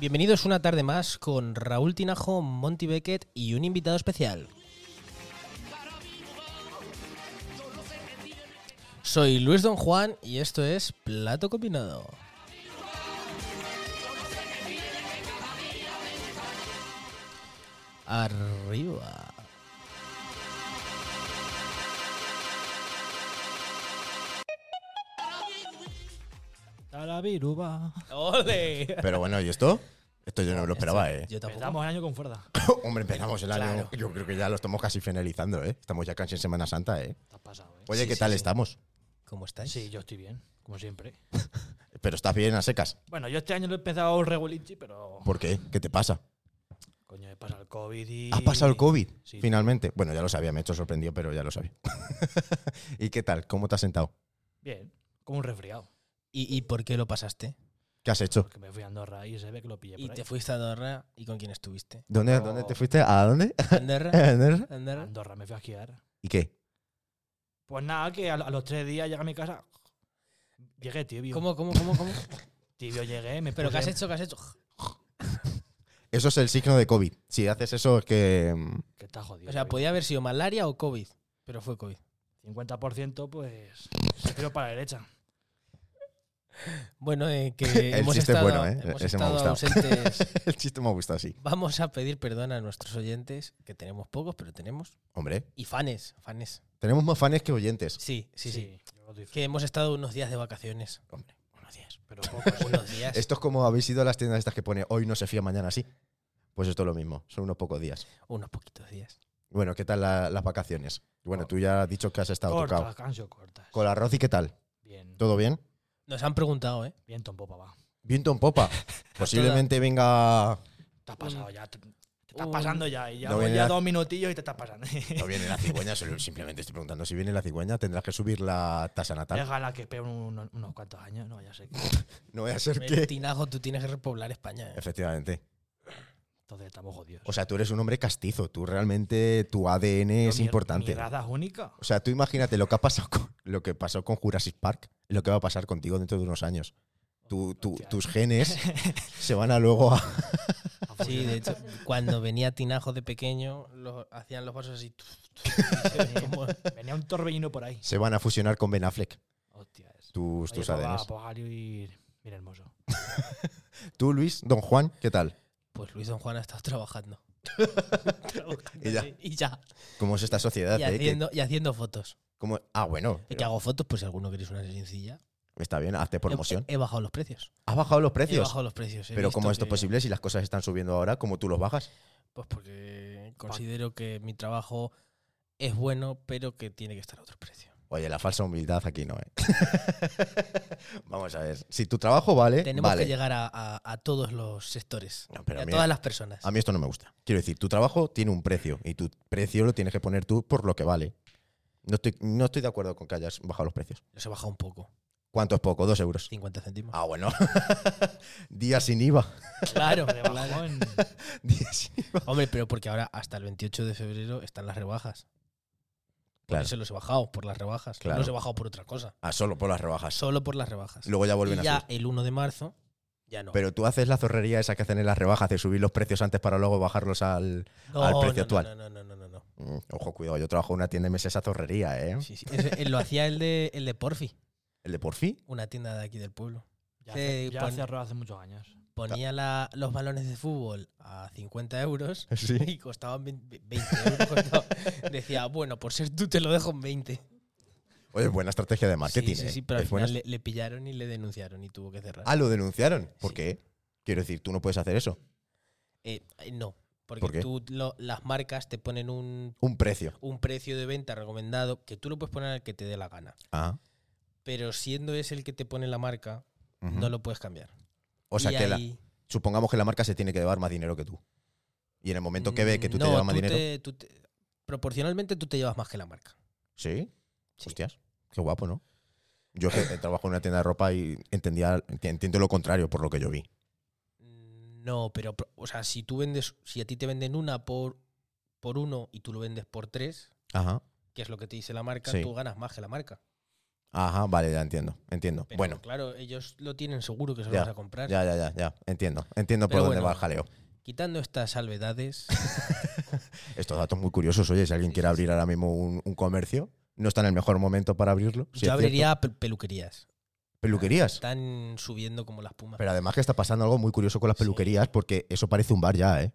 Bienvenidos una tarde más con Raúl Tinajo, Monty Beckett y un invitado especial. Soy Luis Don Juan y esto es Plato Combinado. Arriba. A la viruba. ¡Ole! Pero bueno, ¿y esto? Esto yo no me lo esperaba, ¿eh? Yo tampoco. Empezamos el año con fuerza. Hombre, empezamos el año. Claro. Yo creo que ya lo estamos casi finalizando, ¿eh? Estamos ya casi en Semana Santa, ¿eh? Te has pasado, ¿eh? Oye, Sí, ¿qué sí, tal sí. estamos? ¿Cómo estáis? Sí, yo estoy bien, como siempre. Pero estás bien a secas. Bueno, yo este año lo he empezado regulinchi, pero. ¿Por qué? ¿Qué te pasa? Coño, he pasado el COVID y. ¿Has pasado el COVID? Sí. Finalmente. Bueno, ya lo sabía, me he hecho sorprendido, pero ya lo sabía. ¿Y qué tal? ¿Cómo te has sentado? Bien, como un resfriado. ¿Y, y por qué lo pasaste? ¿Qué has hecho? Porque me fui a Andorra y se ve que lo pillé. ¿Y por ahí. te fuiste a Andorra y con quién estuviste? ¿Dónde, No. ¿Dónde te fuiste? ¿A dónde? ¿Andorra? ¿A dónde? A ¿Andorra? Andorra, me fui a esquiar. ¿Y qué? Pues nada, que a, a los tres días llegué a mi casa. Llegué tibio. ¿Cómo, cómo, cómo, cómo? Tibio llegué, me ¿Pero qué has puse- hecho, qué has hecho? Eso es el signo de COVID. Si haces eso es que... mm, Que está jodido. O sea, tío. podía haber sido malaria o COVID, pero fue COVID. 50% pues. Se tiró para la derecha. Bueno, eh, que El hemos chiste es estado, bueno, ¿eh? hemos Ese me ha estado gustado. ausentes. El chiste me ha gustado así. Vamos a pedir perdón a nuestros oyentes, que tenemos pocos, pero tenemos. Hombre, Y fanes, fanes. tenemos más fans que oyentes. Sí, sí, sí. yo lo disfruto, Que hemos estado unos días de vacaciones. Hombre, unos días. Pero poco. Unos días. Esto es como habéis ido a las tiendas estas que pone hoy no se fía, mañana sí. Pues esto es lo mismo, son unos pocos días. unos poquitos días. Bueno, ¿qué tal la- las vacaciones? Bueno, tú ya has dicho que has estado tocado. cortas, canso, cortas. Con la Rosy, ¿qué tal? Bien, ¿Todo bien? Nos han preguntado, ¿eh? bien tompo, papá. Viento en popa. Posiblemente venga. Te has pasado ya. Te, te estás un- pasando ya. Y ya, No voy viene ya la- dos minutillos y te estás pasando. No viene la cigüeña, solo- simplemente estoy preguntando. Si viene la cigüeña, tendrás que subir la tasa natal. Déjala que espere unos, unos cuantos años. No, ya sé. que- No voy a ser El que. Tinajo, tú tienes que repoblar España. ¿eh? Efectivamente. Entonces estamos jodidos. O sea, tú eres un hombre castizo. Tú realmente, tu ADN Yo, es mi- Mi importante. raza es única. O sea, tú imagínate lo que ha pasado con, lo que pasó con Jurassic Park, lo que va a pasar contigo dentro de unos años. Oh, Tú- tú- Hostia. tus genes se van a luego a. A Sí, de hecho, cuando venía Tinajo de pequeño, lo- hacían los vasos así. como- Venía un torbellino por ahí. se van a fusionar con Ben Affleck. Hostia. es- Tus, Oye, tus pues va, ADNs. pues Galio y- Mira, hermoso. Tú, Luis, Don Juan, ¿qué tal? Pues Luis Don Juan ha estado trabajando. Y ya. Sí. Y ya. ¿Cómo es esta sociedad? Y eh? Que- haciendo, y haciendo fotos. cómo- ah, bueno. Y que hago fotos, pues si alguno queréis una sencilla. Está bien, hazte promoción. He, he bajado los precios. ¿Has bajado los He precios? bajado los precios. he Pero ¿cómo visto esto es que- posible si las cosas están subiendo ahora? ¿Cómo tú los bajas? Pues porque considero que mi trabajo es bueno, pero que tiene que estar a otro precio. Oye, la falsa humildad aquí no, ¿eh? Vamos a ver. Si tu trabajo vale, Tenemos Eh, vale. que llegar a, a- a todos los sectores. No, pero y a mira, todas las personas. A mí esto no me gusta. Quiero decir, tu trabajo tiene un precio y tu precio lo tienes que poner tú por lo que vale. No estoy, no estoy de acuerdo con que hayas bajado los precios. Los he bajado un poco. ¿Cuánto es poco? Dos euros. 50 céntimos. Ah, bueno. Días sin IVA. Claro. Rebajó en- Días sin IVA. Hombre, pero porque ahora hasta el 28 de febrero están las rebajas. Claro. Yo se los he bajado por las rebajas. No Claro. los he bajado por otra cosa. Ah, solo por las rebajas. Solo por las rebajas. Luego ya vuelven y a ya subir. el 1 de marzo, ya no. Pero tú haces la zorrería esa que hacen en las rebajas de subir los precios antes para luego bajarlos al. no, al no, precio no, actual. No, no, no, no, no. Mm, Ojo, cuidado, yo trabajo en una tienda y me sé esa zorrería, ¿eh? no. Sí, sí. Ese- él lo hacía el de, el de Porfi, El de por fin. una tienda de aquí del pueblo. Ya, Sí, hace- ya pon- cerró hace muchos años. Ponía la- los balones de fútbol a 50 euros Sí. y costaban 20 euros. costaba. Decía, bueno, por ser tú te lo dejo en 20. Oye, buena estrategia de marketing. Sí, sí, ¿eh? sí, pero al Es buena final le, le pillaron y le denunciaron y tuvo que cerrar. Ah, lo denunciaron. ¿Por Sí. qué? Quiero decir, tú no puedes hacer eso. Eh, eh, no, porque ¿Por qué? tú lo- las marcas te ponen un, Un precio. un precio de venta recomendado que tú lo puedes poner al que te dé la gana. Ah. Pero siendo ese el que te pone la marca, ujú. no lo puedes cambiar. o sea, Y que la- ahí- supongamos que la marca se tiene que llevar más dinero que tú. Y en el momento que ve que tú Mm, No, te llevas más tú dinero. te- tú te- proporcionalmente tú te llevas más que la marca. ¿Sí? Sí. Hostias, qué guapo, ¿no? Yo que eh, trabajo en una tienda de ropa y entendía, entiendo lo contrario por lo que yo vi. No, pero, pro- o sea, si tú vendes, si a ti te venden una por, por uno y tú lo vendes por tres, Ajá. que es lo que te dice la marca, Sí. tú ganas más que la marca. Ajá, vale, ya entiendo, entiendo. Pero, bueno, Claro, ellos lo tienen seguro que se Ya, lo vas a comprar. ya, ya, ya, ya, entiendo, entiendo por Pero dónde bueno. va el jaleo. Quitando estas salvedades, Estos datos muy curiosos, oye, si alguien Sí, quiere sí, abrir ahora mismo un, un comercio, no está en el mejor momento para abrirlo. sí es yo cierto. abriría pe- peluquerías. Peluquerías. Están subiendo como las pumas. Pero además que está pasando algo muy curioso con las Sí. peluquerías, porque eso parece un bar ya, ¿eh?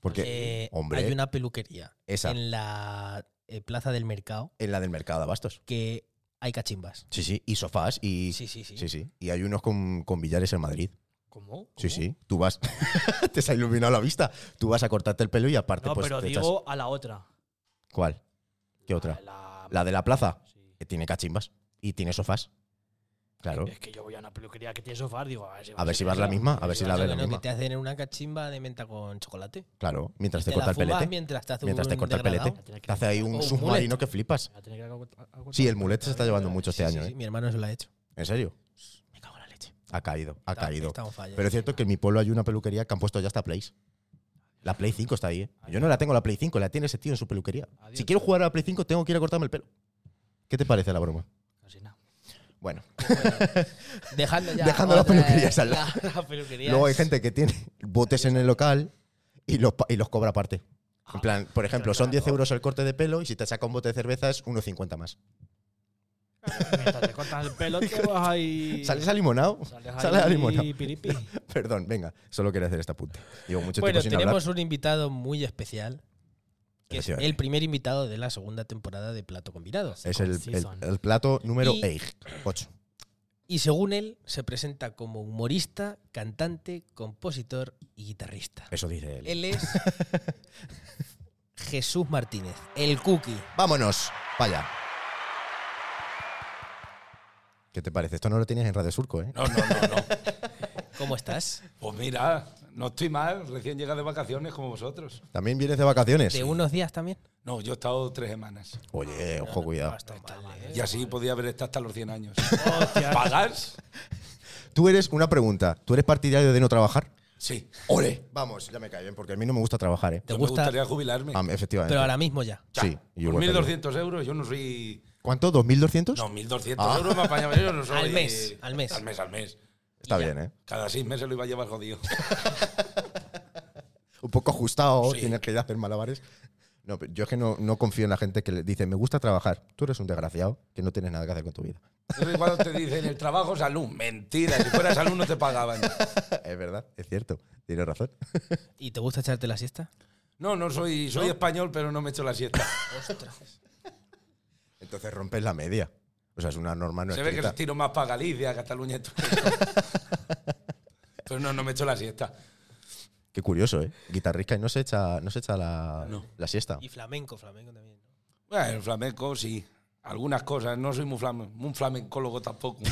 Porque, Eh, hombre, Hay una peluquería esa, en, en la eh, plaza del mercado la del mercado de abastos. que hay cachimbas. Sí, sí, y sofás, y... Sí, Sí, sí, sí. sí. Y hay unos con, con billares en Madrid. ¿Cómo? Sí, ¿Cómo? sí. Tú vas... te se ha iluminado la vista. Tú vas a cortarte el pelo y aparte No, pues pero te echas... digo a la otra. ¿Cuál? ¿Qué otra? La, La de la plaza. sí. Que tiene cachimbas y tiene sofás. Claro. Es que yo voy a una peluquería que tiene sofá, digo, a ver si, A ver si vas la misma, a ver si la Claro que ves la no, que misma. te hacen una cachimba de menta con chocolate. Claro, mientras te Te corta la el fumas pelete. mientras te hace Mientras te un corta el pelete. degradado. Te hace ahí O un un submarino que flipas. Sí, el mulet se está llevando mucho este Sí, año, sí, sí, ¿eh? Mi hermano se la ha hecho. ¿En serio? Me cago en la leche. Ha caído, ha Está- caído. está on fire. Pero es cierto que en mi pueblo hay una peluquería que han puesto ya hasta Plays. La Play 5 está ahí, ¿eh? Yo no la tengo la Play 5, la tiene ese tío en su peluquería. Adiós. Si quiero jugar a la Play 5, tengo que ir a cortarme el pelo. ¿Qué te parece la broma? Bueno, Dejando ya Dejando las otra- peluquerías al la- las peluquerías. luego hay gente que tiene botes en el local y los, pa- y los cobra aparte. Ah, En plan, por ejemplo, son 10 euros el corte de pelo y si te saca un bote de cerveza es 1,50 más. Mientras te cortas el pelo, te vas ahí. ¿Sales alimonado? Sales sales ahí alimonado. piripi. Perdón, venga, solo quería hacer esta punta. Llevo mucho Bueno, tiempo sin hablar. tenemos un invitado muy especial. Que es Efectivamente. el primer invitado de la segunda temporada de Plato Combinado. Es el, el- Season. el plato número Y- 8. Y según él, se presenta como humorista, cantante, compositor y guitarrista. Eso dice él. Él es Jesús Martínez, el cookie. Vámonos, vaya. ¿Qué te parece? Esto no lo tenías en Radio Surco, ¿eh? No, no, no, no. ¿Cómo estás? Pues mira, no estoy mal, recién llegas de vacaciones como vosotros. También vienes de vacaciones. ¿De unos días también? No, yo he estado tres semanas. Oye, ojo, cuidado. Y así podía haber estado hasta los 100 años. Hostia. ¿Pagas? Tú eres una pregunta. ¿Tú eres partidario de no trabajar? Sí. ¡Ole! Vamos, ya me cae bien, porque a mí no me gusta trabajar, ¿eh? ¿Te Yo Me gusta? gustaría jubilarme. Ah, efectivamente. Pero ahora mismo ya. Ya, sí, yo Por igual 1.200 euros, yo no soy... ¿Cuánto? ¿2.200? No, 1.200 Ah. euros me apañaba yo, no soy... Al mes, al mes. Al mes, al mes. Está y ya. bien, ¿eh? Cada seis meses lo iba a llevar jodido. Un poco ajustado, Sí. tienes que ir a hacer malabares. No, pero yo es que no, no confío en la gente que le dice, me gusta trabajar. Tú eres un desgraciado que no tienes nada que hacer con tu vida. Entonces, cuando te dicen el trabajo salud, mentira. Si fuera salud no te pagaban. es verdad, es cierto. Tienes razón. ¿Y te gusta echarte la siesta? No, no soy, soy español, pero no me echo la siesta. Ostras. Entonces rompes la media. O sea, es una norma no Se ve que escrita. los tiro más para Galicia, Cataluña y todo Pero no, no me echo la siesta. Qué curioso, ¿eh? Guitarrisca y no se echa, no se echa la, No. la siesta. Y flamenco, flamenco también. ¿no? Bueno, el flamenco sí. Algunas cosas. No soy muy, flamen- muy flamencólogo tampoco.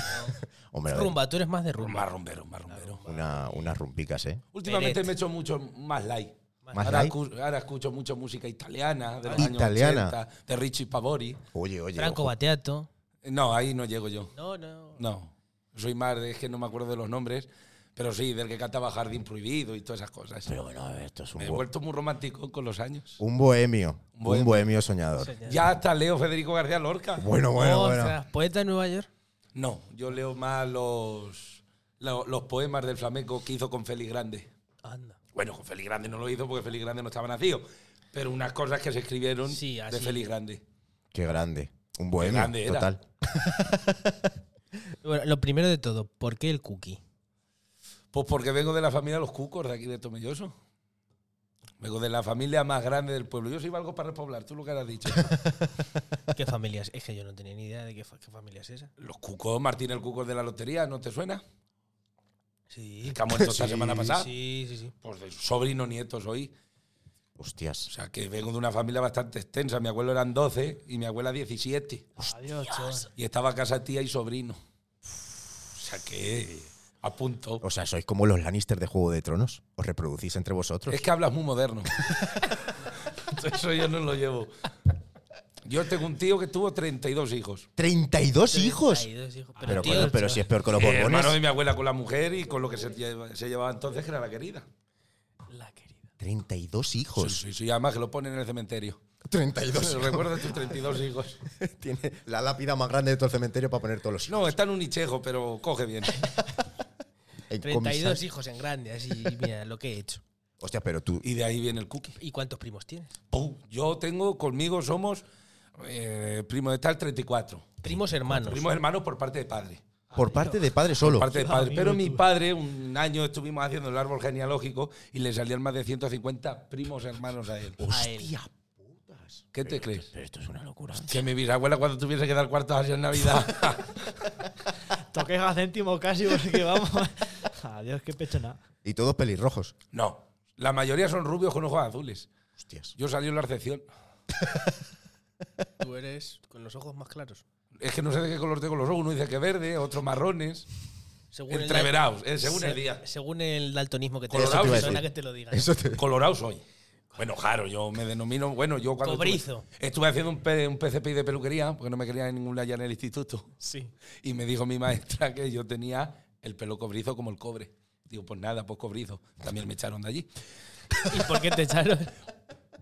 Hombre, a ver, Rumba, tú eres más de rumba. más rumbero, más rumbero. una, unas rumpicas, ¿eh? Últimamente Peret. me he hecho mucho más light. ¿Más ahora, light? Ah, escu- ahora escucho mucho música italiana, de los Italiana. años 80, de Richie Pavori. Oye, oye. Franco ojo. Bateato. No, ahí no llego yo. No, no. No. Soy más de, es que no me acuerdo de los nombres, pero sí, del que cantaba Jardín Prohibido y todas esas cosas. Pero eh, bueno, esto es un, me he bo- vuelto muy romántico con los años. un bohemio. Un bohemio. Un bohemio soñador. Ya hasta leo Federico García Lorca. Bueno, bueno, bueno. Ostras, Oh, ¿Poeta de Nueva York? No, yo leo más los, lo- los poemas del flamenco que hizo con Félix Grande. Anda. Bueno, con Félix Grande no lo hizo porque Félix Grande no estaba nacido, pero unas cosas que se escribieron Sí, así. de Félix Grande. Qué grande. Un bohemio. grande era. total. Bueno, lo primero de todo, ¿por qué el cookie? Pues porque vengo de la familia de los cucos de aquí de Tomelloso. Vengo de la familia más grande del pueblo. Yo soy algo para repoblar, tú lo que has dicho. ¿Qué familia es? Es que yo no tenía ni idea de qué, fa- qué familia es esa. Los cucos, Martín el cuco de la lotería, ¿no te suena? Sí. Que ha muerto esta semana pasada. Sí, sí, sí. Pues de sobrino nieto soy. O Hostias. sea, que vengo de una familia bastante extensa. Mi abuelo eran 12 y mi abuela 17. Adiós, chaval. Y estaba a casa tía y sobrino. O sea que a punto. O sea, sois como los Lannister de Juego de Tronos. Os reproducís entre vosotros. Es que hablas muy moderno. Eso yo no lo llevo. Yo tengo un tío que tuvo 32 hijos. ¡32 hijos! Hay dos hijos. Pero, Pero, tío, coño, pero chaval, si es peor que los Eh, borbones. hermano de mi abuela con la mujer y con lo que se, lleva- se llevaba entonces, que era la querida. La querida. 32 hijos. Sí, sí, sí, además que lo ponen en el cementerio. 32 hijos. Recuerda tus 32 hijos. Tiene la lápida más grande de todo el cementerio para poner todos los hijos. No, está en un nichejo, pero coge bien. En 32 comisar- hijos en grande, así, mira lo que he hecho. Hostia, pero tú. Y de ahí viene el cookie. ¿Y cuántos primos tienes? Pum. Yo tengo, conmigo somos eh, primo de tal 34. Primos hermanos. Primos hermanos por parte de padre. Por parte de padre solo. Ah, Parte de Hija, padre. amigo, Pero mi tú. padre, un año estuvimos haciendo el árbol genealógico y le salían más de 150 primos hermanos a él. Hostia. ¿Qué te crees? Pero esto es una locura. Que mi bisabuela cuando tuviese que dar cuartos así en Navidad. Toques a céntimo casi porque vamos. Adiós, qué pechona. Y todos pelirrojos. no. La mayoría son rubios con ojos azules. Hostias. Yo salí en la recepción. Tú eres con los ojos más claros. Es que no sé de qué color tengo los ojos. Uno dice que verde, otro marrones. Según el Entreverados, eh, según el se- día. Según el daltonismo que te Colorado, la eso te iba a persona que decir. te lo diga. Eso te. Colorado soy. Bueno, claro, yo me denomino. Bueno, yo cuando. estuve- Cobrizo. Estuve, haciendo un, P- un PCPI de peluquería, porque no me quería en ningún allá en el instituto. Sí. Y me dijo mi maestra que yo tenía el pelo cobrizo como el cobre. Digo, pues nada, pues cobrizo. También me echaron de allí. ¿Y por qué te echaron?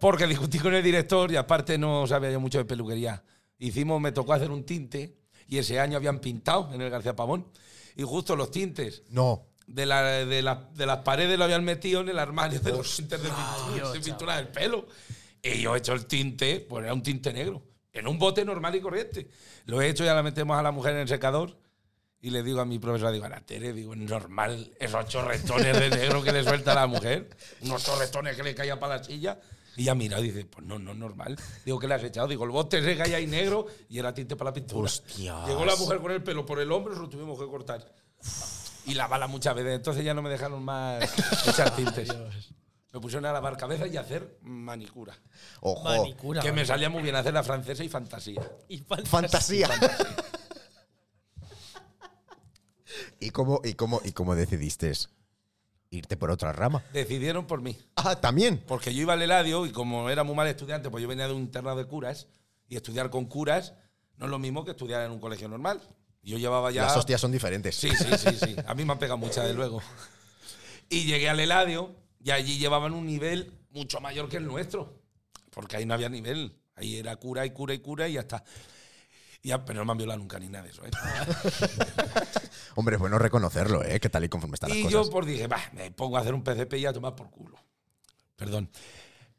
Porque discutí con el director y aparte no sabía yo mucho de peluquería. Hicimos, me tocó hacer un tinte y ese año habían pintado en el García Pavón. Y justo los tintes No. de, la, de, la- de las paredes lo habían metido en el armario de los tintes de pintura, Dios, de pintura del pelo. Y yo he hecho el tinte, pues era un tinte negro, en un bote normal y corriente. Lo he hecho, ya la metemos a la mujer en el secador. Y le digo a mi profesora, digo, Ana Tere, digo, es normal esos chorretones de negro que le suelta a la mujer, unos chorretones que le caían para la silla. Y ya mira, dice, pues no, no es normal. Digo, ¿qué le has echado? Digo, el bote se caía ahí negro y era tinte para la pintura. Hostias. Llegó la mujer con el pelo por el hombro, se lo tuvimos que cortar. Y lavarla muchas veces. Entonces ya no me dejaron más echar tintes. Me pusieron a lavar cabezas y a hacer manicura. Ojo. Manicura. que me salía muy bien hacer la francesa y fantasía. Y fantas- Fantasía. ¿Y cómo, y, cómo, ¿Y cómo decidiste irte por otra rama? Decidieron por mí. Ah, también. Porque yo iba al Eladio y como era muy mal estudiante, pues yo venía de un internado de curas y estudiar con curas no es lo mismo que estudiar en un colegio normal. Yo llevaba ya... Las hostias son diferentes. Sí, sí, sí, sí. A mí me han pegado muchas, de luego. Y llegué al Eladio y allí llevaban un nivel mucho mayor que el nuestro. Porque ahí no había nivel. Ahí era cura y cura y cura y ya está. Y ya- pero no me han violado nunca ni nada de eso. ¿eh? Hombre, es bueno reconocerlo, ¿eh? Que tal y conforme están las y cosas. yo pues dije, va, me pongo a hacer un PCP y a tomar por culo. Perdón.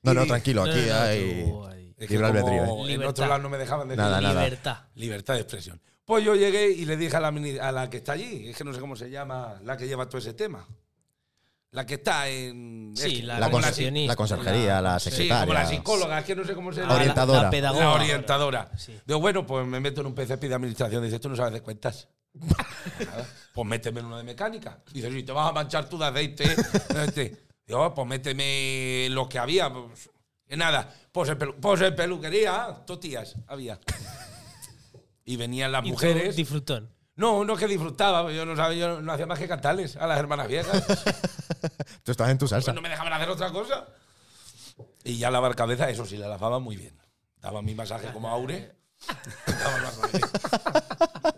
no, no, y- tranquilo. No, Aquí no, no, hay. tú, ahí. Es que Libre como albedrío, ¿eh? en Libertad. otro lado no me dejaban decir Nada, nada. Libertad. Libertad de expresión. Pues yo llegué y le dije a la, mini- a la que está allí, es que no sé cómo se llama, la que lleva todo ese tema. La que está en. Sí, es que- la La, como concepción. cons- concepcionista, la conserjería, la Sí, como secretaria. la psicóloga, es que no sé cómo se Ah, llama. la- Orienta- Orientadora. La pedagoga. La orientadora. Sí. Digo, bueno, pues me meto en un PCP de administración. Dice, tú no sabes de cuentas. Nada. pues méteme en uno de mecánica. Dice, si te vas a manchar tú de aceite. de aceite. Digo, pues méteme lo que había. Pues, que nada, pues en, pelu- pues en peluquería, totías, había. Y venían las Y tú, mujeres. Disfrutón. No, no que disfrutaba, yo no sabía, yo no hacía más que cantarles a las hermanas viejas. Tú estás en tu salsa. Pues no me dejaban hacer otra cosa. Y ya lavar cabeza, eso sí, la lavaba muy bien. Daba mi masaje como Aure. Daba el masaje bien.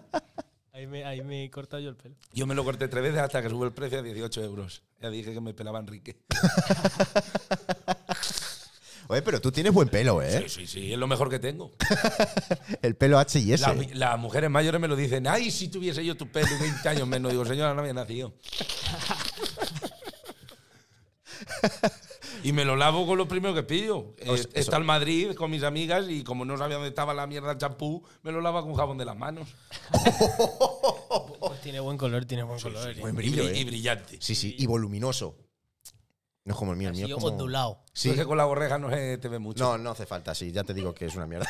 Ahí me, ahí me he cortado yo el pelo. Yo me lo corté tres veces hasta que subió el precio a 18 euros. Ya dije que me pelaba Enrique. Oye, pero tú tienes buen pelo, ¿eh? Sí, sí, sí, es lo mejor que tengo. El pelo H y S. Las, las mujeres mayores me lo dicen, ay, si tuviese yo tu pelo y 20 años menos. Digo, señora, no había nacido. Y me lo lavo con lo primero que pillo. Eh, Os- eso- Está en Madrid con mis amigas y como no sabía dónde estaba la mierda el champú, me lo lava con jabón de las manos. Pues tiene buen color, tiene buen color. eh. Buen Y, brillo, bri- y ¿eh? brillante. Sí, sí. Y voluminoso. No es como el mío, el mío Así es como... ondulado. No Sí. es que con la borreja no se te ve mucho. No, no hace falta, sí. Ya te digo que es una mierda.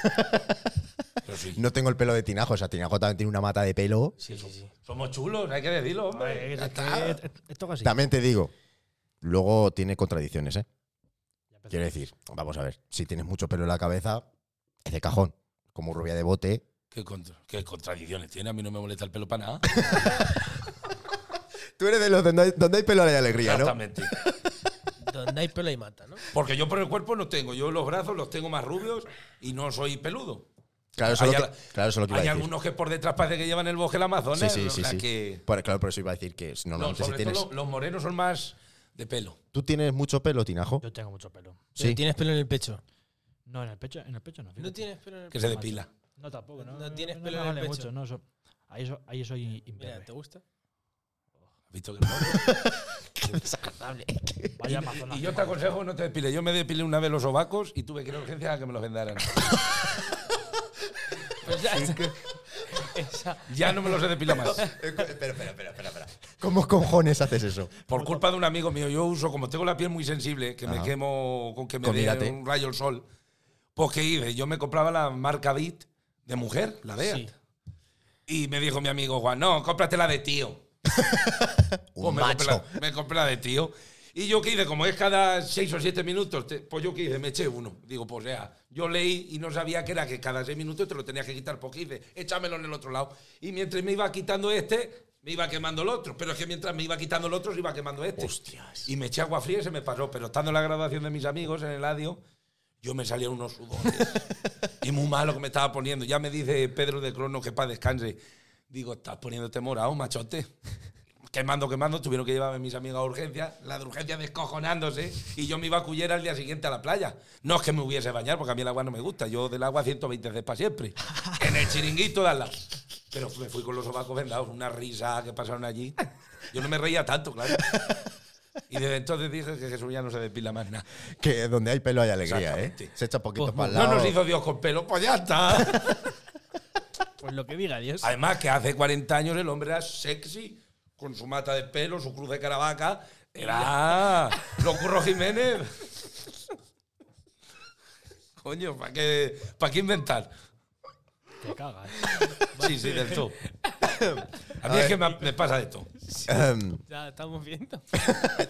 Pero sí. No tengo el pelo de Tinajo. O sea, Tinajo también tiene una mata de pelo. Sí, sí, sí. Somos chulos, hay que decirlo, hombre. Ay, Ya es que- está. es- es- Esto casi. También te digo, luego tiene contradicciones, ¿eh? Quiero decir, vamos a ver, si tienes mucho pelo en la cabeza, es de cajón. Como rubia de bote. ¿Qué, contra- qué contradicciones tiene, a mí no me molesta el pelo para nada. Tú eres de los donde hay, donde hay pelo hay alegría, ¿no? Exactamente. Donde hay pelo hay mata, ¿no? Porque yo por el cuerpo no tengo, yo los brazos los tengo más rubios y no soy peludo. Claro, eso es lo Hay que, claro, eso es lo que iba a Hay decir. algunos que por detrás parece que llevan el bosque el Amazonas. Sí, sí, sí. la sí. que- Por- claro, por eso iba a decir que No, normalmente si sobre tienes. todo los, los morenos son más de pelo. ¿Tú tienes mucho pelo, Tinajo? Yo tengo mucho pelo. Pero Sí. Tienes pelo en el pecho. No, en el pecho, en el pecho no. No fíjate. tienes pelo en el que se pecho, depila. No, tampoco. No, No tienes no pelo me en el vale pecho. Mucho, no, so- ahí, so- ahí soy macho. Mira, ¿te imperve. gusta? ¿Has visto que no? Vaya Amazonas. Y yo te aconsejo no te depiles. Yo me depilé una vez los ovacos y tuve que ir a urgencias a que me los vendaran. Pues ya, esa- Ya no me los he depilado más. espera, espera, espera, espera, espera. ¿Cómo cojones haces eso? Por culpa de un amigo mío, yo uso, como tengo la piel muy sensible, que me Ajá. quemo con que me Con dé Irate. un rayo el sol, pues que hice, yo me compraba la marca Bit de mujer, la Deat. Sí. Y me dijo mi amigo Juan, no, cómprate la de tío. Pues Un me compré, macho. la, me compré la de tío. Y yo que hice, como es cada seis o siete minutos, te- pues yo que hice, me eché uno. Digo, pues sea, yo leí y no sabía que era que cada seis minutos te lo tenías que quitar, porque hice, échamelo en el otro lado. Y mientras me iba quitando este, me iba quemando el otro. Pero es que mientras me iba quitando el otro, se iba quemando este. Hostias. Y me eché agua fría y se me pasó. Pero estando en la graduación de mis amigos en el adio, yo me salían unos sudores. y muy malo que me estaba poniendo. Ya me dice Pedro de Crono que para descanse. Digo, estás poniéndote morado, machote. Quemando, quemando, tuvieron que llevarme mis amigos a urgencia, la de urgencia descojonándose, y yo me iba a cullera al día siguiente a la playa. No es que me hubiese bañado, porque a mí el agua no me gusta, yo del agua 120 veces para siempre. En el chiringuito de al lado. Pero me fui con los sobacos vendados, una risa que pasaron allí. Yo no me reía tanto, claro. Y desde entonces dije que Jesús ya no se despila más nada. Que donde hay pelo hay alegría, ¿eh? Exactamente. Se echa poquito Pues para el No lado. nos hizo Dios con pelo, pues ya está. Pues lo que diga Dios. Además, que hace 40 años el hombre era sexy, con su mata de pelo, su cruz de caravaca. Era. Locurro Jiménez. Coño, ¿para qué, pa' qué inventar? Te cagas. Sí, sí, del todo. A mí es que me, me pasa de todo. Em, ya estamos viendo.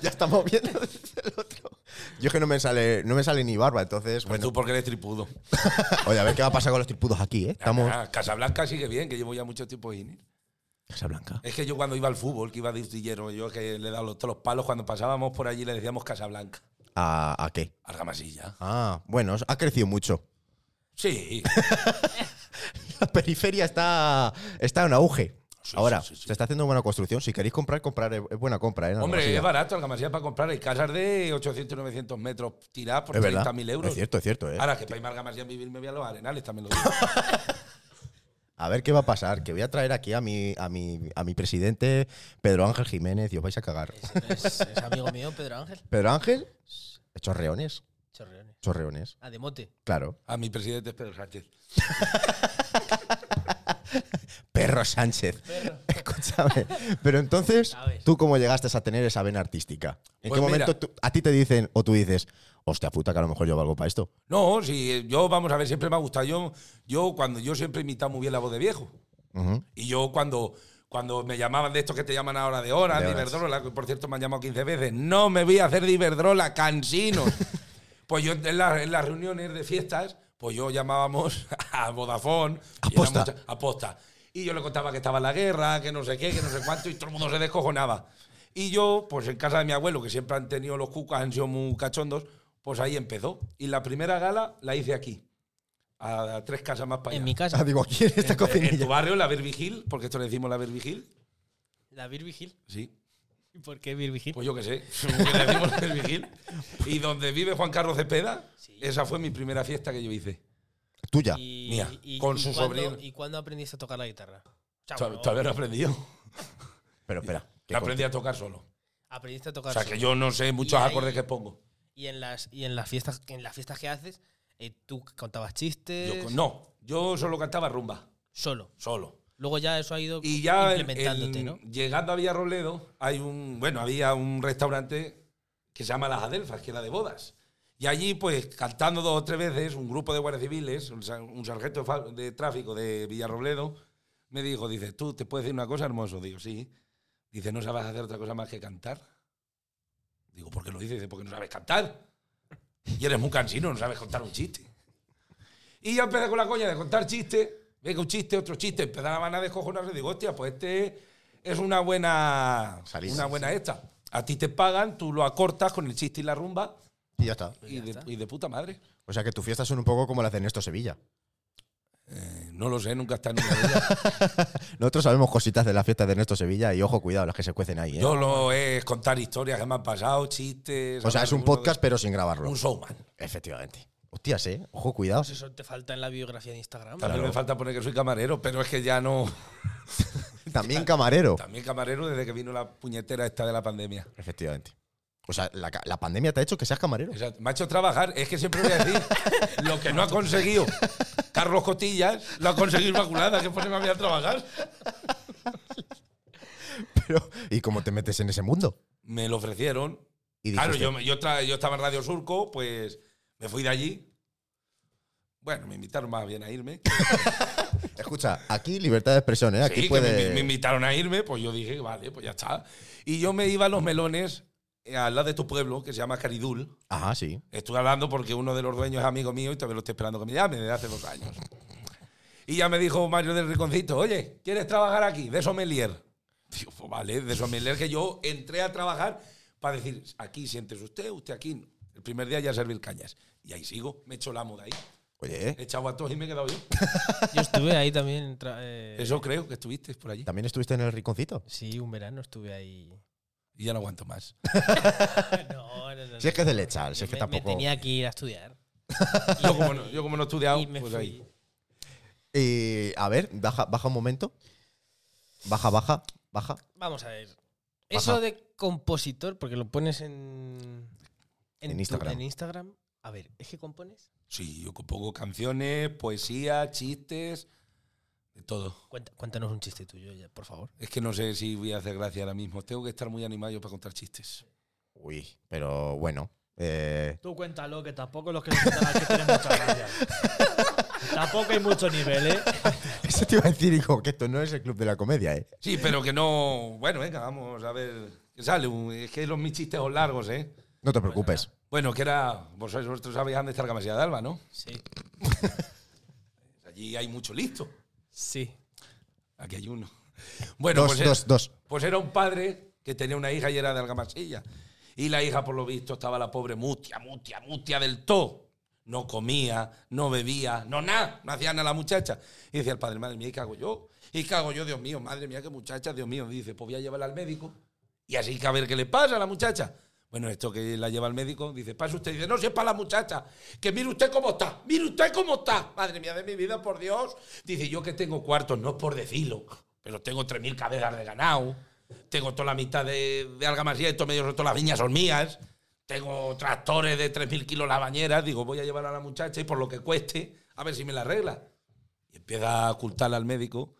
ya estamos viendo desde el otro. Yo es que no me sale, no me sale ni barba, entonces, Pues bueno. tú porque eres tripudo. Oye, a ver qué va a pasar con los tripudos aquí, ¿eh? Estamos. Ah, Casablanca sigue bien, que llevo ya mucho tiempo ahí. Casablanca. Es que yo cuando iba al fútbol, que iba de ustillero, yo que le daba los- todos los palos, cuando pasábamos por allí le decíamos Casablanca. ¿A, ¿A qué? Argamasilla. Ah, bueno, ha crecido mucho. Sí. La periferia está, está en auge. Sí, Ahora, sí, sí, sí. se está haciendo buena construcción. Si queréis comprar, comprar es es buena compra, ¿eh? Hombre, Algamasilla. es barato Algamasilla para comprar. Hay casas de 800, 900 metros tiradas por Es verdad. 30.000 euros. Es cierto, es cierto, ¿eh? Ahora que para irme a Algamasilla a vivir me voy a los arenales, también lo digo. A ver qué va a pasar, que voy a traer aquí a mi, a mi, a mi presidente, Pedro Ángel Jiménez, y os vais a cagar. Es, es- es amigo mío, Pedro Ángel. Pedro Ángel, chorreones, Chorreones. chorreones, Ah, de mote. claro. A mi presidente es Pedro Sánchez. Perro Sánchez. Escúchame. Pero entonces, A ver. ¿tú cómo llegaste a tener esa vena artística? ¿En Pues qué mira. momento tú- a ti te dicen o tú dices, hostia puta, que a lo mejor yo valgo para esto? No, si eh, yo, vamos a ver, siempre me ha gustado. Yo, yo cuando yo siempre he imitado muy bien la voz de viejo. Ujú. Y yo cuando, cuando me llamaban de estos que te llaman ahora de horas, De de, horas. Iberdrola, que por cierto me han llamado 15 veces, no me voy a hacer de Iberdrola, cansino. pues yo en, la- en las reuniones de fiestas, pues yo llamábamos a Vodafone. y era Aposta. mucha- aposta. Y yo le contaba que estaba la guerra, que no sé qué, que no sé cuánto, y todo el mundo se descojonaba. Y yo, pues en casa de mi abuelo, que siempre han tenido los cucas, han sido muy cachondos, pues ahí empezó. Y la primera gala la hice aquí, a, a tres casas más para allá. En mi Ah, casa, digo, aquí en esta Eh, En tu cocinilla. barrio, la Virvigil, porque esto le decimos la Virvigil. la Virvigil. Sí. ¿Y por qué Virvigil? Pues yo qué sé. porque le decimos la Virvigil. Y donde vive Juan Carlos Cepeda, Sí. esa fue mi primera fiesta que yo hice. Tuya. Y- mía, con cuándo- su sobrino. ¿Y cuándo aprendiste a tocar la guitarra? Chao, Todavía no. todavía no he aprendido. Pero espera. que Yo aprendí a tocar solo. Aprendiste a O tocar sea que solo. yo no sé muchos Y ahí- acordes que pongo. Y en las, y en las, fiestas, que en las fiestas que haces, eh, tú contabas Yo chistes con- no, yo solo cantaba rumba, solo. solo. Luego ya eso ha ido Y ya en- implementándote, en- ¿no? llegando a Villarroledo, hay un, bueno, había un restaurante que se llama Las Adelfas, que era de bodas. Y allí, pues, cantando dos o tres veces, un grupo de guardias civiles, un sar- un sargento de fa- de tráfico de Villarrobledo, me dijo, dice, ¿tú te puedes decir una cosa, hermoso? Digo, sí. Dice, ¿no sabes hacer otra cosa más que cantar? Digo, ¿por qué lo dices? Dice, porque no sabes cantar. Y eres muy cansino, no sabes contar un chiste. Y ya empecé con la coña de contar chistes. Venga, un chiste, otro chiste. Empezaban a descojonarse. Digo, hostia, pues este es una buena. Salida, una sí. buena esta. A ti te pagan, tú lo acortas con el chiste y la rumba. Y ya está. Y Pues ya de, está. y de puta madre. O sea que tus fiestas son un poco como las de Ernesto Sevilla. Eh, no lo sé, nunca está en una de ellas. Nosotros sabemos cositas de las fiestas de Ernesto Sevilla y ojo, cuidado, las que se cuecen ahí. ¿eh? Yo lo es contar historias que me han pasado, chistes. o sea, hablar es un de uno de- podcast pero sin grabarlo. Un showman. Efectivamente. Hostias, eh. Ojo, cuidado. Pues eso te falta en la biografía de Instagram. También Claro. me falta poner que soy camarero, pero es que ya no. También camarero. También camarero desde que vino la puñetera esta de la pandemia. Efectivamente. O sea, la, ca- la pandemia te ha hecho que seas camarero. O sea, me ha hecho trabajar. Es que siempre voy a decir lo que no ha conseguido Carlos Cotillas, lo ha conseguido Inmaculada, que pues me había a trabajar. Pero, ¿y cómo te metes en ese mundo? Me lo ofrecieron. Y Claro, dijiste, yo, me- yo, tra- yo estaba en Radio Surco, pues me fui de allí. Bueno, me invitaron más bien a irme. Escucha, aquí libertad de expresión, ¿eh? Aquí Sí, que puede. me, me invitaron a irme, pues yo dije, vale, pues ya está. Y yo me iba a los melones eh, al lado de tu pueblo, que se llama Caridul. Ajá, sí. Estuve hablando porque uno de los dueños es amigo mío y todavía lo estoy esperando que me llame desde hace dos años. Y ya me dijo Mario del Riconcito, oye, ¿quieres trabajar aquí? De sommelier. Digo, pues vale, de sommelier que yo entré a trabajar para decir, aquí sientes usted, usted aquí. El primer día ya servir cañas. Y ahí sigo, me echo la moda ahí. Oye, He ¿eh? echado a todos y me he quedado yo. Yo estuve ahí también. tra- eh, Eso creo que estuviste por allí. También estuviste en el rinconcito. Sí, un verano estuve ahí. Y ya no aguanto más. no, no, no, Si es que es no. del Echal, si Yo es que me- tampoco- Me tenía que ir a estudiar. Yo como no, yo como no he estudiado, y me pues fui. ahí. Y, a ver, baja, baja un momento. Baja, baja, baja. Vamos a ver. Eso Ajá. de compositor, porque lo pones en. En tu- Instagram. en Instagram. A ver, ¿es que compones? Sí, yo compongo canciones, poesía, chistes, de todo. Cuenta- cuéntanos un chiste tuyo, ya, por favor. Es que no sé si voy a hacer gracia ahora mismo. Tengo que estar muy animado yo para contar chistes. Uy, pero bueno. eh, Tú cuéntalo, que tampoco los que nos cuentan aquí tienen mucha gracia. tampoco hay mucho nivel, ¿eh? eso te iba a decir, hijo, que esto no es el club de la comedia, ¿eh? Sí, pero que no. Bueno, venga, vamos a ver. ¿Qué sale? Un- Es que los mis chistes son largos, ¿eh? No te preocupes. Bueno, que era. Vosotros, vosotros sabéis dónde está la Masía de Alba, ¿no? Sí. Allí hay mucho listo. Sí. Aquí hay uno. Bueno, Dos, pues, era- dos, dos. pues era un padre que tenía una hija y era de Algamasilla. Y la hija, por lo visto, estaba la pobre mutia, mutia, mutia del todo. No comía, no bebía, no nada, no hacía nada la muchacha. Y decía el padre, madre mía, ¿y qué hago yo? ¿Y qué hago yo, Dios mío? Madre mía, qué muchacha, Dios mío. Dice, pues voy a llevarla al médico. Y así que a ver qué le pasa a la muchacha. Bueno, esto que la lleva al médico, dice, pasa usted. Dice, no, si es para la muchacha, que mire usted cómo está, mire usted cómo está. Madre mía de mi vida, por Dios. Dice, yo que tengo cuartos, no es por decirlo, pero tengo 3.000 cabezas de ganado, tengo toda la mitad de, de algamasía, estos medios de todas las viñas son mías, tengo tractores de 3.000 kilos la bañera, digo, voy a llevar a la muchacha y por lo que cueste, a ver si me la arregla. Y empieza a ocultarla al médico.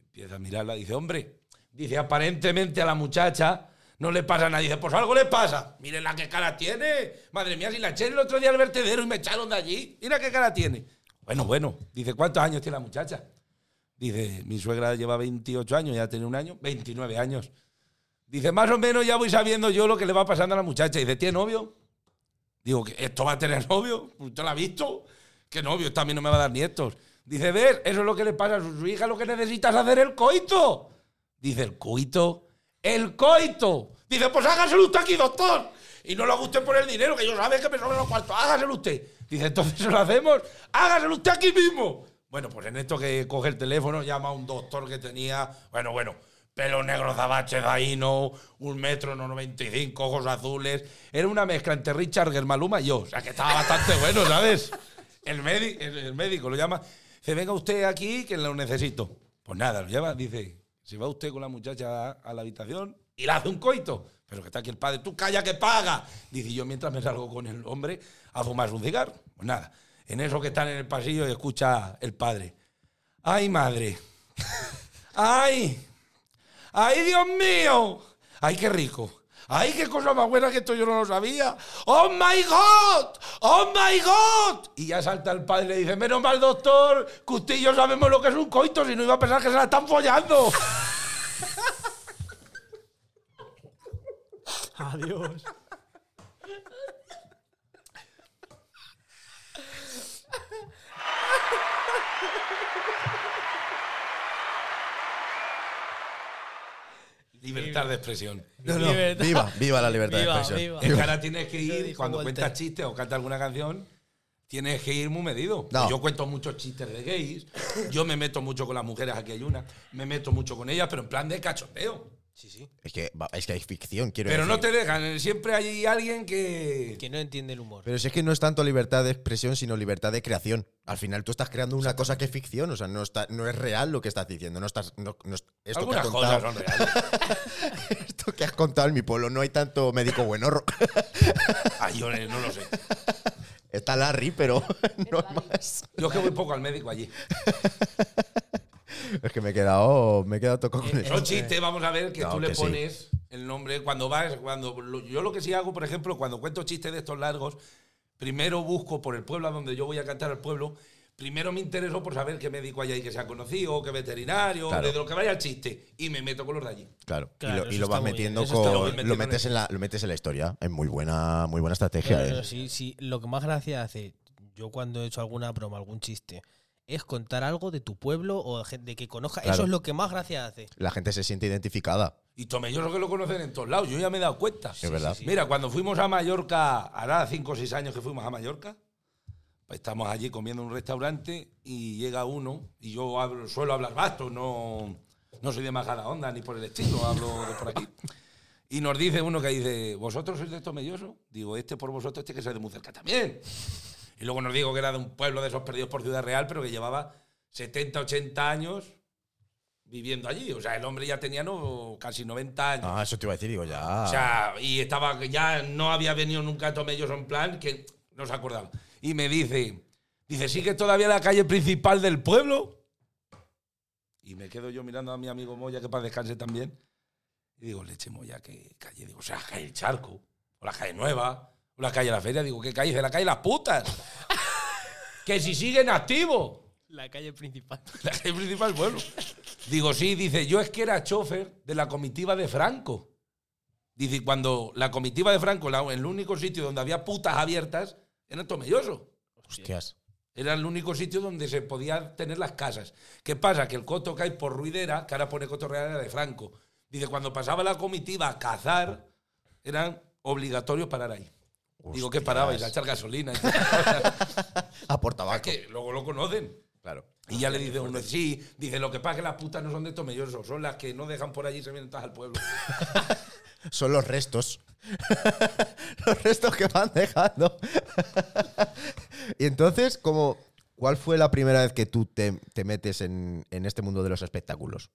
Empieza a mirarla, dice, hombre, dice, aparentemente a la muchacha no le pasa nada. Dice, pues algo le pasa. Miren la que cara tiene. Madre mía, si la eché el otro día al vertedero y me echaron de allí. Mira qué cara tiene. Bueno, bueno. Dice, ¿cuántos años tiene la muchacha? Dice, mi suegra lleva 28 años, ya tiene un año, 29 años. Dice, más o menos ya voy sabiendo yo lo que le va pasando a la muchacha. Dice, ¿tiene novio? Digo, que ¿esto va a tener novio? ¿Usted lo ha visto? ¿Qué novio? Esta a mí no me va a dar nietos. Dice, ver, eso es lo que le pasa a su, su hija, lo que necesitas hacer el coito. Dice, ¿el coito? ¡El coito! Dice, pues hágaselo usted aquí, doctor. Y no lo haga usted por el dinero, que yo sabe que me sobran los cuartos. Hágaselo usted. Dice, entonces se lo hacemos. Hágaselo usted aquí mismo. Bueno, pues en esto que coge el teléfono, llama a un doctor que tenía, bueno, bueno, pelo negro, zabache, daino, un metro, no 95, ojos azules. Era una mezcla entre Richard Gere, Maluma y yo. O sea, que estaba bastante bueno, ¿sabes? El, médi- el- el médico lo llama. Dice, venga usted aquí, que lo necesito. Pues nada, lo lleva, dice, se va usted con la muchacha a, a la habitación y le hace un coito. Pero que está aquí el padre, tú calla que paga. Dice, yo mientras me salgo con el hombre a fumarse un cigarro. Pues nada, en eso que están en el pasillo y escucha el padre. ¡Ay, madre! ¡Ay! ¡Ay, Dios mío! ¡Ay, qué rico! ¡Ay, qué cosa más buena que esto yo no lo sabía! ¡Oh, my God! ¡Oh, my God! Y ya salta el padre y le dice, menos mal, doctor, que usted y yo sabemos lo que es un coito, si no iba a pensar que se la están follando. Adiós. Libertad de expresión. No, no, Libertad. Viva, viva la libertad Viva, de expresión. viva. Es que ahora tienes que Lo ir, dijo cuando Walter. cuentas chistes o cantas alguna canción, tienes que ir muy medido. No. Yo cuento muchos chistes de gays, yo me meto mucho con las mujeres, aquí hay una, me meto mucho con ellas, pero en plan de cachondeo. Sí, sí. Es que, va- es que hay ficción, quiero Pero no decir. te dejan, eh, siempre hay alguien que... Que no entiende el humor. Pero si es que no es tanto libertad de expresión, sino libertad de creación. Al final tú estás creando una cosa que es ficción, o sea, no, está, no es real lo que estás diciendo. No estás, no, no es- esto, que has Algunas contado, cosas son reales. esto que has contado en mi pueblo, no hay tanto médico buenorro. Ay, yo eh, no lo sé. Está Larry, pero no hay más. Yo es que voy poco al médico allí. Es que me he quedado, me he quedado tocado con Son eso. eh. chistes, vamos a ver, que No, tú le que sí. pones el nombre cuando vas, cuando lo- yo lo que sí hago, por ejemplo, cuando cuento chistes de estos largos, primero busco por el pueblo a donde yo voy a cantar al pueblo, primero me intereso por saber qué médico hay ahí que sea conocido, qué veterinario, Claro. de lo que vaya el chiste, y me meto con los de allí. Claro, Claro, y lo, y eso lo vas está muy metiendo bien, eso está muy con. bien metido Lo en metes, eso. en la, lo metes en la historia. Es muy buena, muy buena estrategia. No, no, eh. no, sí, sí. Lo que más gracia hace, yo cuando he hecho alguna broma, algún chiste, es contar algo de tu pueblo o de gente que conozca. Claro. Eso es lo que más gracia hace. La gente se siente identificada. Y Tomelloso que lo conocen en todos lados, yo ya me he dado cuenta. Es verdad. sí, sí. Mira, cuando fuimos a Mallorca, hará 5 o 6 años que fuimos a Mallorca, pues estamos allí comiendo en un restaurante y llega uno, y yo hablo- suelo hablar vasto, no, no soy de majada onda ni por el estilo, hablo de por aquí. Y nos dice uno que dice, ¿vosotros sois de Tomelloso? Digo, este por vosotros, este que sois de muy cerca también. Y luego nos digo que era de un pueblo de esos perdidos por Ciudad Real, pero que llevaba 70, 80 años viviendo allí. O sea, el hombre ya tenía no, casi 90 años. Ah, eso te iba a decir, digo, ya. O sea, y estaba, ya no había venido nunca a Tomelloso en plan, que no se acordaba. Y me dice, dice, ¿sigue todavía la calle principal del pueblo? Y me quedo yo mirando a mi amigo Moya, que para descanse también. Y digo, leche Moya, ¿qué calle? Digo, o sea, la calle El Charco, o la calle Nueva, o la calle La Feria. Digo, ¿qué calle? Dice, la calle Las Putas. que si siguen activos. La calle principal. La calle principal del pueblo. Digo, sí, dice, yo es que era chofer de la comitiva de Franco. Dice, y cuando la comitiva de Franco, la- el único sitio donde había putas abiertas, era en Tomelloso. Hostias. Era el único sitio donde se podían tener las casas. ¿Qué pasa? Que el coto que hay por Ruidera, que ahora pone coto real, era de Franco. Dice, cuando pasaba la comitiva a cazar, eran obligatorios parar ahí. Digo, que Hostias. parabais? A echar gasolina. y esas cosas. Ah, por tabaco. que luego lo conocen. Claro. Y ya le dice uno, sí, dice, lo que pasa es que las putas no son de Tomelloso, son las que no dejan por allí y se vienen todas al pueblo. Son los restos. los restos que van dejando. y entonces, como. ¿Cuál fue la primera vez que tú te, te metes en, en este mundo de los espectáculos?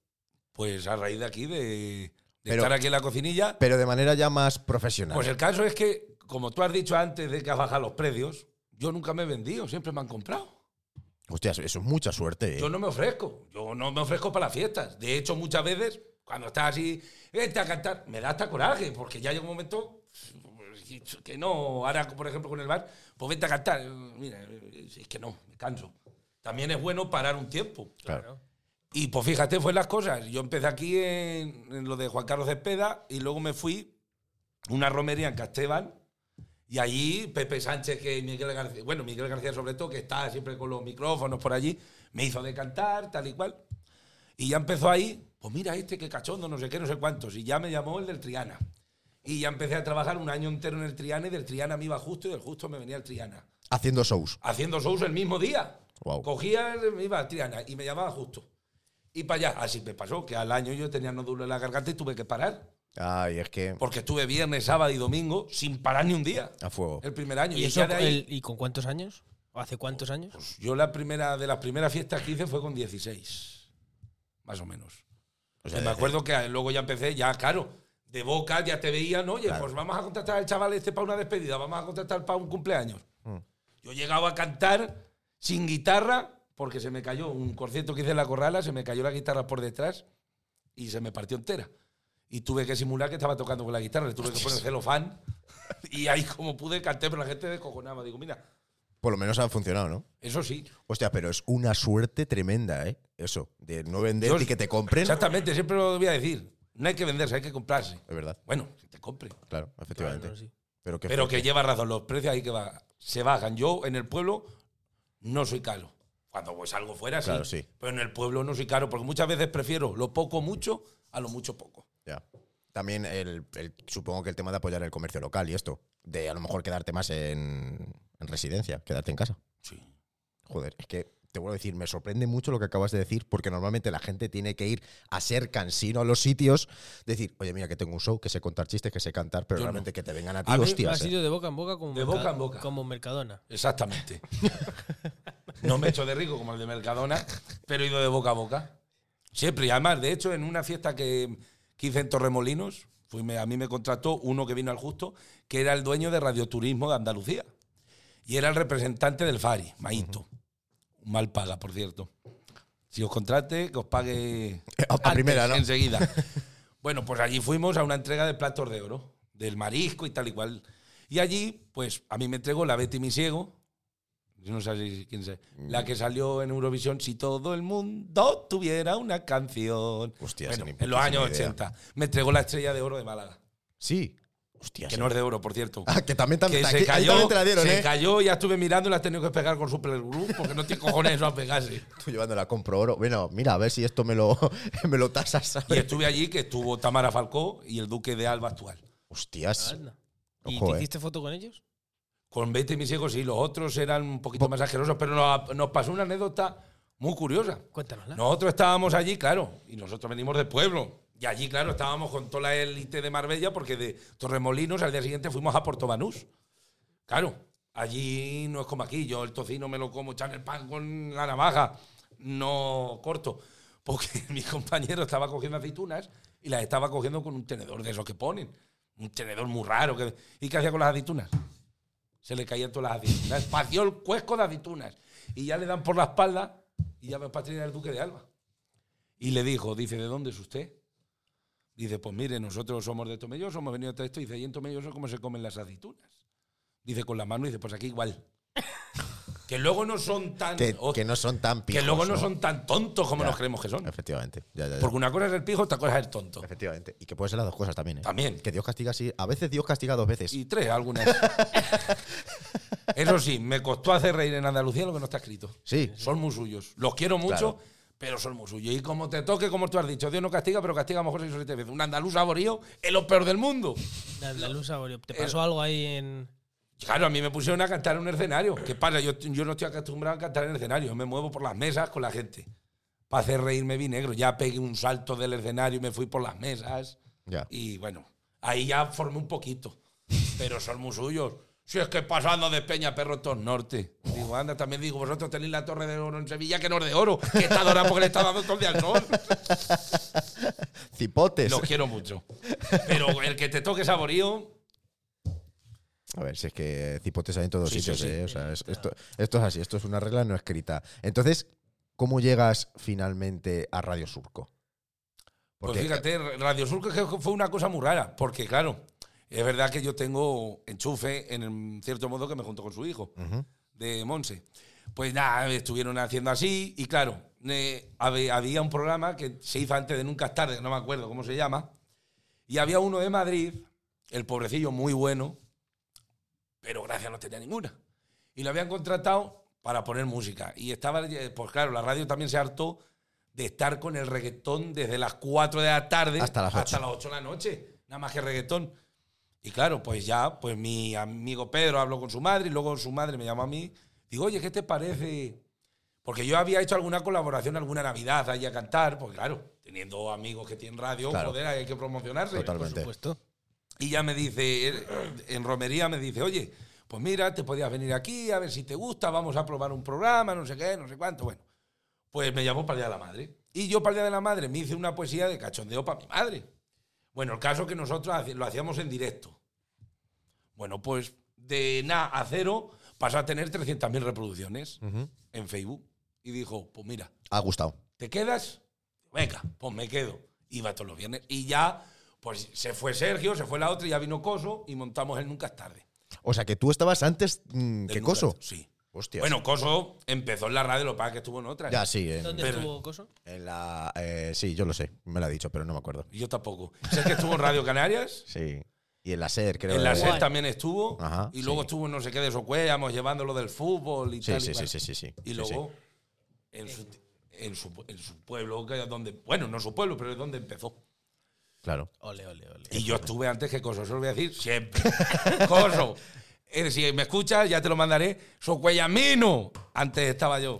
Pues a raíz de aquí, de, de Pero- estar aquí en la cocinilla. Pero de manera ya más profesional. Pues el caso es que, como tú has dicho antes de que has bajado los precios, yo nunca me he vendido, siempre me han comprado. Hostias, eso es mucha suerte. eh. Yo no me ofrezco, yo no me ofrezco para las fiestas. De hecho, muchas veces, cuando estás así, este a cantar, me da hasta coraje, porque ya llega un momento pues, que no. Ahora, por ejemplo, con el bar, pues vete a cantar. Mira, eh, es que no, me canso. También es bueno parar un tiempo. Claro. Y pues fíjate, fue las cosas. Yo empecé aquí en, en lo de Juan Carlos Cespeda y luego me fui a una romería en Casteban. Y allí Pepe Sánchez, que Miguel García, bueno, Miguel García sobre todo, que está siempre con los micrófonos por allí, me hizo de cantar, tal y cual. Y ya empezó ahí, pues mira este, qué cachondo, no sé qué, no sé cuántos. Y ya me llamó el del Triana. Y ya empecé a trabajar un año entero en el Triana y del Triana me iba justo y del justo me venía el Triana Haciendo shows. haciendo shows el mismo día. Guau. Cogía, me iba a Triana y me llamaba justo. Y para allá, así me pasó, que al año yo tenía nódulo en la garganta y tuve que parar. Ay, es que. Porque estuve viernes, sábado y domingo sin parar ni un día. A fuego. El primer año. ¿Y, ya eso, de ahí, el- ¿Y con cuántos años? ¿O hace cuántos años? pues, yo la primera, de las primeras fiestas que hice fue con 16. Más o menos. O sea, me acuerdo que luego ya empecé, ya claro, de boca ya te veían, oye, Claro. pues vamos a contratar al chaval este para una despedida, vamos a contratar para un cumpleaños. Mm. Yo llegaba a cantar sin guitarra porque se me cayó un concierto que hice en la corrala, se me cayó la guitarra por detrás y se me partió entera. Y tuve que simular que estaba tocando con la guitarra, le tuve que poner celofán y ahí como pude canté, pero la gente descojonaba. Digo, mira, Por lo menos ha funcionado, ¿no? eso sí, Hostia, pero es una suerte tremenda, ¿eh? Eso, de no vender Dios. y que te compren. exactamente, siempre lo voy a decir. No hay que venderse, hay que comprarse. Es verdad, Bueno, que te compren. claro, efectivamente. Claro, sí. Pero que, Pero que lleva razón, los precios ahí que va, se bajan. Yo en el pueblo no soy caro. Cuando pues salgo fuera, sí, Claro, sí. Pero en el pueblo no soy caro, porque muchas veces prefiero lo poco mucho a lo mucho poco. Ya. También el, el- supongo que el tema de apoyar el comercio local y esto, de a lo mejor quedarte más en, en residencia, quedarte en casa. Sí. Joder, es que te vuelvo a decir, me sorprende mucho lo que acabas de decir, porque normalmente la gente tiene que ir a ser cansino a los sitios, decir, oye, mira, que tengo un show, que sé contar chistes, que sé cantar, pero Yo no. realmente que te vengan a ti, A mí me Ha hostias. eh. sido de boca en boca como, De boca en boca. como Mercadona. Exactamente. No me he hecho de rico como el de Mercadona, pero he ido de boca a boca. Siempre. Y además, de hecho, en una fiesta que, que hice en Torremolinos, fui- me- a mí me contrató uno que vino al justo, que era el dueño de Radioturismo de Andalucía. Y era el representante del Fari, Maito. Un Mal paga, por cierto. Si os contrate, que os pague Eh, A- a antes, primera, ¿no? enseguida. bueno, pues allí fuimos a una entrega de platos de oro, del marisco y tal y cual. Y allí, pues a mí me entregó la Betty Misiego, yo no sé si- quién sé, Mm. la que salió en Eurovisión, si todo el mundo tuviera una canción. Hostias, Bueno, ni en los putísima años idea. 80. Me entregó la estrella de oro de Málaga, Sí. Hostias. que eh. no es de oro, por cierto. Ah, que también, Que también, se cayó, te la dieron, se ¿eh? cayó, ya estuve mirando y la has tenido que pegar con Superglue porque no tiene cojones eso a pegarse. Estoy llevándola, compro oro. Bueno, mira, a ver si esto me lo, me lo tasas, Y ¿sabes? estuve allí que estuvo Tamara Falcó y el duque de Alba actual. Hostias. Anda. ¿Y Ojo, te eh. hiciste foto con ellos? Con Betty y mis hijos, sí, los otros eran un poquito más asquerosos, pero nos, nos pasó una anécdota muy curiosa. Cuéntanosla. Nosotros estábamos allí, claro, y nosotros venimos del pueblo. Y allí, claro, estábamos con toda la élite de Marbella porque de Torremolinos al día siguiente fuimos a Portobanús. Claro, allí no es como aquí. Yo el tocino me lo como, echar el pan con la navaja. No corto. Porque mi compañero estaba cogiendo aceitunas y las estaba cogiendo con un tenedor de esos que ponen. Un tenedor muy raro. que- ¿Y qué hacía con las aceitunas? Se le caían todas las aceitunas. Espació el cuesco de aceitunas. Y ya le dan por la espalda y ya me patrina el duque de Alba. Y le dijo, dice, ¿de dónde es usted? Dice, pues mire, nosotros somos de Tomelloso, hemos venido a esto. Dice, ¿y en Tomelloso cómo se comen las aceitunas? Dice, con la mano, dice, pues aquí igual. que luego no son tan... Que, oh, que no son tan que pijos, luego no, son tan tontos como Ya. nos creemos que son. Efectivamente. Ya, ya, ya. Porque una cosa es el pijo, otra cosa es el tonto. Efectivamente. Y que pueden ser las dos cosas también, ¿eh? También. Que Dios castiga así. A veces Dios castiga dos veces. Y tres, algunas. Eso sí, me costó hacer reír en Andalucía lo que no está escrito. Sí. Son muy suyos. Los quiero mucho, Claro. pero son muy suyos. Y como te toque, como tú has dicho, Dios no castiga, pero castiga a lo mejor seis o siete veces. Un andaluz saborío es lo peor del mundo. La luz saboreó. Eh, ¿Te pasó algo ahí en.? Claro, a mí me pusieron a cantar en un escenario. ¿Qué pasa? Yo, yo no estoy acostumbrado a cantar en el escenario. Yo me muevo por las mesas con la gente. Para hacer reír me vi negro. Ya pegué un salto del escenario y me fui por las mesas. Ya. Y bueno, ahí ya formé un poquito. Pero son muy suyos. Si es que pasando de Peña Perro esto es norte. Digo, anda, también digo, vosotros tenéis la Torre de Oro en Sevilla, que no es de oro, que está dorada porque le está dando todo el día al sol. Cipotes. Lo quiero mucho. Pero el que te toque saborío, A ver, si es que cipotes hay en todos Sí, sí, sitios, sí. ¿eh? O sea, es- esto, esto es así, esto es una regla no escrita. Entonces, ¿cómo llegas finalmente a Radio Surco? Pues Porque- fíjate, Radio Sur que fue una cosa muy rara, porque claro, es verdad que yo tengo enchufe, en cierto modo, que me junto con su hijo, eh, Ujú. de Monse. Pues nada, estuvieron haciendo así, y claro, eh, habe- había un programa que se hizo antes de Nunca es tarde, no me acuerdo cómo se llama, y había uno de Madrid, el pobrecillo muy bueno, pero gracia no tenía ninguna. Y lo habían contratado para poner música. Y estaba, eh, pues claro, la radio también se hartó de estar con el reggaetón desde las 4 de la tarde Hasta las ocho. hasta las 8 de la noche, nada más que reggaetón. Y claro, pues ya, pues mi amigo Pedro habló con su madre y luego su madre me llamó a mí. Digo, oye, ¿qué te parece? Porque yo había hecho alguna colaboración, alguna Navidad allí a cantar, pues claro, teniendo amigos que tienen radio, Claro. joder, hay que promocionarse. Totalmente. Por supuesto. Y ya me dice, eh, en romería me dice, oye, pues mira, te podías venir aquí, a ver si te gusta, vamos a probar un programa, no sé qué, no sé cuánto. Bueno, pues me llamó para el Día de la Madre. Y yo para el Día de la Madre me hice una poesía de cachondeo para mi madre. Bueno, el caso que nosotros haci- lo hacíamos en directo. Bueno, pues de nada a cero pasó a tener 300.000 reproducciones Ujú. en Facebook. Y dijo, pues mira, Ha gustado. ¿Te quedas? Venga, pues me quedo. Iba todos los viernes. Y ya, pues se fue Sergio, se fue la otra, ya vino Coso y montamos el Nunca es tarde. O sea, que tú estabas antes. mm, Del ¿Qué Nunca es- coso? Sí. Hostias. Bueno, Coso empezó en la radio, lo que pasa es que estuvo en otras. ya sí. En, ¿Dónde Pero- estuvo Coso? en la, eh, sí, yo lo sé. Me lo ha dicho, pero no me acuerdo. Yo tampoco. Sé que estuvo en Radio Canarias. Sí. Y en la SER, creo. En la de- SER también estuvo. Ajá, y luego sí. estuvo en no sé qué de Socuéllamos, llevándolo del fútbol y Sí, tal. y sí, sí, cual. sí, sí, sí. Y Sí, luego, En, su, en, su, en su pueblo, que es donde. Bueno, no su pueblo, pero es donde empezó. sí, Claro. Ole, ole, ole. Y yo estuve antes que Coso, eso lo voy a decir siempre. Coso, Eh, Si me escuchas, ya te lo mandaré. ¡Socuellamino! Antes estaba yo.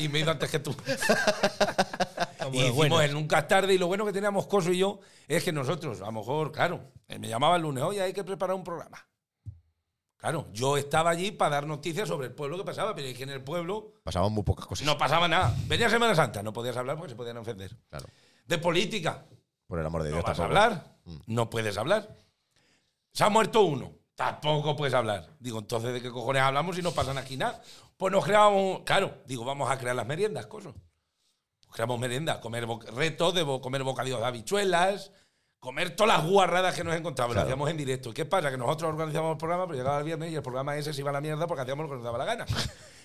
Y me he ido antes que tú. Como Y de hicimos buenas. el Nunca es tarde. Y lo bueno que teníamos Coso y yo es que nosotros, a lo mejor, claro, eh, me llamaba el lunes, oye, hay que preparar un programa. Claro, yo estaba allí para dar noticias sobre el pueblo que pasaba, pero es que en el pueblo Pasaban muy pocas cosas. no pasaba nada. Venía Semana Santa, no podías hablar porque se podían ofender. Claro. De política, Por el amor de no Dios, vas a tampoco. Mm. hablar, no puedes hablar. Se ha muerto uno, tampoco puedes hablar. Digo, entonces, ¿de qué cojones hablamos si no pasan aquí nada? Pues nos creamos, claro, digo, vamos a crear las meriendas, cosas. Pues creamos meriendas, comer bo- retos, de bo- comer bocadillos de habichuelas, comer todas las guarradas que nos encontramos, Claro. lo hacíamos en directo. ¿Y qué pasa? Que nosotros organizábamos el programa, pero llegaba el viernes y el programa ese se iba a la mierda porque hacíamos lo que nos daba la gana.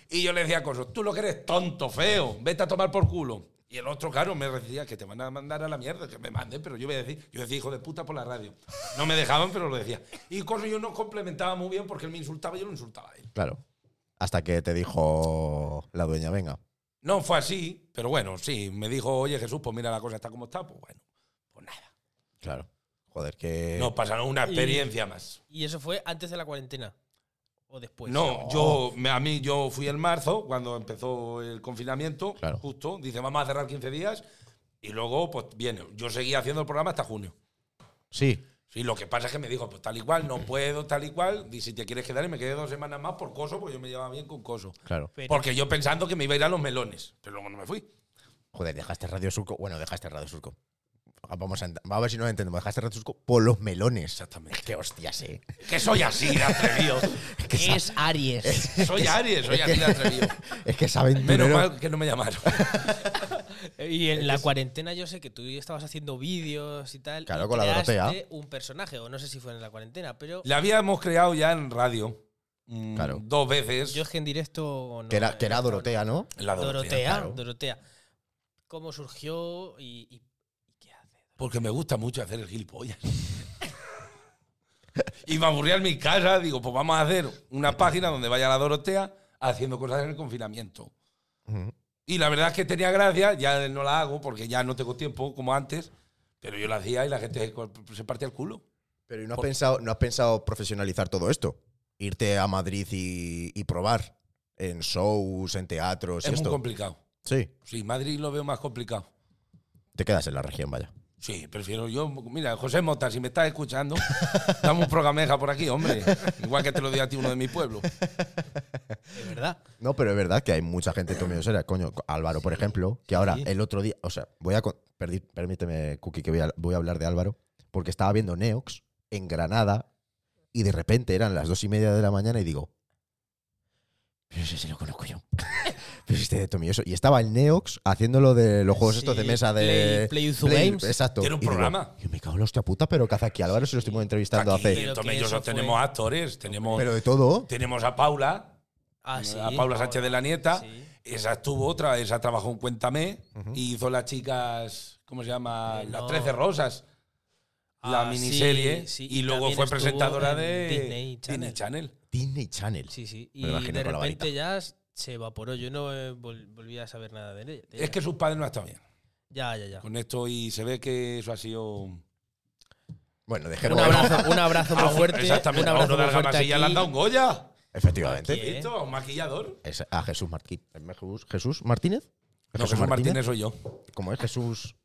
Y yo le decía cosas, tú lo que eres tonto, feo, vete a tomar por culo. Y el otro, claro, me decía que te van a mandar a la mierda, que me manden, pero yo voy a decir, yo decía hijo de puta por la radio. No me dejaban, pero lo decía. Y cosas yo no complementaba muy bien porque él me insultaba y yo lo insultaba a él. Claro. Hasta que te dijo la dueña, venga. No fue así, pero bueno, sí, me dijo, oye Jesús, pues mira la cosa está como está, pues bueno, pues nada. Claro. Joder, que. Nos pasaron una Y- experiencia más. ¿Y eso fue antes de la cuarentena? ¿O después? no, yo me- a mí yo fui en marzo cuando empezó el confinamiento, Claro. justo, dice, vamos a cerrar 15 días y luego pues viene. Yo seguía haciendo el programa hasta junio. Sí. Sí, lo que pasa es que me dijo, pues tal y cual, no puedo, tal y cual. Y si te quieres quedar y me quedé dos semanas más por coso, pues yo me llevaba bien con coso. Claro. Pero- Porque yo pensando que me iba a ir a los melones, pero luego no me fui. Joder, dejaste Radio Surco. Bueno, dejaste Radio Surco. Vamos a, ent- vamos a ver si nos entendemos. Dejaste Radio Surco por los melones. Exactamente. Qué hostias, eh. Que soy así de atrevido. Es Aries. soy Aries, soy así de atrevido. Es que es Menos aventurero. mal que no me llamaron. Y en la cuarentena yo sé que tú estabas haciendo vídeos y tal. Claro, y con la creaste Dorotea. un personaje, o no sé si fue en la cuarentena, pero La habíamos creado ya en radio. mm, Claro. Dos veces. yo es que en directo... no- Que era, que era Dorotea, ¿no? en la Dorotea. Dorotea, claro. Dorotea. ¿Cómo surgió y, y- y qué hace? Porque me gusta mucho hacer el gilipollas. y me aburría en mi casa. Digo, pues vamos a hacer una página donde vaya la Dorotea haciendo cosas en el confinamiento. Ujú. Y la verdad es que tenía gracia, ya no la hago porque ya no tengo tiempo como antes, pero yo la hacía y la gente se- se partía el culo. Pero ¿y no has, Por- pensado, no has pensado profesionalizar todo esto? Irte a Madrid y, y probar en shows, en teatros y es esto. muy complicado. sí, Sí, Madrid lo veo más complicado. te quedas en la región, vaya. Sí, prefiero yo. Mira, José Mota, si me estás escuchando, dame un programeja por aquí, hombre. Igual que te lo di a ti uno de mi pueblo. Es verdad. No, pero es verdad que hay mucha gente tomillosera. Coño, Álvaro, por ejemplo, que ahora el otro día, o sea, voy a con- perdi- permíteme, Cookie, que voy a, voy a hablar de Álvaro, porque estaba viendo Neox en Granada y de repente eran las dos y media de la mañana y digo, pero si se lo conozco yo. pero si este de Tomilloso. Y estaba el Neox haciendo lo de los juegos estos de Sí, mesa de. Play- Play Uzu Games. Exacto. Tiene un Y digo, programa. yo me cago en la hostia puta, pero ¿qué hace aquí Álvaro? Se lo estuvimos entrevistando Aquí, hace. Pero que entonces, eso nosotros fue- tenemos actores, tenemos, Pero de todo. tenemos a Paula, eh, Ah, sí. a Paula Sánchez de la Nieta. Sí. Esa estuvo otra, esa trabajó en Cuéntame y hizo las chicas, ¿cómo se llama? Eh, Las no. Trece Rosas, la Ah, sí, miniserie. sí, Y y luego también fue estuvo presentadora en de Disney Channel. Disney Channel. Disney Channel. Sí, sí. Y Me lo imagino de con la repente ya se evaporó. Yo no eh, vol- volví a saber nada de ella. de Es ella. que sus padres no están bien Ya, ya, ya. con esto y se ve que eso ha sido... Bueno, Un dejemos. abrazo, un abrazo Ah, muy un- fuerte. un Exactamente, a abrazo uno de muy la fuerte masilla le han aquí. dado un Goya. Efectivamente. Aquí, ¿eh? Esto, a un maquillador. Es a Jesús Martí- eh, Jesús, Jesús Martínez. No, Jesús Martínez soy yo. ¿Cómo es Jesús?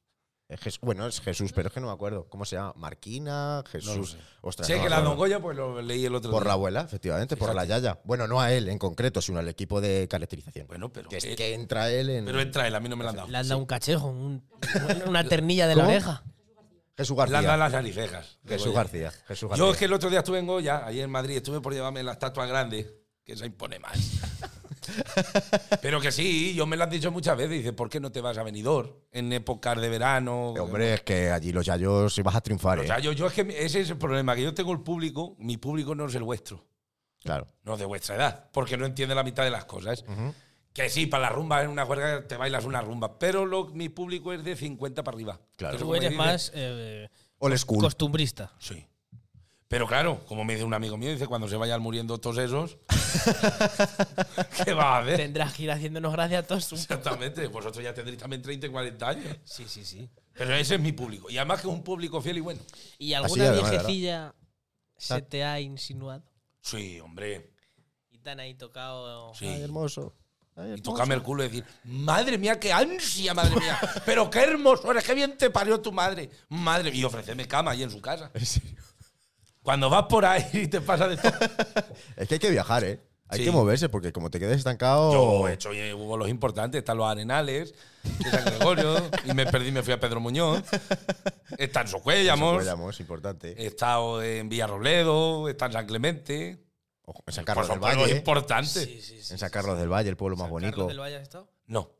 es Jes- bueno, es Jesús, pero es que no me acuerdo. ¿Cómo se llama? Marquina, Jesús. lo sé. Ostras, Sé no me que la acuerdo. Don Goya, pues lo leí el otro Por la día. abuela, efectivamente, por la Fíjate. yaya. Bueno, no a él en concreto, sino al equipo de caracterización. Bueno, pero, que, es- eh, que entra él en. pero entra él, a mí no me la han dado. Le han dado un cachejo, un- una ternilla de la ¿Cómo? oreja. Jesús Le han García. dado las naricejas. de Jesús Goya. García. Jesús García. Yo es que el otro día estuve en Goya, ahí en Madrid, estuve por llevarme la estatua grande, que se impone más. Pero que sí, yo me lo han dicho muchas veces. Dice, ¿por qué no te vas a Benidorm en épocas de verano? Eh, Hombre, es que allí los yayos ibas a triunfar, O ¿eh? sea, yo, yo es que ese es el problema, que yo tengo el público, mi público no es el vuestro, Claro. no es de vuestra edad, porque no entiende la mitad de las cosas. Ujú. Que sí, para la rumba, en una juerga te bailas una rumba, pero lo- mi público es de 50 para arriba. Claro. Que es Tú como eres dice- más eh, Old school. costumbrista. Sí. Pero claro, como me dice un amigo mío, dice, cuando se vayan muriendo todos esos, ¿qué va a hacer? Tendrás que ir haciéndonos gracias a todos. un- Exactamente, vosotros ya tendréis también 30 y 40 años. Sí, sí, sí. Pero ese es mi público. Y además que es un público fiel y bueno. ¿Y Así alguna además, viejecilla se te ha insinuado? Sí, hombre. Y tan ahí tocado. Sí. Ay, hermoso. Ay, Y hermoso. tocarme el culo y decir, madre mía, qué ansia, madre mía. Pero qué hermoso eres, qué bien te parió tu madre. Madre mía, y ofrecerme cama ahí en su casa. En serio. Cuando vas por ahí y te pasa de todo. Es que hay que viajar, ¿eh? Hay Sí. que moverse porque como te quedes estancado... Yo he hecho eh, hubo los importantes, están los Arenales, de San Gregorio, y me perdí, me fui a Pedro Muñoz. Está en Socuellamos, Socuellamos, importante. he estado en Villarrobledo, está en San Clemente. Ojo, en San Por Carlos del son pueblos Valle. ¿eh? importantes. En San Carlos del Valle, el pueblo más bonito. ¿Carlos del Valle has estado? No.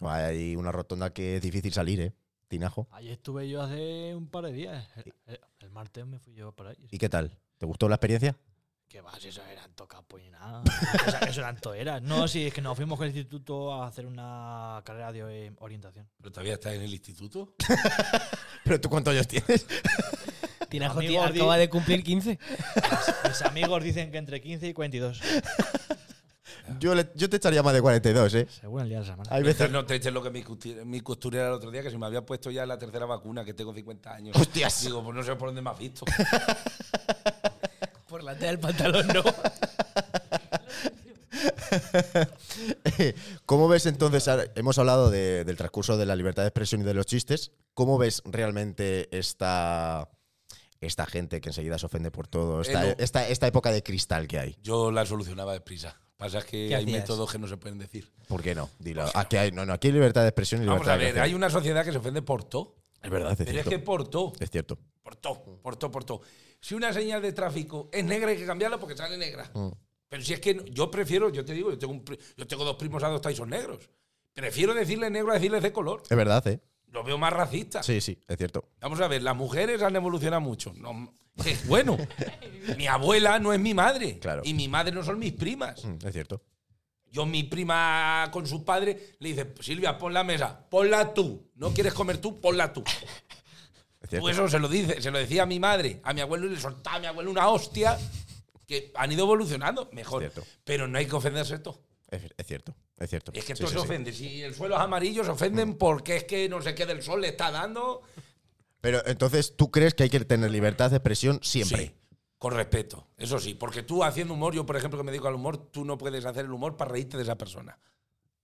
Hay una rotonda que es difícil salir, ¿eh? Tinajo. Allí estuve yo hace un par de días. El, el- el martes me fui yo para allí. ¿Y qué tal? ¿Te gustó la experiencia? ¿Qué va? Si eso eran tocapos y nada. Eso, eso eran toeras. No, sí, es que nos fuimos con el instituto a hacer una carrera de eh, orientación. ¿Pero todavía estás en el instituto? ¿Pero tú cuántos años tienes? Tinajo Amigo, tío, di- acaba de cumplir 15. Mis amigos dicen que entre 15 y 42. Yo, le- yo te echaría más de 42, ¿eh? Según el día de la semana. Hay veces... Este No te eches lo que mi, costi- mi costurera el otro día, que se me había puesto ya la tercera vacuna, que tengo 50 años. Hostias. Digo, pues no sé por dónde me has visto. Por la tela del pantalón, no. ¿Cómo ves entonces, ahora- hemos hablado de- del transcurso de la libertad de expresión y de los chistes, ¿cómo ves realmente esta, esta gente que enseguida se ofende por todo, esta, Eh, no. esta, esta época de cristal que hay? Yo la solucionaba deprisa. Pasa es que ¿Qué hay hacías? métodos que no se pueden decir. ¿Por qué no? Dilo. Aquí Ah, hay, no, no, aquí hay libertad de expresión y libertad Vamos a de ver, creación. hay una sociedad que se ofende por todo. Es verdad, es Pero es cierto. que por todo. Es cierto. Por todo, por todo, por todo. Si una señal de tráfico es negra, hay que cambiarla porque sale negra. Mm. Pero si es que no- yo prefiero, yo te digo, yo tengo, un pri- yo tengo dos primos adoptados y son negros. Prefiero decirle negro a decirles de color. Es verdad, ¿eh? Lo veo más racista. Sí, sí, es cierto. Vamos a ver, las mujeres han evolucionado mucho. No, que, bueno, mi abuela no es mi madre. Claro. Y mi madre no son mis primas. Mm, Es cierto. Yo, mi prima con su padre, le dice, Silvia, pon la mesa, ponla tú. No quieres comer tú, ponla tú. Es Tú cierto. Pues eso se lo dice, se lo decía a mi madre, a mi abuelo y le soltaba a mi abuelo una hostia que han ido evolucionando mejor. Cierto. Pero no hay que ofenderse todo. Es, es cierto, es cierto. Es que Sí, esto sí, se sí. ofende. Si el suelo es amarillo, se ofenden porque es que no sé qué del sol le está dando. Pero entonces, ¿tú crees que hay que tener libertad de expresión siempre? Sí, con respeto. Eso sí, porque tú haciendo humor, yo por ejemplo que me dedico al humor, tú no puedes hacer el humor para reírte de esa persona.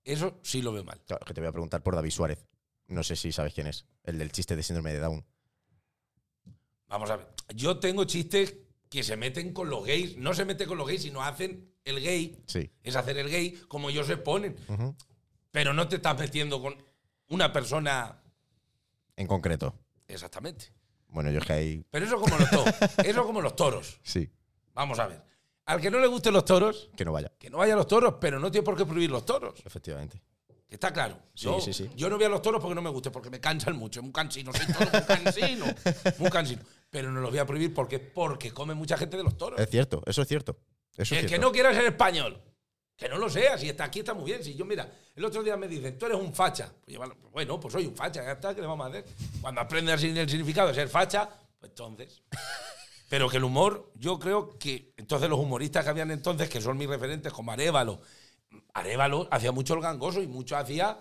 Eso sí lo veo mal. Claro, que te voy a preguntar por David Suárez. No sé si sabes quién es. El del chiste de síndrome de Down. Vamos a ver. Yo tengo chistes que se meten con los gays. No se mete con los gays, sino hacen el gay. Sí. Es hacer el gay como ellos se ponen. Ujú. Pero no te estás metiendo con una persona En concreto. exactamente. Bueno, yo es que ahí. Pero eso como los toros. Eso como los toros. Sí. Vamos a ver. Al que no le gusten los toros, Que no vaya. que no vaya a los toros, pero no tiene por qué prohibir los toros. Efectivamente. Está claro. Sí, yo, sí, sí. yo no voy a los toros porque no me guste, porque me cansan mucho. Es un cansino, soy toro, un cansino. Un cansino. Pero no los voy a prohibir porque, porque come mucha gente de los toros. Es cierto, eso es cierto. Eso el es Eh, que cierto. no quiera ser español, que no lo sea. Si está aquí, está muy bien. Si yo, mira, el otro día me dicen, tú eres un facha. Pues yo, bueno, pues bueno, pues soy un facha, ya está, ¿qué le vamos a hacer? Cuando aprendes el significado de ser facha, pues entonces. Pero que el humor, yo creo que entonces los humoristas que habían entonces, que son mis referentes, como Arevalo, Arevalo hacía mucho el gangoso y mucho hacía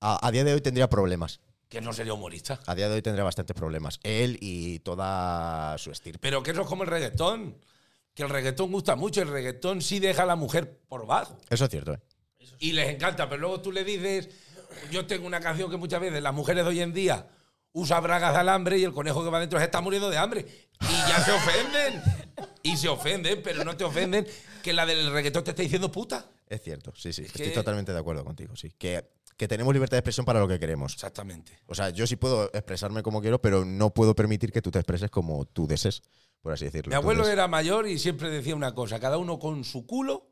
a, a día de hoy tendría problemas. que no sería humorista. A día de hoy tendría bastantes problemas. Él y toda su estirpe. Pero que eso es como el reggaetón, que el reggaetón gusta mucho, el reggaetón sí deja a la mujer por bajo. Eso es cierto, ¿eh? y les encanta, pero luego tú le dices, yo tengo una canción que muchas veces las mujeres de hoy en día usa bragas de alambre y el conejo que va dentro se está muriendo de hambre. Y ya se ofenden. Y se ofenden, pero no te ofenden que la del reggaetón te está diciendo puta. Es cierto, sí, sí. Es Estoy que- totalmente de acuerdo contigo, sí. Que, que tenemos libertad de expresión para lo que queremos. Exactamente. O sea, yo sí puedo expresarme como quiero, pero no puedo permitir que tú te expreses como tú desees, por así decirlo. Mi abuelo Entonces, era mayor y siempre decía una cosa, cada uno con su culo,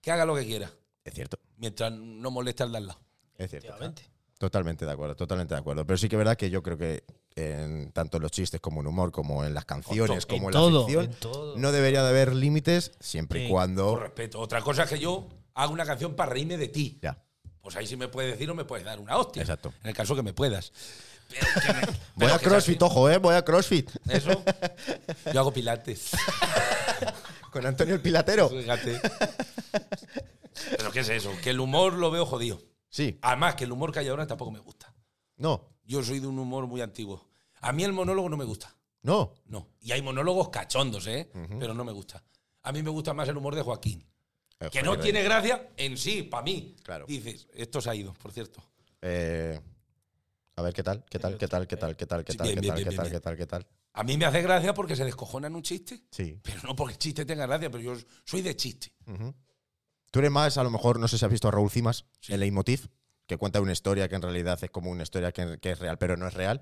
que haga lo que quiera, Es cierto, mientras no moleste al de al lado. es cierto. Efectivamente. Totalmente de acuerdo, totalmente de acuerdo. Pero sí que es verdad que yo creo que en tanto en los chistes como en humor, como en las canciones, En como en, todo, la ficción, en todo. no debería de haber límites siempre y Sí. Por cuando... respeto. Otra cosa es que yo haga una canción para reírme de ti. Ya, Pues ahí sí me puedes decir o me puedes dar una hostia. Exacto. En el caso que me puedas. Pero que me- Voy pero a que sea CrossFit, así. ojo, ¿eh? Voy a CrossFit. Eso. Yo hago pilates. Con Antonio el Pilatero. Fíjate. Pero ¿qué es eso? Que el humor lo veo jodido. Sí. Además, que el humor que hay ahora tampoco me gusta. No, Yo soy de un humor muy antiguo. A mí el monólogo no me gusta. no. No. Y hay monólogos cachondos, ¿eh? Pero no me gusta. A mí me gusta más el humor de Joaquín. Eh, Que no Joaquín tiene gracia en sí, para mí. Claro. Dices, esto se ha ido, por cierto. Eh, a ver, ¿qué tal? ¿Qué tal? ¿Qué tal? ¿Qué tal? ¿Qué tal? ¿Qué Sí, tal? bien, ¿Qué bien, tal? bien, ¿Qué tal? bien, ¿Qué tal? ¿Qué tal? A mí me hace gracia porque se descojonan un chiste, Sí. pero no porque el chiste tenga gracia, pero yo soy de chiste. Ujú. Tú eres más, a lo mejor, no sé si has visto a Raúl Cimas, Sí. el Leitmotiv, que cuenta una historia que en realidad es como una historia que, que es real, pero no es real.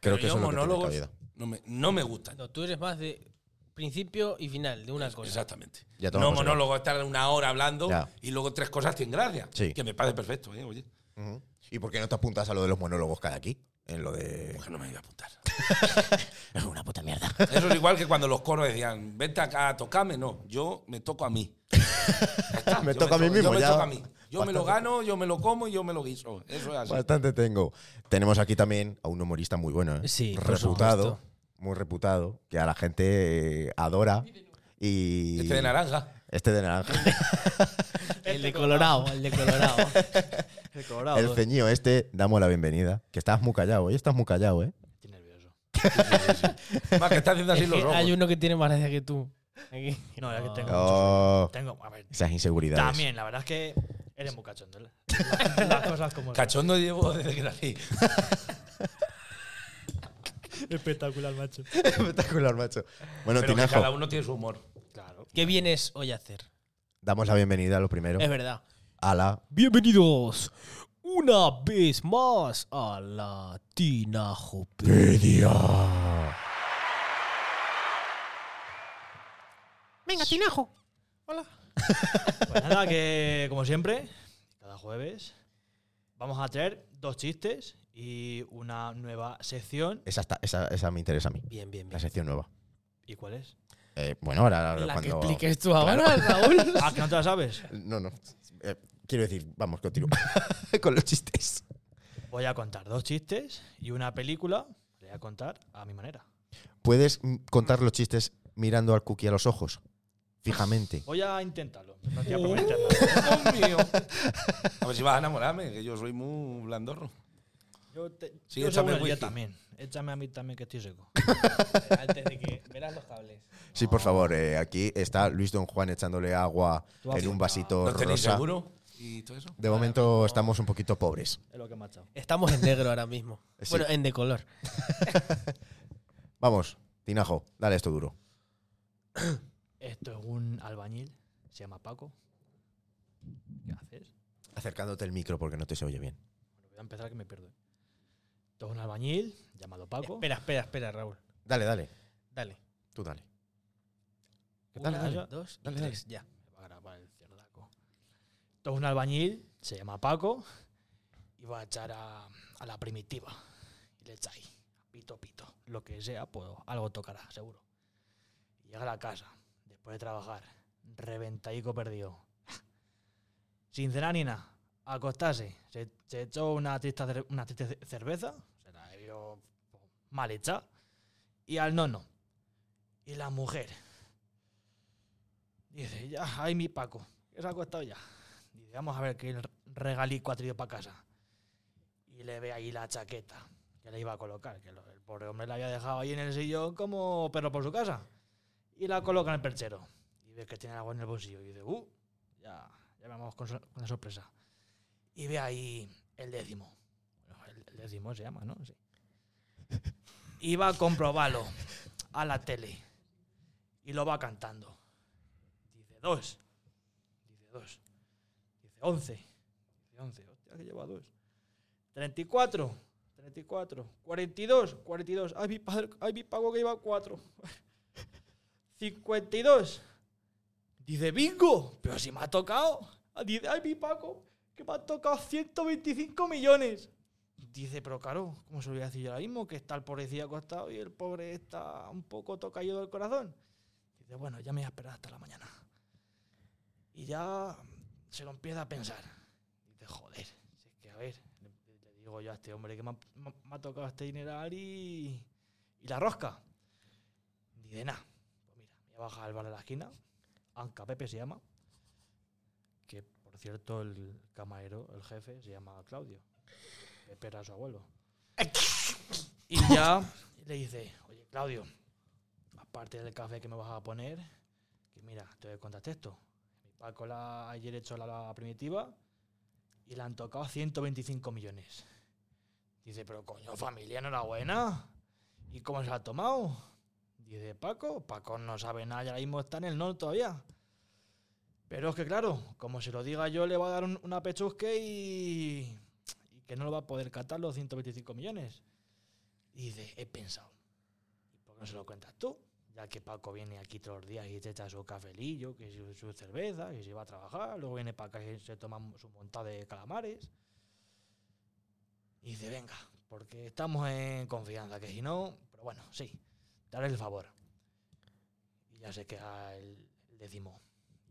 Creo Pero que yo eso es lo que tiene monólogos cabida. no me, no me gustan. No, tú eres más de principio y final de una cosa. Exactamente. Ya te no vamos a ver. monólogo, estar una hora hablando Ya. y luego tres cosas tienen gracia. Sí. Que me parece perfecto, ¿eh? Oye, Ujú. ¿Y por qué no te apuntas a lo de los monólogos cada aquí? En lo de. porque pues no me iba a apuntar. Es una puta mierda. Eso es igual que cuando los coros decían, vente acá a tocarme. No, yo me toco a mí. Ya está, Me yo toco a mí yo mismo, me ya. toco a mí. Yo me lo Bastante. gano, yo me lo como y yo me lo guiso. Eso es así. Bastante tengo. Tenemos aquí también a un humorista muy bueno, ¿eh? Sí, por reputado, supuesto. muy reputado, que a la gente eh, adora. Y Este de naranja. Este de naranja. El Este de Colorado, el de Colorado. El colorado. El ceñío este, damos la bienvenida. Que estás muy callado, hoy estás muy callado, ¿eh? Estoy nervioso. Más que está haciendo así Es los que ojos. hay uno que tiene más gracia que tú. Aquí. No, es que tengo. Oh, Tengo. A ver. esas inseguridades. También, la verdad es que eres muy cachondo. la- Las, cosas como. Cachondo llevo desde que nací. Espectacular, macho. Espectacular, macho. Bueno, Pero que Tinajo, cada uno tiene su humor. Claro. ¿Qué vienes hoy a hacer? damos la bienvenida lo primero Es verdad. a la. Bienvenidos una vez más a la Tinajopedia. Venga, Tinajo. Pues nada, que como siempre, cada jueves vamos a traer dos chistes y una nueva sección. Esa, está- esa, esa me interesa a mí. Bien, bien, La bien. sección nueva. ¿Y cuál es? Eh, bueno, ahora La que cuando. expliques tú ahora, Raúl. Ah, que no te la sabes. No, no. Eh, quiero decir, vamos, continúa con los chistes. Voy a contar dos chistes y una película. Le voy a contar a mi manera. ¿Puedes mm, contar los chistes mirando al cookie a los ojos? Fijamente. Voy a intentarlo. No te voy a prometer nada. Dios mío. A ver si vas a enamorarme, que yo soy muy blandorro. Yo, te, Sí, yo seguro échame el día whisky. también. Échame a mí también que estoy seco. Antes de que verás los cables. Sí, por favor, eh, aquí está Luis Don Juan echándole agua Tú has en un flipado. vasito ¿Los tenéis rosa. seguro? ¿Y todo eso? De momento estamos un poquito pobres. Es lo que me ha echado. Estamos en negro ahora mismo. Sí. Bueno, en de color. Vamos, Tinajo, dale esto duro. Esto es un albañil. Se llama Paco. ¿Qué haces? Acercándote el micro porque no te se oye bien. Voy a empezar que me pierdo. Esto es un albañil llamado Paco. Espera, espera, espera, Raúl. Dale, dale. Dale. Tú dale. Dale, Una, dale. dos, y Dale, dale. tres, ya. Me va a grabar el cerdaco. Esto es un albañil, se llama Paco, y va a echar a, a la primitiva. Y le echa ahí, pito, pito. Lo que sea, pues algo tocará, seguro. Y llega a la casa, después de trabajar, reventaico perdido. Sin cenar ni nada, acostarse. Se, se echó una triste, cer- una triste ce- cerveza, se la bebió pues, mal hecha, y al nono. Y la mujer, Dice, ya, ay, mi Paco, que se ha acostado ya. Dice, vamos a ver que el regalico ha traído para casa. Y le ve ahí la chaqueta que le iba a colocar, que lo- el pobre hombre la había dejado ahí en el sillón como perro por su casa. Y la coloca en el perchero. Y ve que tiene algo en el bolsillo. Y dice, uh, ya, ya vamos con, sor- con la sorpresa. Y ve ahí el décimo. Bueno, El, el décimo se llama, ¿no? Sí. Y va a comprobarlo a la tele. Y lo va cantando. Dice dos. Dice dos. Dice once. Dice once. Hostia, que lleva dos. Treinta y cuatro. Treinta y cuatro. Cuarenta y dos. Cuarenta y dos. Ay, mi padre. Ay, mi pago que lleva cuatro. Cincuenta y dos. Dice bingo. Pero si me ha tocado. Ah, Dice, ay, mi Paco, que me ha tocado 125 millones. Dice, pero claro, ¿cómo se lo voy a decir yo ahora mismo? Que está el pobrecillo acostado y el pobre está un poco tocado del corazón. Dice, bueno, ya me voy a esperar hasta la mañana. Y ya se lo empieza a pensar. Dice, joder, si es que a ver, le, le digo yo a este hombre que me ha, me- me ha tocado este dineral y, y la rosca. Dice, nada, pues mira, voy a bajar al bar de la esquina, Anca Pepe se llama, que por cierto el camarero, el jefe, se llama Claudio. Pepe era su abuelo. Y ya le dice, oye, Claudio, aparte del café que me vas a poner, que mira, te voy a contar esto. Mi Paco la, ayer hecho la, la primitiva y la han tocado 125 millones. Dice, pero coño, familia, enhorabuena. ¿Y cómo se la ha tomado? Dice, Paco, Paco no sabe nada, y ahora mismo está en el norte todavía. Pero es que claro, como se lo diga yo, le va a dar un- una pechusque y, y que no lo va a poder catar los 125 millones. Y dice, he pensado, ¿y por qué no se lo cuentas tú? Ya que Paco viene aquí todos los días y te echa su cafelillo, que su, su cerveza, que se va a trabajar, luego viene para acá y se toma su montada de calamares. Y dice, venga, porque estamos en confianza, que si no, pero bueno, sí, daré el favor. Y ya se queda el, el décimo.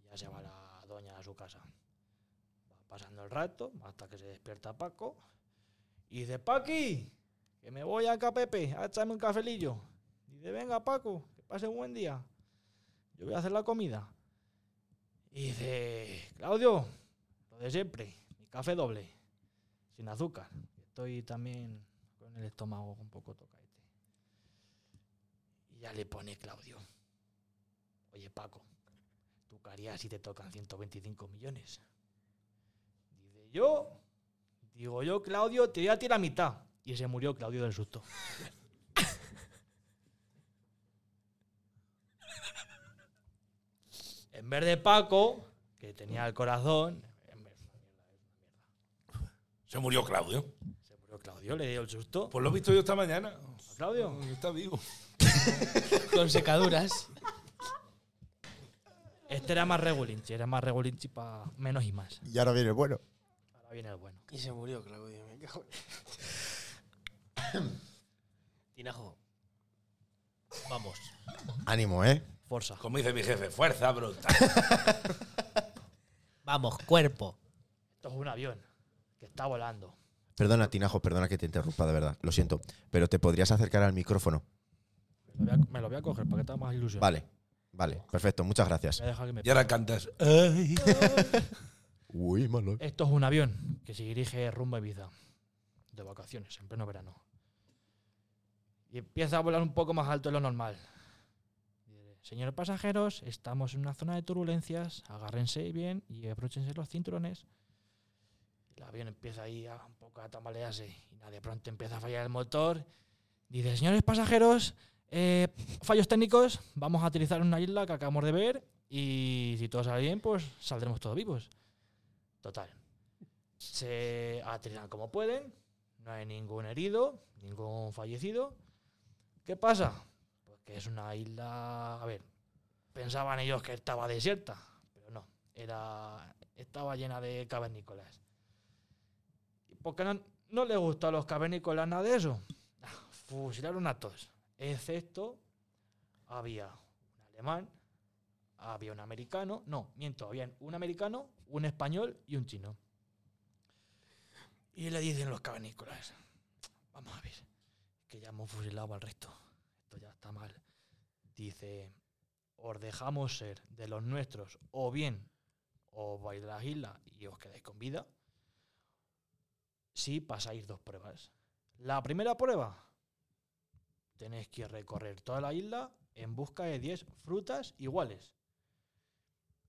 Ya se va la doña a su casa. Va pasando el rato hasta que se despierta Paco. Y dice, Paqui, que me voy acá, Pepe, a echarme un cafelillo. Y dice, venga, Paco, que pase un buen día. Yo voy a hacer la comida. Y dice, Claudio, lo de siempre, mi café doble, sin azúcar. Estoy también con el estómago un poco tocaete. Y ya le pone Claudio. Oye, Paco, ¿tú qué harías si te tocan 125 millones? Dice yo, digo yo, Claudio, te voy a tirar la mitad. Y se murió Claudio del susto. en vez de Paco, que tenía el corazón, en vez- Se murió Claudio. se murió Claudio, le dio el susto. Pues lo he visto yo esta mañana. ¿A Claudio. Está vivo. Con secaduras. Este era más regulinchi, era más regulinchi para menos y más. Y ahora viene el bueno. Ahora viene el bueno. Y se murió Claudio, me cago Tinajo. Vamos. Ánimo, ¿eh? Forza. Como dice mi jefe, fuerza brutal. Vamos, cuerpo. Esto es un avión que está volando. Perdona, Tinajo, perdona que te interrumpa, de verdad. Lo siento. Pero te podrías acercar al micrófono. Me lo voy a, me lo voy a coger para que tenga más ilusión. Vale, vale, perfecto. Muchas gracias. Voy a dejar que me Y ahora cantas. "Ay". Uy, malo. Esto es un avión que se dirige rumbo a Ibiza. De vacaciones, en pleno verano. Y empieza a volar un poco más alto de lo normal. Señores pasajeros, estamos en una zona de turbulencias. Agárrense bien y abróchense los cinturones. El avión empieza ahí a, un poco a tambalearse. Y nada, de pronto empieza a fallar el motor. Dice, señores pasajeros, eh, fallos técnicos, vamos a utilizar una isla que acabamos de ver. Y si todo sale bien, pues saldremos todos vivos. Total. Se atrizan como pueden. No hay ningún herido, ningún fallecido. ¿Qué pasa? Pues que es una isla. A ver, pensaban ellos que estaba desierta, pero no. Era, estaba llena de cavernícolas. ¿Y por qué no, no les gustó a los cavernícolas nada de eso? Ah, Fusilaron a todos. Excepto había un alemán, había un americano, no, miento, había un americano, un español y un chino. Y le dicen los cavernícolas, vamos a ver, que ya hemos fusilado al resto, esto ya está mal. Dice, os dejamos ser de los nuestros, o bien os vais de las islas y os quedáis con vida, si pasáis dos pruebas. La primera prueba, tenéis que recorrer toda la isla en busca de 10 frutas iguales.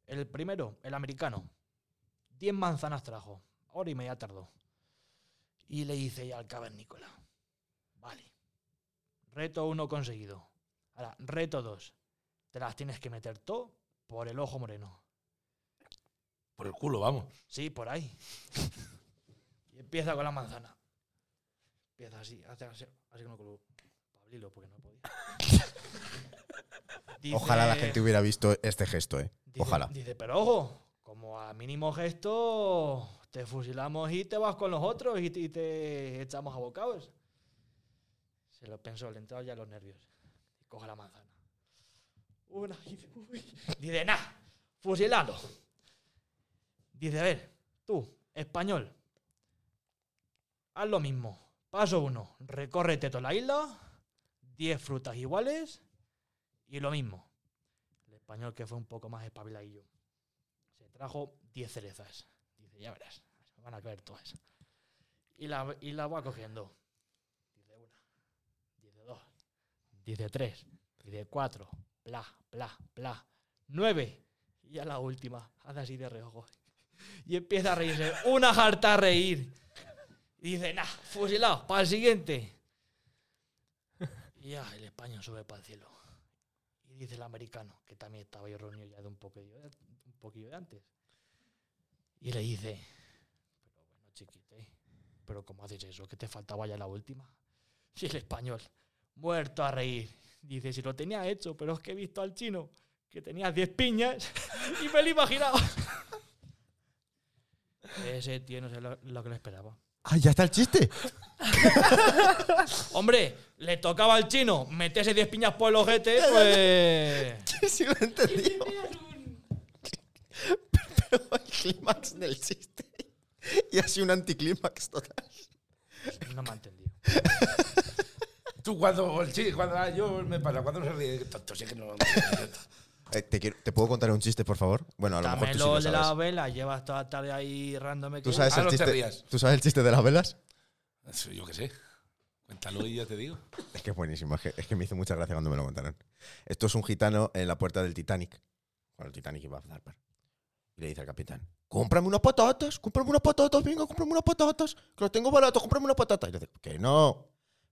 El primero, el americano. Diez manzanas trajo. Hora y media tardó. Y le dice ya al cavernícola. Vale. Reto uno conseguido. Ahora, reto dos. Te las tienes que meter todo por el ojo moreno. Por el culo, vamos. Sí, por ahí. y empieza con la manzana. Empieza así, hace así, así con el culo. Pablilo, porque no podía. Dice- Ojalá la gente hubiera visto este gesto, ¿eh? Dice- Ojalá. Dice, pero ojo, como a mínimo gesto, te fusilamos y te vas con los otros y te, y te echamos a bocados. Se lo pensó, le entraron ya los nervios. Y coge la manzana. Una, y dice, uy. Dice, nah, fusilalo. Dice, a ver, tú, español, haz lo mismo. Paso uno, recórrete toda la isla, 10 frutas iguales y lo mismo. El español que fue un poco más espabiladillo. Se trajo 10 cerezas. Dice, ya verás, se me van a caer todas. Y la, y la va cogiendo. Dice una, dice dos, dice tres, dice cuatro, bla, bla, bla. nueve. Y a la última, hace así de reojo. Y empieza a reírse, una jarta a reír. Y dice, nah, fusilado, para el siguiente. Y ya, el español sube para el cielo. Y dice el americano, que también estaba yo reunido ya de un poquillo, de- un poquillo de antes. Y le dice, pero bueno, chiquito, ¿eh? pero ¿cómo haces eso? Que te faltaba ya la última. Y el español, muerto a reír. Dice, si lo tenía hecho, pero es que he visto al chino que tenía 10 piñas y me lo he imaginado. Ese tío no sé lo, lo que le esperaba. ¡Ah, ya está el chiste! Hombre, le tocaba al chino meterse 10 piñas por el ojete, pues. sí, lo he entendido. Pero el clímax del chiste. Y así un anticlímax total. No me ha entendido. Tú cuando, sí, cuando ah, yo me pasa, cuando se ríe, tonto, sí que no. no, Eh, te, quiero- ¿te puedo contar un chiste, por favor? Bueno, a lo mejor tú sí Dámelo lo de la sabes. vela, llevas toda la tarde ahí randome. ¿Tú sabes, Ah, el no te chiste, rías. ¿Tú sabes el chiste de las velas? Eso Yo qué sé. Cuéntalo y ya te digo. Es que es buenísimo. Es que, es que me hizo mucha gracia cuando me lo contaron. Esto es un gitano en la puerta del Titanic. Cuando el Titanic iba a zarpar. Y le dice al capitán, cómprame unas patatas, cómprame unas patatas, venga, cómprame unas patatas, que los tengo baratos, cómprame unas patatas. Y le dice, que no,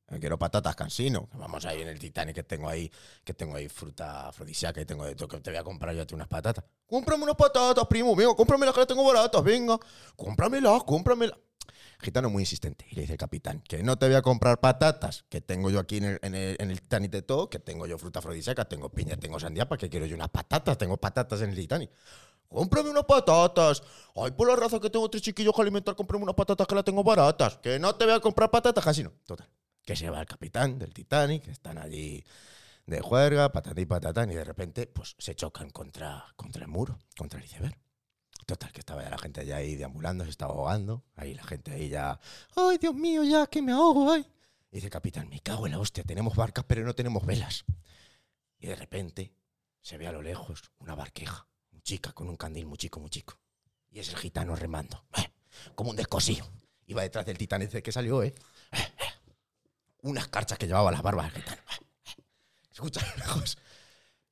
eh, quiero patatas, cansino. que Vamos ahí en el Titanic que tengo ahí, que tengo ahí fruta afrodisíaca y tengo de todo, que te voy a comprar yo a ti unas patatas. Cómprame unas patatas, primo, venga, cómpramelas que las tengo baratas, venga, cómpramelas, cómpramelas. Gitano muy insistente. Y le dice el capitán, que no te voy a comprar patatas, que tengo yo aquí en el, en el, en el Titanic de todo, que tengo yo fruta afrodisíaca, tengo piña, tengo sandía, ¿para qué quiero yo unas patatas? Tengo patatas en el Titanic. ¡Cómprame unas patatas! ¡Ay, por la raza que tengo tres chiquillos que alimentar, cómprame unas patatas que las tengo baratas! ¡Que no te voy a comprar patatas, casi no! Total. Que se va el capitán del Titanic, están allí de juerga, patatí, patatán, y de repente pues se chocan contra, contra el muro, contra el iceberg. Total, que estaba ya la gente allá ahí deambulando, se estaba ahogando. Ahí la gente ahí ya. ¡Ay, Dios mío, ya que me ahogo! Ay. Y dice, capitán, me cago en la hostia, tenemos barcas, pero no tenemos velas. Y de repente se ve a lo lejos una barqueja, muy chica, con un candil muy chico, muy chico. Y es el gitano remando, ¡eh! como un descosío. Iba detrás del titán ese que salió, ¿eh? ¡Eh, eh! Unas carchas que llevaba las barbas del gitano. ¡eh, eh! Escucha, a lo lejos.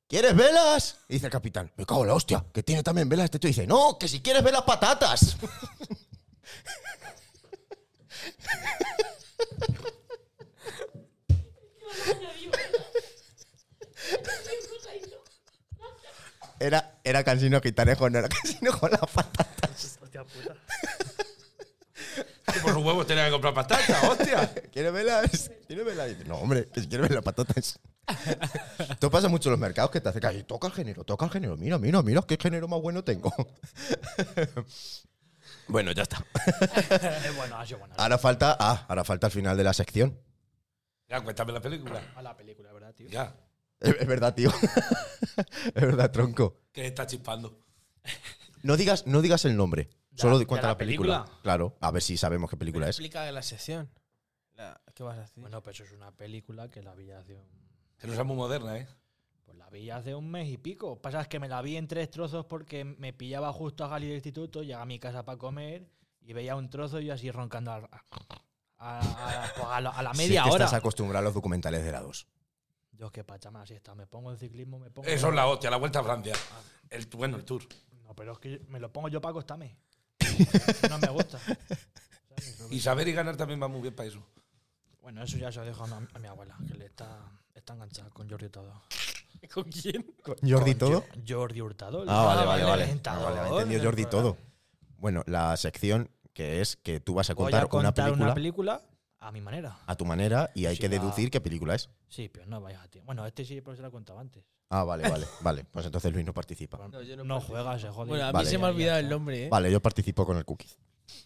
¿Quieres velas? Y Dice el capitán. Me cago en la hostia, que tiene también velas este tío. Dice, no, que si quieres velas patatas. Era, era cansino gitanejo, no era cansino con las patatas. Hostia puta. Que por los huevos tenía que comprar patatas, hostia. ¿Quieres velas? ¿Quieres velas? Dice, no, hombre, que si quieres velas patatas. Esto pasa mucho en los mercados que te hace caer. Toca el género, toca el género. Mira, mira, mira, qué género más bueno tengo. bueno, ya está. Es bueno, ha sido bueno. Ahora falta, ah, ahora falta el final de la sección. Ya, cuéntame la película. A la película, ¿verdad, tío? Ya. Es, es verdad, tío. es verdad, tronco. Que está chispando. No digas, no digas el nombre. Solo la- di- de cuenta la la, película. película? Claro, a ver si sabemos qué película es. Explica la sección. La- ¿Qué vas a hacer? Bueno, pero eso es una película que la vi hace un. Que no sea muy moderna, ¿eh? Pues la vi hace un mes y pico. Pasa es que me la vi en tres trozos porque me pillaba justo a Gali del instituto, llegaba a mi casa para comer y veía un trozo y yo así roncando a, a- a- pues a la, a la Si es media que hora. Estás acostumbrado a los documentales de la 2. Yo es que pachama así está. Me pongo el ciclismo, me pongo. Eso es la hostia, la vuelta a Francia. El, bueno, el tour. No, pero es que me lo pongo yo para acostarme. No me gusta. ¿Sabes? Y saber y ganar también va muy bien para eso. Bueno, eso ya se lo dejo a mi, a mi abuela, que le está, está enganchada con Jordi Hurtado. ¿Con quién? ¿Jordi Con todo? Jo- Jordi Hurtado. el Ah, vale, vale, el vale. presentador Ah, vale, he entendido del Jordi programa. todo. Bueno, la sección que es que tú vas a Voy contar, a contar una película una película a mi manera. a tu manera y hay Sí, que va. deducir qué película es. Sí, pero no vayas a ti. Bueno, este sí, pero se lo he contado antes. Ah, vale, vale, vale. Pues entonces Luis no participa. No, No, yo no participo. juegas, se jode. Bueno, a mí Vale. se me ha Ya, ya olvidado el está. nombre, ¿eh? Vale, yo participo con el cookie.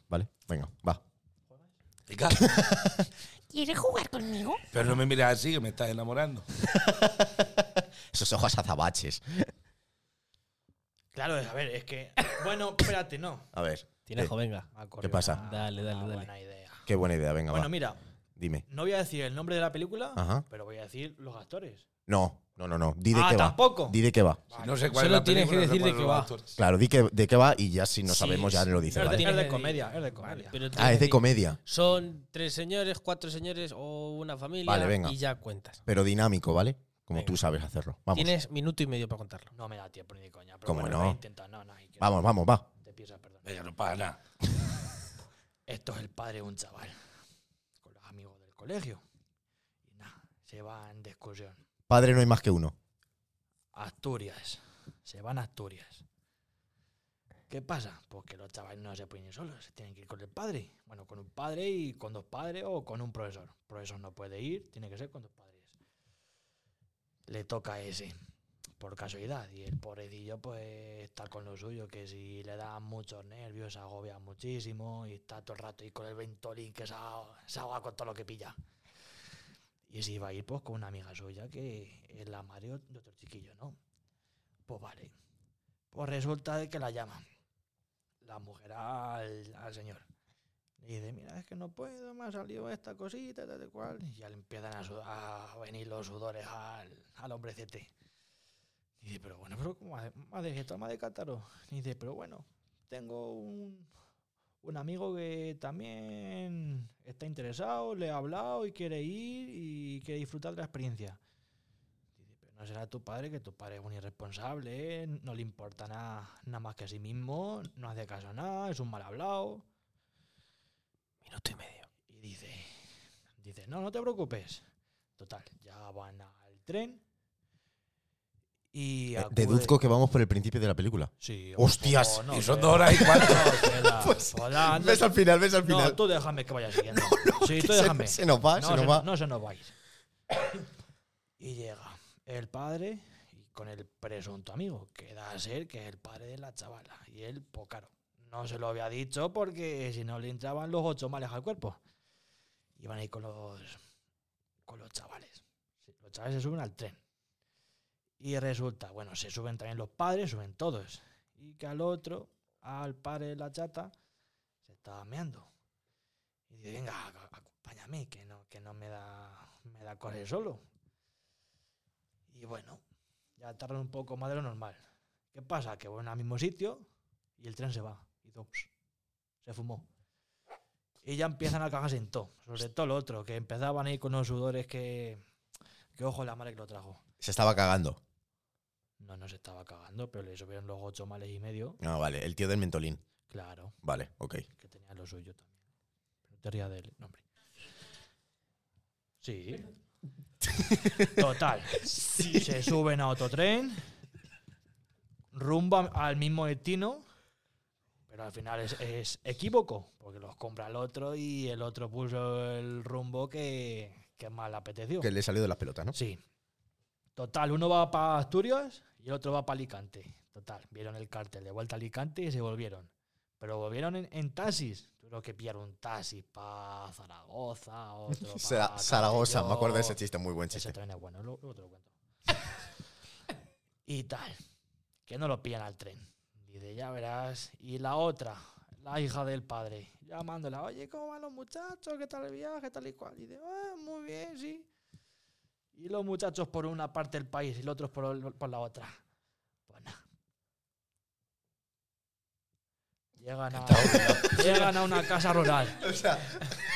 Vale, venga, va. Venga, ¿Quieres jugar conmigo? Pero no me mires así, que me estás enamorando. Esos ojos azabaches. Claro, a ver, es que. Bueno, espérate, no. A ver. eh, Tinejo, venga. Me ha corrido pasa? una- Dale, dale, una dale. Buena idea. Qué buena idea, venga, Bueno, va. mira, Dime. no voy a decir el nombre de la película, Ajá. pero voy a decir los actores. No, no, no, no. Di de ah, qué va. tampoco. Di de qué va. Si no sé cuál Solo es la tienes película, que no sé decir de cuáles qué son los va. actores. Claro, di que, de qué va y ya si no Sí, sabemos ya sí. lo dices, No, ¿vale? de- es Tienes que comedia, decir. es de comedia. Vale, pero Ah, tienes es de que- comedia, Son tres señores, cuatro señores o una familia Vale, venga. y ya cuentas. pero dinámico, ¿vale? como Venga. tú sabes hacerlo. Vamos, Tienes minuto y medio para contarlo. No me da tiempo ni de coña. Pero ¿Cómo bueno, no? voy a intentar. No, no, hay que- vamos, vamos, va. Te piensas, perdón. Venga, no pasa nada. Esto es el padre de un chaval. Con los amigos del colegio. Y nada, se van de excursión. Padre no hay más que uno. Asturias. Se van a Asturias. ¿Qué pasa? Pues que los chavales no se pueden ir solos, se tienen que ir con el padre. Bueno, con un padre y con dos padres o con un profesor. Profesor no puede ir, tiene que ser con dos padres. Le toca a ese, por casualidad. Y el pobrecillo pues está con lo suyo, que si le dan muchos nervios, se agobia muchísimo y está todo el rato ahí con el ventolín que se ahoga- se ahoga con todo lo que pilla. Y se iba a ir pues con una amiga suya que es la madre ot- de otro chiquillo, ¿no? Pues vale. Pues resulta de que la llama. La mujer al, al señor. Y dice, mira, es que no puedo, me ha salido esta cosita, tal y cual. Y ya le empiezan a, su- a venir los sudores al, al hombrecete. Y dice, pero bueno, pero ¿cómo ha de- ha de- toma de cátaro? Y dice, pero bueno, tengo un, un amigo que también está interesado, le he hablado y quiere ir y quiere disfrutar de la experiencia. Dice, pero no será tu padre, que tu padre es un irresponsable, ¿eh? no le importa nada nada más que a sí mismo, no hace caso a nada, es un mal hablado. Minuto y medio. Y dice, dice, no, no te preocupes. Total, ya van al tren. Y Eh, acude- Deduzco que vamos por el principio de la película. Sí, ¡Hostias! ojo, no y son sé, dos horas y cuatro. no sé, la- Pues, joder, no- Ves al final, ves No, al final. tú déjame que vaya siguiendo. sí, Que tú se- déjame. Se, nos va, no, se nos se, va. no se nos va a ir. Y llega el padre y con el presunto amigo, que da a ser que es el padre de la chavala. Y él, pues claro, no se lo había dicho porque si no le entraban los ocho males al cuerpo. Iban ahí con los, con los chavales. Sí, Los chavales se suben al tren. Y resulta, bueno, se suben también los padres, suben todos. Y que al otro, al padre de la chata, se estaba meando. Y dice, venga, ac- acompáñame, que no, que no me da, me da correr solo. Y bueno, ya tardan un poco más de lo normal. ¿Qué pasa? Que van al mismo sitio y el tren se va. Y todo, pss, se fumó. Y ya empiezan a cagarse en todo. Sobre todo lo otro, que empezaban ahí con unos sudores que... Que ojo la madre que lo trajo. Se estaba cagando. No, no se estaba cagando, pero le subieron los ocho males y medio. No, vale, el tío del mentolín. Claro. Vale, ok. que tenía lo suyo también. Pero te rías del nombre. Sí. Total. Se suben a otro tren, rumba al mismo destino, pero al final es, es equívoco, porque los compra el otro y el otro puso el rumbo que, que más le apeteció. Que le salió de las pelotas, ¿no? Sí. Total, uno va para Asturias y el otro va para Alicante. Total, vieron el cartel de vuelta a Alicante y se volvieron. Pero volvieron en, en taxis. Creo que pillaron un taxi para Zaragoza, otro Zara- pa' Zaragoza, me acuerdo de ese Castelló. chiste, muy buen chiste. Ese también es bueno, luego, luego te lo cuento. y tal, que no lo pillan al tren. Dice, ya verás. Y la otra, la hija del padre, llamándola, oye, ¿cómo van los muchachos? ¿Qué tal el viaje? Tal y cual. Y dice, "Ah, muy bien, sí. Y los muchachos por una parte del país y los otros por, el- por la otra. Pues nada. Llegan a, llegan a una casa rural. O sea,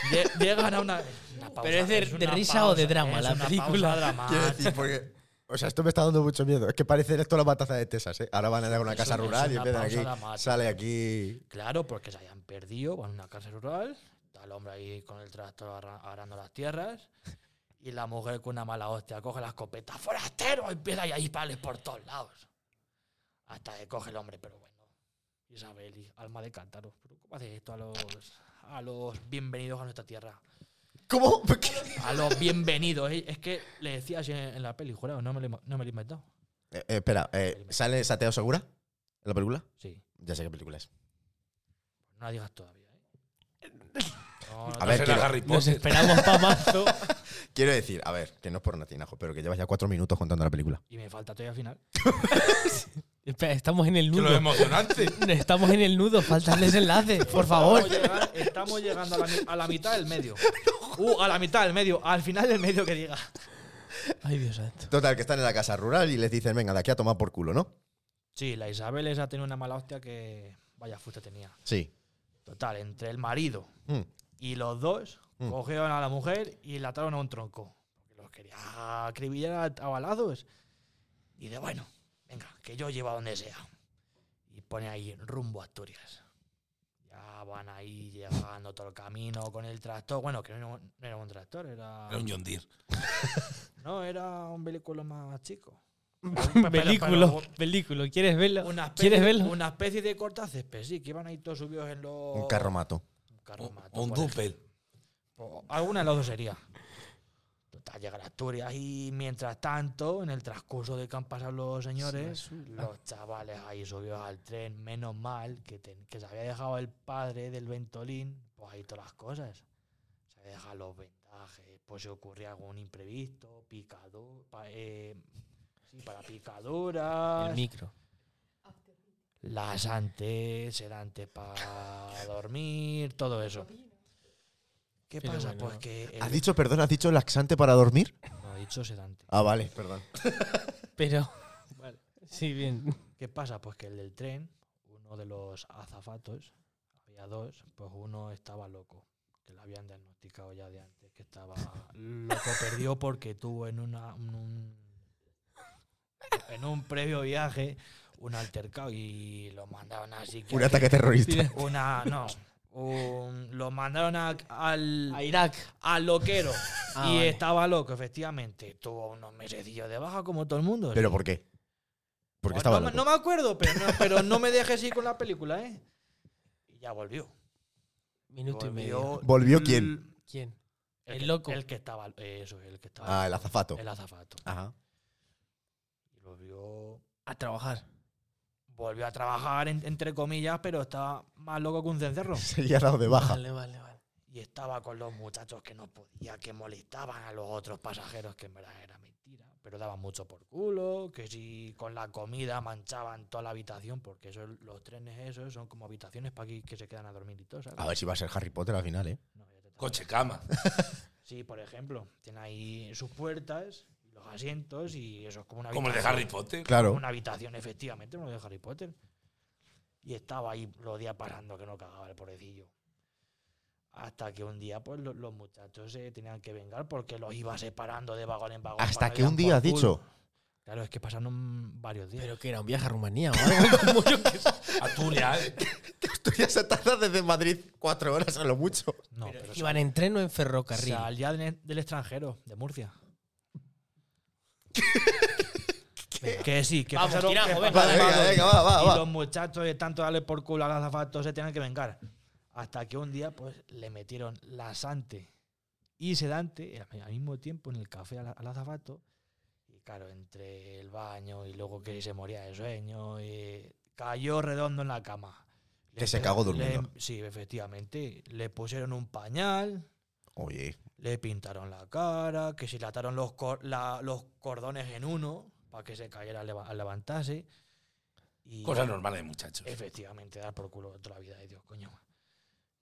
Lle- Llegan a una. una pausa, Pero es de- de una risa o de drama es la una película. pausa quiero dramática. decir, porque. O sea, esto me está dando mucho miedo. Es que parece esto la matanza de Texas, ¿eh? Ahora van a ir a una Es casa una- es rural una y empiezan pausa aquí. dramática. Sale aquí. Claro, porque se hayan perdido, van a una casa rural, está el hombre ahí con el tractor arra- arando las tierras, y la mujer con una mala hostia coge la escopeta, ¡forastero! Empieza ahí a dispararles por todos lados. Hasta que coge el hombre, pero bueno. Isabel, y alma de cántaro, ¿pero ¿cómo haces esto a los, a los bienvenidos a nuestra tierra? ¿Cómo? ¿Por qué? A los bienvenidos, ¿eh? es que le decía así en, en la peli, jurado, no me lo, he- no me lo he inventado. Eh, eh, espera, eh, ¿sale Sateo Segura? ¿En la película? Sí, Ya sé qué película es. no la digas todavía. ¿eh? No, no A te- No ver, será quiero- Harry Nos Potter. esperamos para marzo. Quiero decir, a ver, que no es por natinajo, pero que llevas ya cuatro minutos contando la película. Y me falta todavía al final. Espera, estamos en el Que lo nudo. emocionante. Estamos en el nudo. Falta el desenlace, por favor. Estamos llegando, estamos llegando a, la, mi- a la mitad del medio. Uh, a la mitad del medio. Al final del medio que diga. Ay, Dios santo. Total, que están en la casa rural y les dicen, venga, de aquí a tomar por culo, ¿no? Sí, la Isabel esa tenido una mala hostia que vaya fuste tenía. Sí. Total, entre el marido Mm. y los dos Mm. cogieron a la mujer y la ataron a un tronco. Porque los quería acribillar a, a balazos. Y de bueno, venga, que yo llevo a donde sea. Y pone ahí rumbo a Asturias. Ya van ahí llegando todo el camino con el tractor. Bueno, que no, no era un tractor, era. Era un John Deere. No, era un vehículo más chico. Películo, películo. ¿Quieres verlo? Una especie, ¿Quieres verlo? Una especie de cortacésped, sí, que iban ahí todos subidos en los. Un carromato. Un carro O- mato, o un por ejemplo. Duppel. O Alguna de las dos sería. Total, llegar a Asturias y mientras tanto, en el transcurso de que han pasado los señores, los chavales ahí subidos al tren, menos mal que, ten- que se había dejado el padre del Ventolín, pues ahí todas las cosas. Se había dejado los vendajes, pues se ocurría algún imprevisto, picador, para picaduras. El micro. Las antes, el antes para dormir, todo eso. ¿Qué Pero pasa? bueno. Pues que. el- ¿Has dicho, perdón, has dicho laxante para dormir? No, he dicho sedante. Ah, vale, perdón. Pero. Sí, bien. ¿Qué pasa? Pues que el del tren, uno de los azafatos, había dos, pues uno estaba loco, que lo habían diagnosticado ya de antes, que estaba loco, perdió porque tuvo en una. en un- en un previo viaje, un altercado y lo mandaron así que. Un ataque terrorista. Tira- Una. No. un- lo mandaron a- al. A Irak. al loquero. Ah, y vale. estaba loco, efectivamente. Tuvo unos mesecillos de baja como todo el mundo. ¿Pero por qué? Porque Pues estaba no, me- loco. no me acuerdo, pero no, pero no me dejes ir con la película, ¿eh? Y ya volvió. Minuto y medio. ¿Volvió quién? l- ¿Quién? El, El que- loco. El que estaba. Eso, el que estaba. Ah, el azafato. El azafato. Ajá. Y volvió. A trabajar. Volvió a trabajar, en- entre comillas, pero estaba más loco que un cencerro. Seguía dado de baja. Vale, vale, vale. y estaba con los muchachos que no podía, que molestaban a los otros pasajeros, que en verdad era mentira, pero daban mucho por culo, que si con la comida manchaban toda la habitación, porque eso, los trenes esos son como habitaciones para que, que se quedan a dormir y todo, ¿sabes? A ver si va a ser Harry Potter al final, ¿eh? No, ya te- Coche cama. Sí, por ejemplo, tiene ahí sus puertas, los asientos y eso es como una Como el de habitación- Harry Potter. Claro. una habitación, efectivamente, como el de Harry Potter. Y estaba ahí los días pasando que no cagaba el pobrecillo. Hasta que un día, pues lo- los muchachos se tenían que vengar porque los iba separando de vagón en vagón. Hasta para que le un dan día, por has culo. dicho. Claro, es que pasaron varios días. Pero que era un viaje a Rumanía o algo como yo que sé. Asturias. eh. Asturias se tarda desde Madrid cuatro horas a lo mucho. no, pero, Iban en tren o en ferrocarril. salía del, del extranjero, de Murcia. Venga, Que sí, que Vamos, pasaron- tiramos, que venga, pasaron Vale, venga, varios venga, va, va, y va. los muchachos de tanto darle por culo al azafato se tenían que vengar. Hasta que un día, pues, le metieron lasante y sedante al al mismo tiempo en el café al, al azafato. Y claro, entre el baño y luego que se moría de sueño, y cayó redondo en la cama. Le Que se empe- cagó le- em- durmiendo. sí, efectivamente. Le pusieron un pañal, Oye, le pintaron la cara, que se le ataron los, cor- la- los cordones en uno para que se cayera al, leva- al levantarse. Y Cosa normal de muchachos. Efectivamente, dar por culo toda la vida de Dios, coño.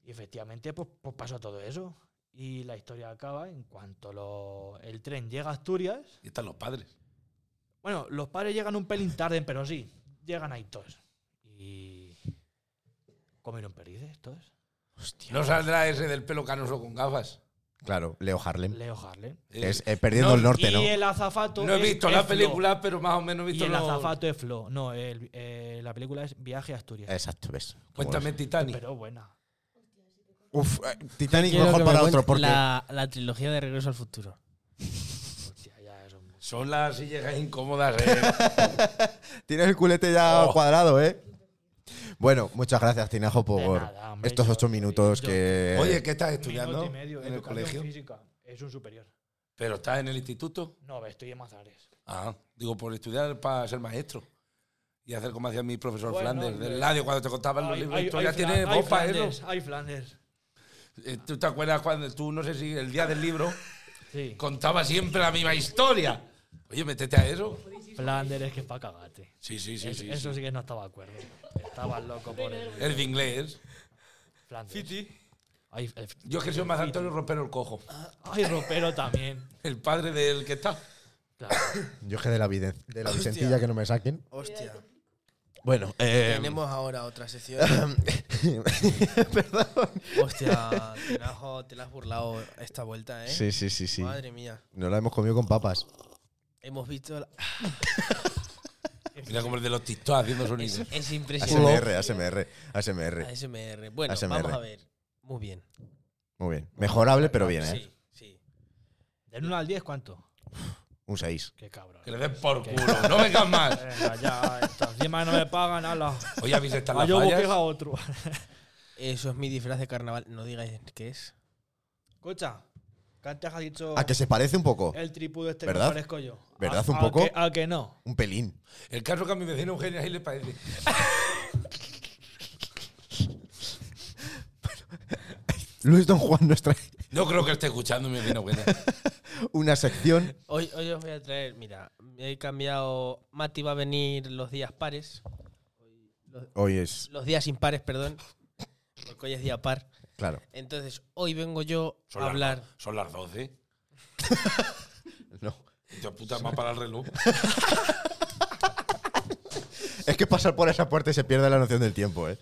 Y efectivamente, pues, pues pasó todo eso. Y la historia acaba en cuanto lo- el tren llega a Asturias. Y están los padres. Bueno, los padres llegan un pelín tarde, pero sí, llegan ahí todos. Y. Comieron perdices todos. No saldrá ese del pelo canoso con gafas. claro, Leo Harlem. Leo Harlem. Eh, Es, eh, perdiendo Em. no, el norte, y ¿no? el azafato. no he es- visto es la Flo. película, pero más o menos he Y visto el los- azafato es Flo. No, el- eh, la película es Viaje a Asturias. Exacto, ves. Cuéntame Titanic. Pues, Pero buena. Uf, eh, Titanic Quiero que mejor me para cuentes otro, porque. la, la trilogía de Regreso al Futuro. Hostia, ya eso es mucho. Son las sillejas incómodas. eh. Tienes el culete ya Oh. cuadrado, ¿eh? Bueno, muchas gracias, Tinajo, por nada, hombre, estos yo- ocho minutos yo- que. Oye, ¿qué estás Eh. Minuto estudiando y medio, en el educación colegio? física. Es un superior. ¿Pero estás en el instituto? No, estoy en Mazares. Ah, digo, por estudiar para ser maestro. Y hacer como hacía mi profesor Bueno, Flanders del hombre. Ladio cuando te contaba los Hay- libros de hay- historia. hay Tiene Flan- hay voz para Flanders, eso. Hay Flanders. Eh, ¿Tú te acuerdas cuando tú, no sé si el día del libro, Sí. contaba siempre la misma historia? Oye, métete a eso. Flanders es que es para cagarte. Sí, sí, sí. Es- sí, eso sí. sí que no estaba de acuerdo. Estaba loco por el El de inglés. Flanders. Hay, el- Yo es que soy más Antonio Ropero el Cojo. hay ropero también. El padre del que está. Claro. Yo es que de la, vide- de la Vicentilla que no me saquen. Eh, Hostia. Bueno, eh, Tenemos ahora otra sección. Perdón. Hostia, te la, has, te la has burlado esta vuelta, ¿eh? Sí, sí, sí, sí. Madre mía. Nos la hemos comido con papas. Hemos visto. la- Mira como el de los TikTok haciendo Es, sonidos. es impresionante. ASMR, ASMR, ASMR. ASMR. Bueno, ASMR. vamos a ver. Muy bien. Muy bien. Mejorable, pero bien, ¿eh? Sí, sí. Del 1 al 10, ¿cuánto? Un 6. Qué cabrón. Que le den por culo. No vengas más. Venga, ya, esto. Encima no me pagan, ala. Hoy habéis estado A en Ah, yo las busqué a fallas. otro. Eso es mi disfraz de carnaval. No digáis qué es. Escucha, que antes has dicho Ah, ¿A Ah, que se parece un poco? Eh. el tripudo este ¿Verdad? que parezco yo. ¿Verdad A- un a poco? que- A que no. Un pelín. El caso que a mi vecino Eugenia ahí le parece. Luis Don Juan nos trae No creo que esté escuchando mi vecino Eugenia. una sección. Hoy, hoy os voy a traer, mira, he cambiado. Mati va a venir los días pares. Hoy es, Los días impares, perdón. Porque hoy es día par. claro. Entonces, hoy vengo yo Son a las- hablar. Son las 12. No. Yo puta más para el reloj. Es que pasar por esa puerta y se pierde la noción del tiempo, ¿eh?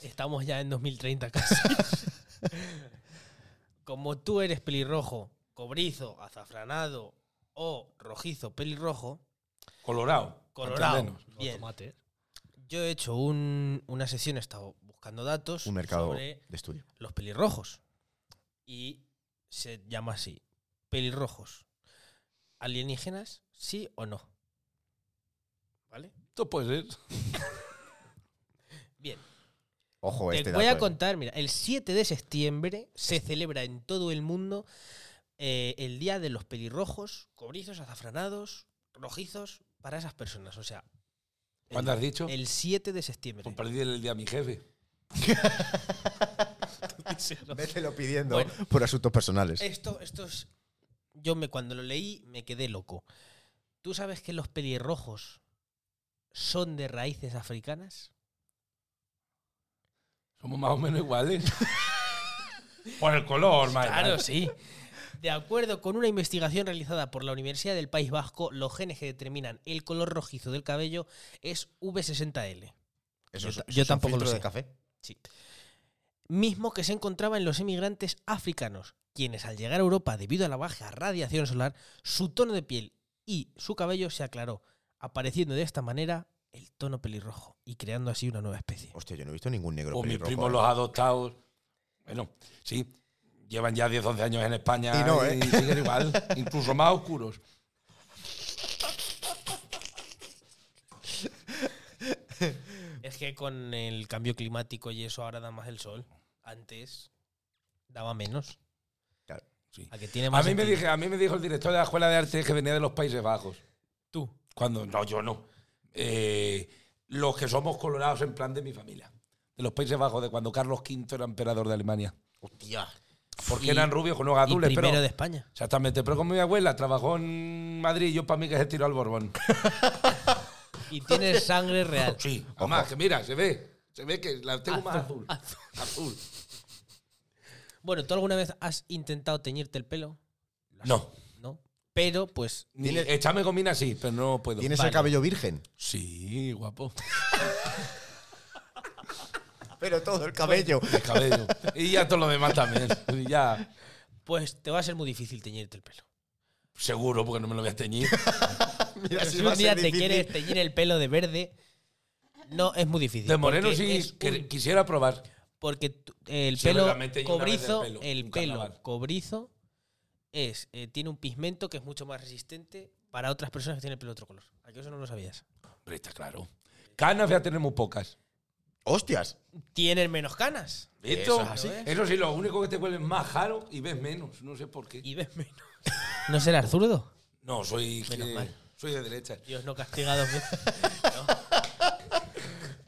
Estamos ya en 2030 casi. Como tú eres pelirrojo, cobrizo, azafranado o rojizo, pelirrojo, Colorado. colorado. cuanto menos. Bien. Tomate. Yo he hecho un- una sesión, he estado buscando datos Un mercado sobre de estudio. los pelirrojos. Y se llama así. Pelirrojos. ¿Alienígenas? ¿Sí o no? ¿Vale? Esto puede ser. Bien. Ojo, Te este voy dato, a ¿eh? contar, mira, el 7 de septiembre se celebra en todo el mundo eh, el Día de los Pelirrojos, cobrizos, azafranados, rojizos, para esas personas. O sea, ¿Cuándo has dicho? el 7 de septiembre. Por perder el día a mi jefe. Vételo pidiendo Bueno. Eh, por asuntos personales. Esto, esto es. Yo me, cuando lo leí me quedé loco. ¿Tú sabes que los pelirrojos son de raíces africanas? Somos más o menos iguales. Por el color, más Claro, igual. sí. De acuerdo con una investigación realizada por la Universidad del País Vasco, los genes que determinan el color rojizo del cabello es V60L, Eso es- yo ta- eso yo es un tampoco lo filtro sé. de café. mismo que se encontraba en los emigrantes africanos, quienes al llegar a Europa debido a la baja radiación solar, su tono de piel y su cabello se aclaró, apareciendo de esta manera el tono pelirrojo y creando así una nueva especie. Mm. Hostia, yo no he visto ningún negro O mis pelirrojo, primos ¿eh? los adoptados. Bueno, sí. Llevan ya 10, 11 años en España Y no, ¿eh? siguen igual. Incluso más oscuros. Es que con el cambio climático y eso ahora da más el sol. Antes daba menos. Claro, sí. A que tiene A más mí, me sentido. dije, a mí me dijo el director de la Escuela de Arte que venía de los Países Bajos. tú. Cuando, no, yo no. Eh, los que somos colorados en plan de mi familia. De los Países Bajos, de cuando Carlos V era emperador de Alemania. Hostia. Porque Y- eran rubios con ojos Y azules, primero pero... de España. Exactamente, pero como mi abuela trabajó en Madrid, yo para mí que se tiró al Borbón. Y tiene sangre real. Sí, además, que mira, se ve, se ve que la tengo más azul. Azul. Bueno, ¿tú alguna vez has intentado teñirte el pelo? No, ¿No? Pero, pues, ni- échame gomina sí, pero no puedo. ¿Tienes el Vale. cabello virgen? Sí, guapo. Pero todo el cabello. El cabello. y ya todo lo demás también. Y ya, pues te va a ser muy difícil teñirte el pelo. seguro, porque no me lo voy a teñir. Mira, Pero si si va a un día ser te difícil. quieres teñir el pelo de verde, no es muy difícil. De moreno porque sí es un- que- quisiera probar. porque tú- el Sí, pelo obviamente, yo una vez el cobrizo, pelo, el un pelo carnaval. cobrizo es eh, tiene un pigmento que es mucho más resistente para otras personas que tienen el pelo de otro color. ¿A que eso no lo sabías? Hombre, está claro. Canas voy a tener muy pocas. ¡Hostias! Tienen menos canas ¿Esto? Eso es así. Eso sí, lo único que te vuelve más jaro y ves menos. No sé por qué. y ves menos. ¿No serás zurdo? No, soy, Menos que- mal. soy de derecha. Dios no castiga dos veces.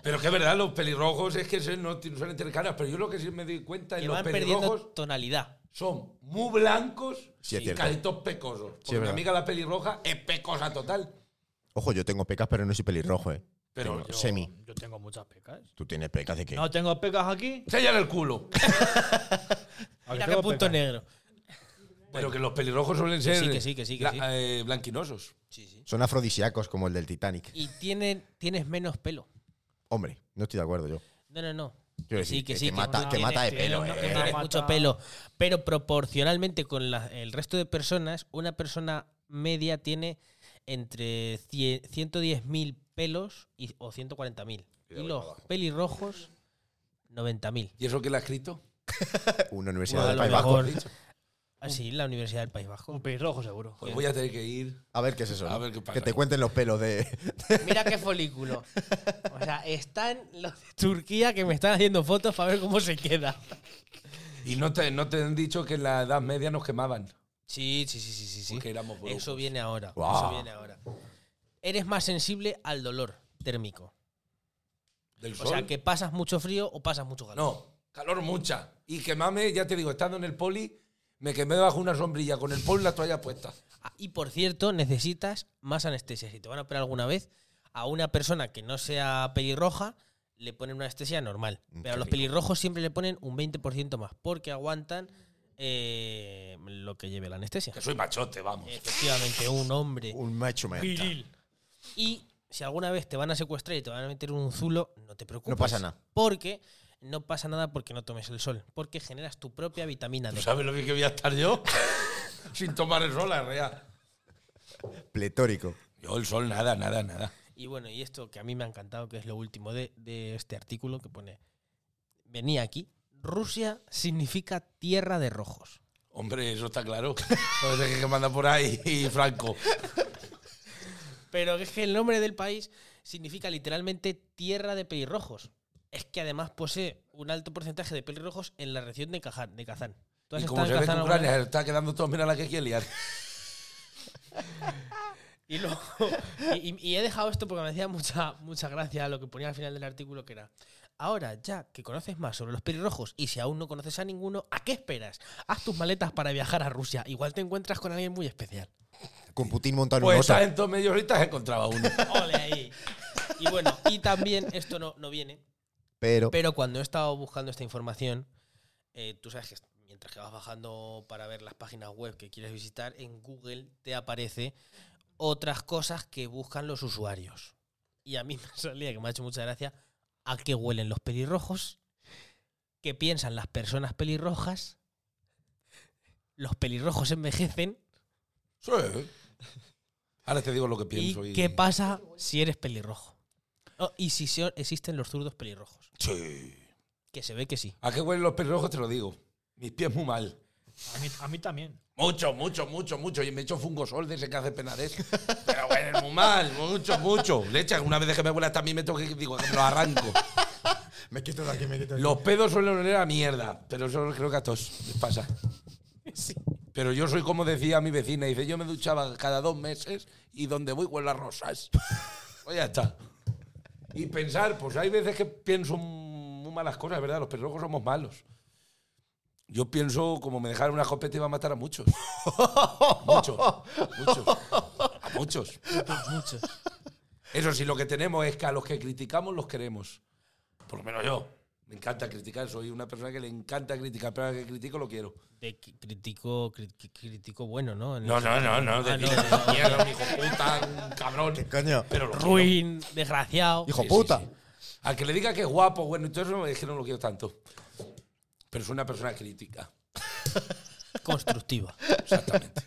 Pero que es verdad, los pelirrojos es que se- no ti- suelen tener caras. Pero yo lo que sí me doy cuenta es que los van perdiendo pelirrojos tonalidad. son muy blancos Sí, es y cierto. casi todos pecosos. Porque mi verdad. amiga la pelirroja es pecosa total. Ojo, yo tengo pecas, pero no soy pelirrojo, ¿eh? Pero Tengo yo- semi. Yo tengo muchas pecas. ¿Tú tienes pecas de qué? No tengo pecas aquí. Se en el culo. Mira tengo qué punto pecas. negro. Pero que los pelirrojos suelen ser sí, que sí, que sí, que bla- sí. eh, blanquinosos. Sí, sí. Son afrodisíacos como el del Titanic. Y tiene, tienes menos pelo. Hombre, no estoy de acuerdo yo. No, no, no. Quiero Que decir, sí, que que sí. te mata- tú te tienes- mata de tienes pelo, una- eh. que tienes Mata- mucho pelo. Pero proporcionalmente con la- el resto de personas, una persona media tiene entre 100 110.000 pelos y, o 140.000. Y los pelirrojos, 90.000. ¿Y eso qué le ha escrito? Una universidad Bueno, a del lo País Vasco. mejor- Así, la Universidad del País Bajo. Un pelirrojo seguro. Pues voy a tener que ir. A ver qué es eso. A ¿no? ver qué pasa. Que te cuenten los pelos de. Mira qué folículo. O sea, están los de Turquía que me están haciendo fotos para ver cómo se queda. Y no te, no te han dicho que en la Edad Media nos quemaban. Sí, sí, sí, sí, sí. sí. Porque éramos brujos. Eso viene ahora. Guau. Eso viene ahora. Eres más sensible al dolor térmico. Del O sol. sea, que pasas mucho frío o pasas mucho calor. No, calor mucha. Y quemame, ya te digo, estando en el poli, me quemé bajo una sombrilla con el poli y la toalla puesta. Ah, Y por cierto, necesitas más anestesia. Si te van a operar alguna vez, a una persona que no sea pelirroja, le ponen una anestesia normal. Mm, Pero a los pelirrojos siempre le ponen un 20% más, porque aguantan eh, lo que lleve la anestesia. Que soy machote, vamos. Eh, Efectivamente, un hombre. Uh. Un macho man. Y si alguna vez te van a secuestrar y te van a meter un zulo, no te preocupes. No pasa nada. Porque no pasa nada porque no tomes el sol. Porque generas tu propia vitamina ¿Tú D. sabes lo bien que voy a estar yo? Sin tomar el sol, la real. Pletórico. Yo el sol, nada, nada, nada. Y bueno, y esto que a mí me ha encantado, que es lo último de, de este artículo que pone, venía aquí, Rusia significa tierra de rojos. Hombre, eso está claro. No sé qué manda por ahí y Franco. Pero es que el nombre del país significa literalmente tierra de pelirrojos. Es que además posee un alto porcentaje de pelirrojos en la región de, Caja- de Kazán. ¿Tú has Y como se estado en ve que Kazán alguna Ucrania se está quedando todo, mira la que quiere liar. Y, luego- y, y- y he dejado esto porque me hacía mucha, mucha gracia lo que ponía al final del artículo, que era, ahora ya que conoces más sobre los pelirrojos y si aún no conoces a ninguno, ¿a qué esperas? Haz tus maletas para viajar a Rusia. Igual te encuentras con alguien muy especial. Con Putin montado en un Pues oso. estás en todos medios ahorita encontraba uno. Ole ahí. Y bueno, y también esto no, no viene, Pero. pero cuando he estado buscando esta información, eh, tú sabes que mientras que vas bajando para ver las páginas web que quieres visitar, en Google te aparece otras cosas que buscan los usuarios. Y a mí me salía, que me ha hecho mucha gracia, a qué huelen los pelirrojos, qué piensan las personas pelirrojas, los pelirrojos envejecen Sí. Ahora te digo lo que pienso. y qué pasa si eres pelirrojo. Oh, y si se- existen los zurdos pelirrojos, Sí. que se ve que sí. ¿A qué huelen los pelirrojos? Te lo digo. Mis pies muy mal. A mí, a mí también. Mucho, mucho, mucho, mucho. Y me echo fungosol de ese que hace penades. Pero huelen muy mal, mucho, mucho. Leche, una vez que me huele hasta a mí me toque y digo, lo arranco. Me quito de aquí, me quito Los pedos suelen oler a mierda, pero eso creo que a todos les pasa. Pero yo soy como decía mi vecina, dice, yo me duchaba cada dos meses y donde voy huele a rosas. Pues ya está. Y pensar, pues hay veces que pienso muy malas cosas, ¿verdad? Los perrojos somos malos. Yo pienso, como me dejaron una escopeta iba a matar a muchos. Muchos, muchos, a muchos. Muchos, muchos. Eso sí, lo que tenemos es que a los que criticamos los queremos. Por lo menos yo. Me encanta criticar, soy una persona que le encanta criticar, pero a que critico lo quiero. de cri- crítico, cri- cri- crítico bueno, ¿no? En No, el- no, no, no, de Ah, no, mierda, no, no. un hijo puta, un cabrón. Coño. Pero lo quiero. Ruin, desgraciado. Hijo Sí, sí, puta. sí. Al que le diga que es guapo, bueno, entonces no, es que no lo quiero tanto. Pero soy una persona crítica, Ah, Constructiva. exactamente.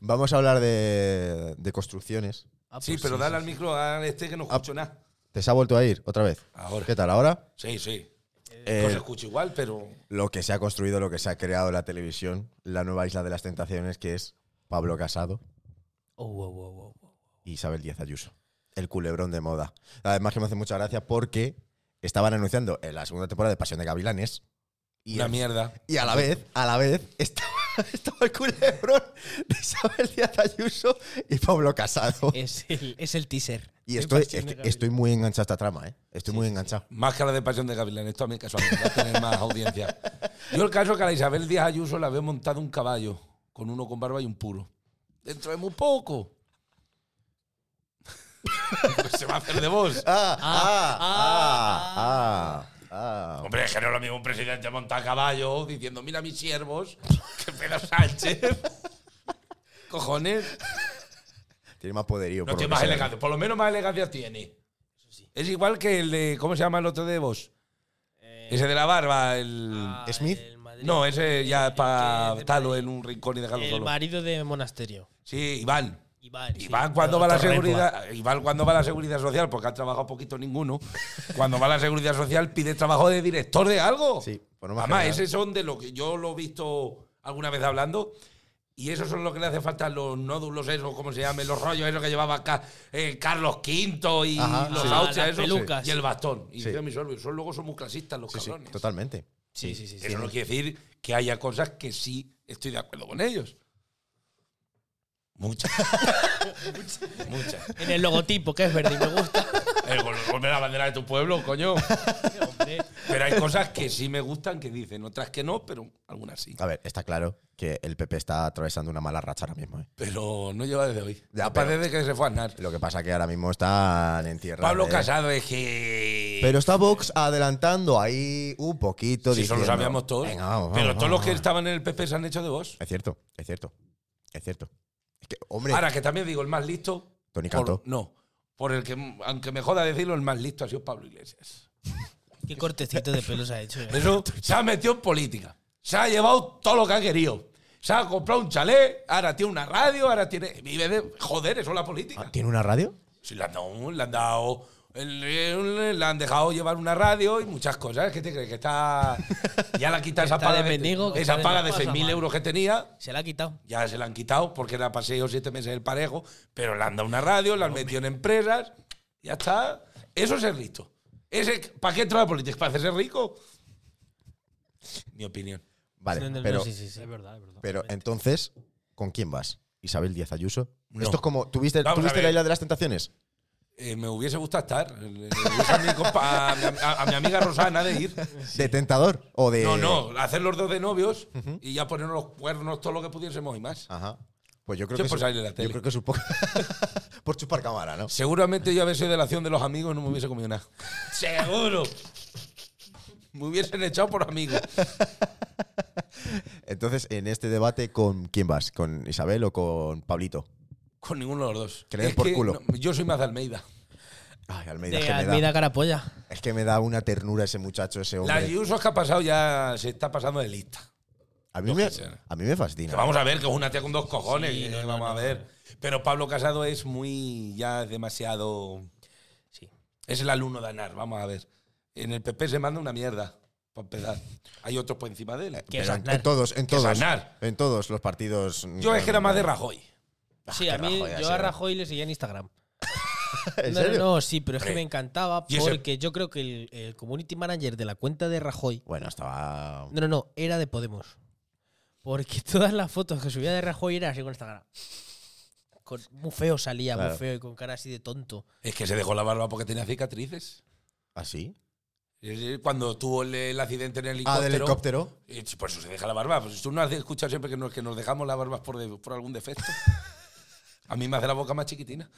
Vamos a hablar de, de construcciones. Ah, sí, pues pero dale al sí. Ah. micro a este que no escucho nada. ¿Te se ha vuelto a ir otra vez? Ahora. ¿Qué tal ahora? Sí, sí. Eh, no se escucha igual, pero lo que se ha construido, lo que se ha creado en la televisión, la nueva isla de las tentaciones, que es Pablo Casado Oh, wow, wow, wow, wow. y Isabel Díaz Ayuso. El culebrón de moda. Además que me hace mucha gracia porque estaban anunciando en la segunda temporada de Pasión de Gavilanes y, una el- mierda. y a la vez, a la vez, estaba, estaba el culebrón de Isabel Díaz Ayuso y Pablo Casado. Eh, Es el, es el teaser. Y de estoy, pues, Pasión es de que Gabriel. estoy muy enganchado a esta trama, ¿eh? Estoy muy enganchado. Máscara de pasión de Gavilán, esto a mí casualmente va a tener más audiencia. Yo el caso que a la Isabel Díaz Ayuso la veo montado un caballo, con uno con barba y un puro. Dentro de muy poco. Pues se va a hacer de vos. Ah, ah, ah, ah, Hombre, es que no es lo mismo un presidente montar a caballo diciendo, mira mis siervos, que Pedro Sánchez. cojones. ah. Tiene más poderío. No por lo tiene que más sea. elegancia. Por lo menos más elegancia tiene. Es igual que el de. ¿Cómo se llama el otro de vos? Eh, Ese de la barba, el. Ah, ¿Smith? no, ese ya es para atarlo tal en un rincón y dejarlo El solo. marido de monasterio. Sí, Iván. Iván, sí, ¿eh? Iván cuando va a la Torrecua. seguridad, Iván cuando va a la seguridad social, porque ha trabajado poquito ninguno, cuando va a la seguridad social pide trabajo de director de algo. Sí, por lo más Además, general. ese son de lo que yo lo he visto alguna vez hablando. Y eso son lo que le hace falta los nódulos, esos, como se llaman, los rollos, eso que llevaba Ca- eh, Carlos V y Ajá, los sí. Ah, auchas, las esos, pelucas. y el bastón. Y Sí. dice mi sueldo, eso luego son muy clasistas los Sí, sí, cabrones. totalmente. Sí, sí, sí. sí. Eso no quiere decir que haya cosas que sí estoy de acuerdo con ellos. Muchas. Muchas. En el logotipo, que es verde y me gusta. Eh, con el golpe de la bandera de tu pueblo, coño. Hombre, Pero hay cosas que sí me gustan que dicen, otras que no, pero algunas sí. A ver, está claro que el PP está atravesando una mala racha ahora mismo. ¿eh? Pero no lleva desde hoy. Ya, Ya, para pero- desde que se fue a Aznar. Lo que pasa que ahora mismo están en tierra. Pablo ¿eh? Casado es que. Pero está Vox adelantando ahí un poquito. Sí, eso lo diciendo, sabíamos todos. "Venga, vamos, pero vamos, todos los vamos, que vamos". estaban en el PP se han hecho de vos. Es cierto, es cierto. Es cierto. Es que, hombre, Ahora que también digo, el más listo. Tony por- Cantó. no. Por el que, aunque me joda decirlo, el más listo ha sido Pablo Iglesias. Qué cortecito de pelos ha hecho. eh. Eso se ha metido en política. Se ha llevado todo lo que ha querido. Se ha comprado un chalet, ahora tiene una radio, ahora tiene. Vive de. Joder, eso es la política. Ah, ¿Tiene una radio? Sí, le han dado, un- le han dado. el- el- Le han dejado llevar una radio y muchas cosas. ¿Qué te crees? Que está. Ya la quita esa Está paga de mendigo, que esa está de- paga no de pasa 6.000 mal. euros que tenía. Se la ha quitado. Ya se la han quitado porque era paseo siete meses el parejo. Pero le han dado una radio, la han metido en empresas. Ya está. Eso es ser listo. Ese, ¿Para qué entra la política? ¿Para hacerse rico? Mi opinión. Vale, No, no, pero, sí, sí, sí. Es verdad, es verdad. pero entonces, ¿con quién vas? ¿Isabel Díaz Ayuso? No. Esto es como. ¿Tuviste, Vamos a ¿tuviste ver. la isla de las tentaciones? Eh, me hubiese gustado estar. Le- le hubiese a, mi compa- a mi am- a- a mi amiga Rosana de ir. ¿De tentador? ¿O de.? No, no, hacer los dos de novios y ya ponernos los cuernos todo lo que pudiésemos y más. Ajá. Pues yo creo Sí, que. por su- salir en la Yo tele. creo que supo. por chupar cámara, ¿no? Seguramente yo haber sido de la acción de los amigos y no me hubiese comido nada. ¡Seguro! Me hubiesen echado por amigos. Entonces, en este debate, ¿con quién vas? ¿Con Isabel o con Pablito? Con ninguno de los dos. Que le den por que culo. no, yo soy más de Almeida. Ay, Almeida, es De que me da- Almeida Carapolla. Es que me da una ternura ese muchacho, ese La hombre. Ayuso que ha pasado ya se está pasando de lista. A mí, Lo me, que sea. a mí me fascina. Que vamos a ver, que es una tía con dos cojones. Sí, eh, no, no, vamos a no. ver. Pero Pablo Casado es muy. ya es demasiado. Sí. Es el alumno de Anar, vamos a ver. En el PP se manda una mierda. Para empezar. Hay otros por encima de él. Que Pero es en, Aznar. en todos, en Que es todos. Aznar. En todos los partidos. Yo es que era más de Rajoy. Sí, Ah, a que mí Rajoy ha yo sido. a Rajoy le seguía en Instagram. ¿En no, no, serio? no, sí, pero es que me Hombre. encantaba Y ese- porque yo creo que el, el community manager de la cuenta de Rajoy. Bueno, estaba. No, no, no, era de Podemos. Porque todas las fotos que subía de Rajoy era así con Instagram. Con, muy feo salía, Claro. muy feo y con cara así de tonto. Es que se dejó la barba porque tenía cicatrices. ¿Así? Es decir, Cuando tuvo el, el accidente en el Ah, del helicóptero. helicóptero. eh, Por eso se deja la barba. Pues tú no has escuchado siempre que nos, que nos dejamos las barbas por, de- por algún defecto. A mí me hace la boca más chiquitina.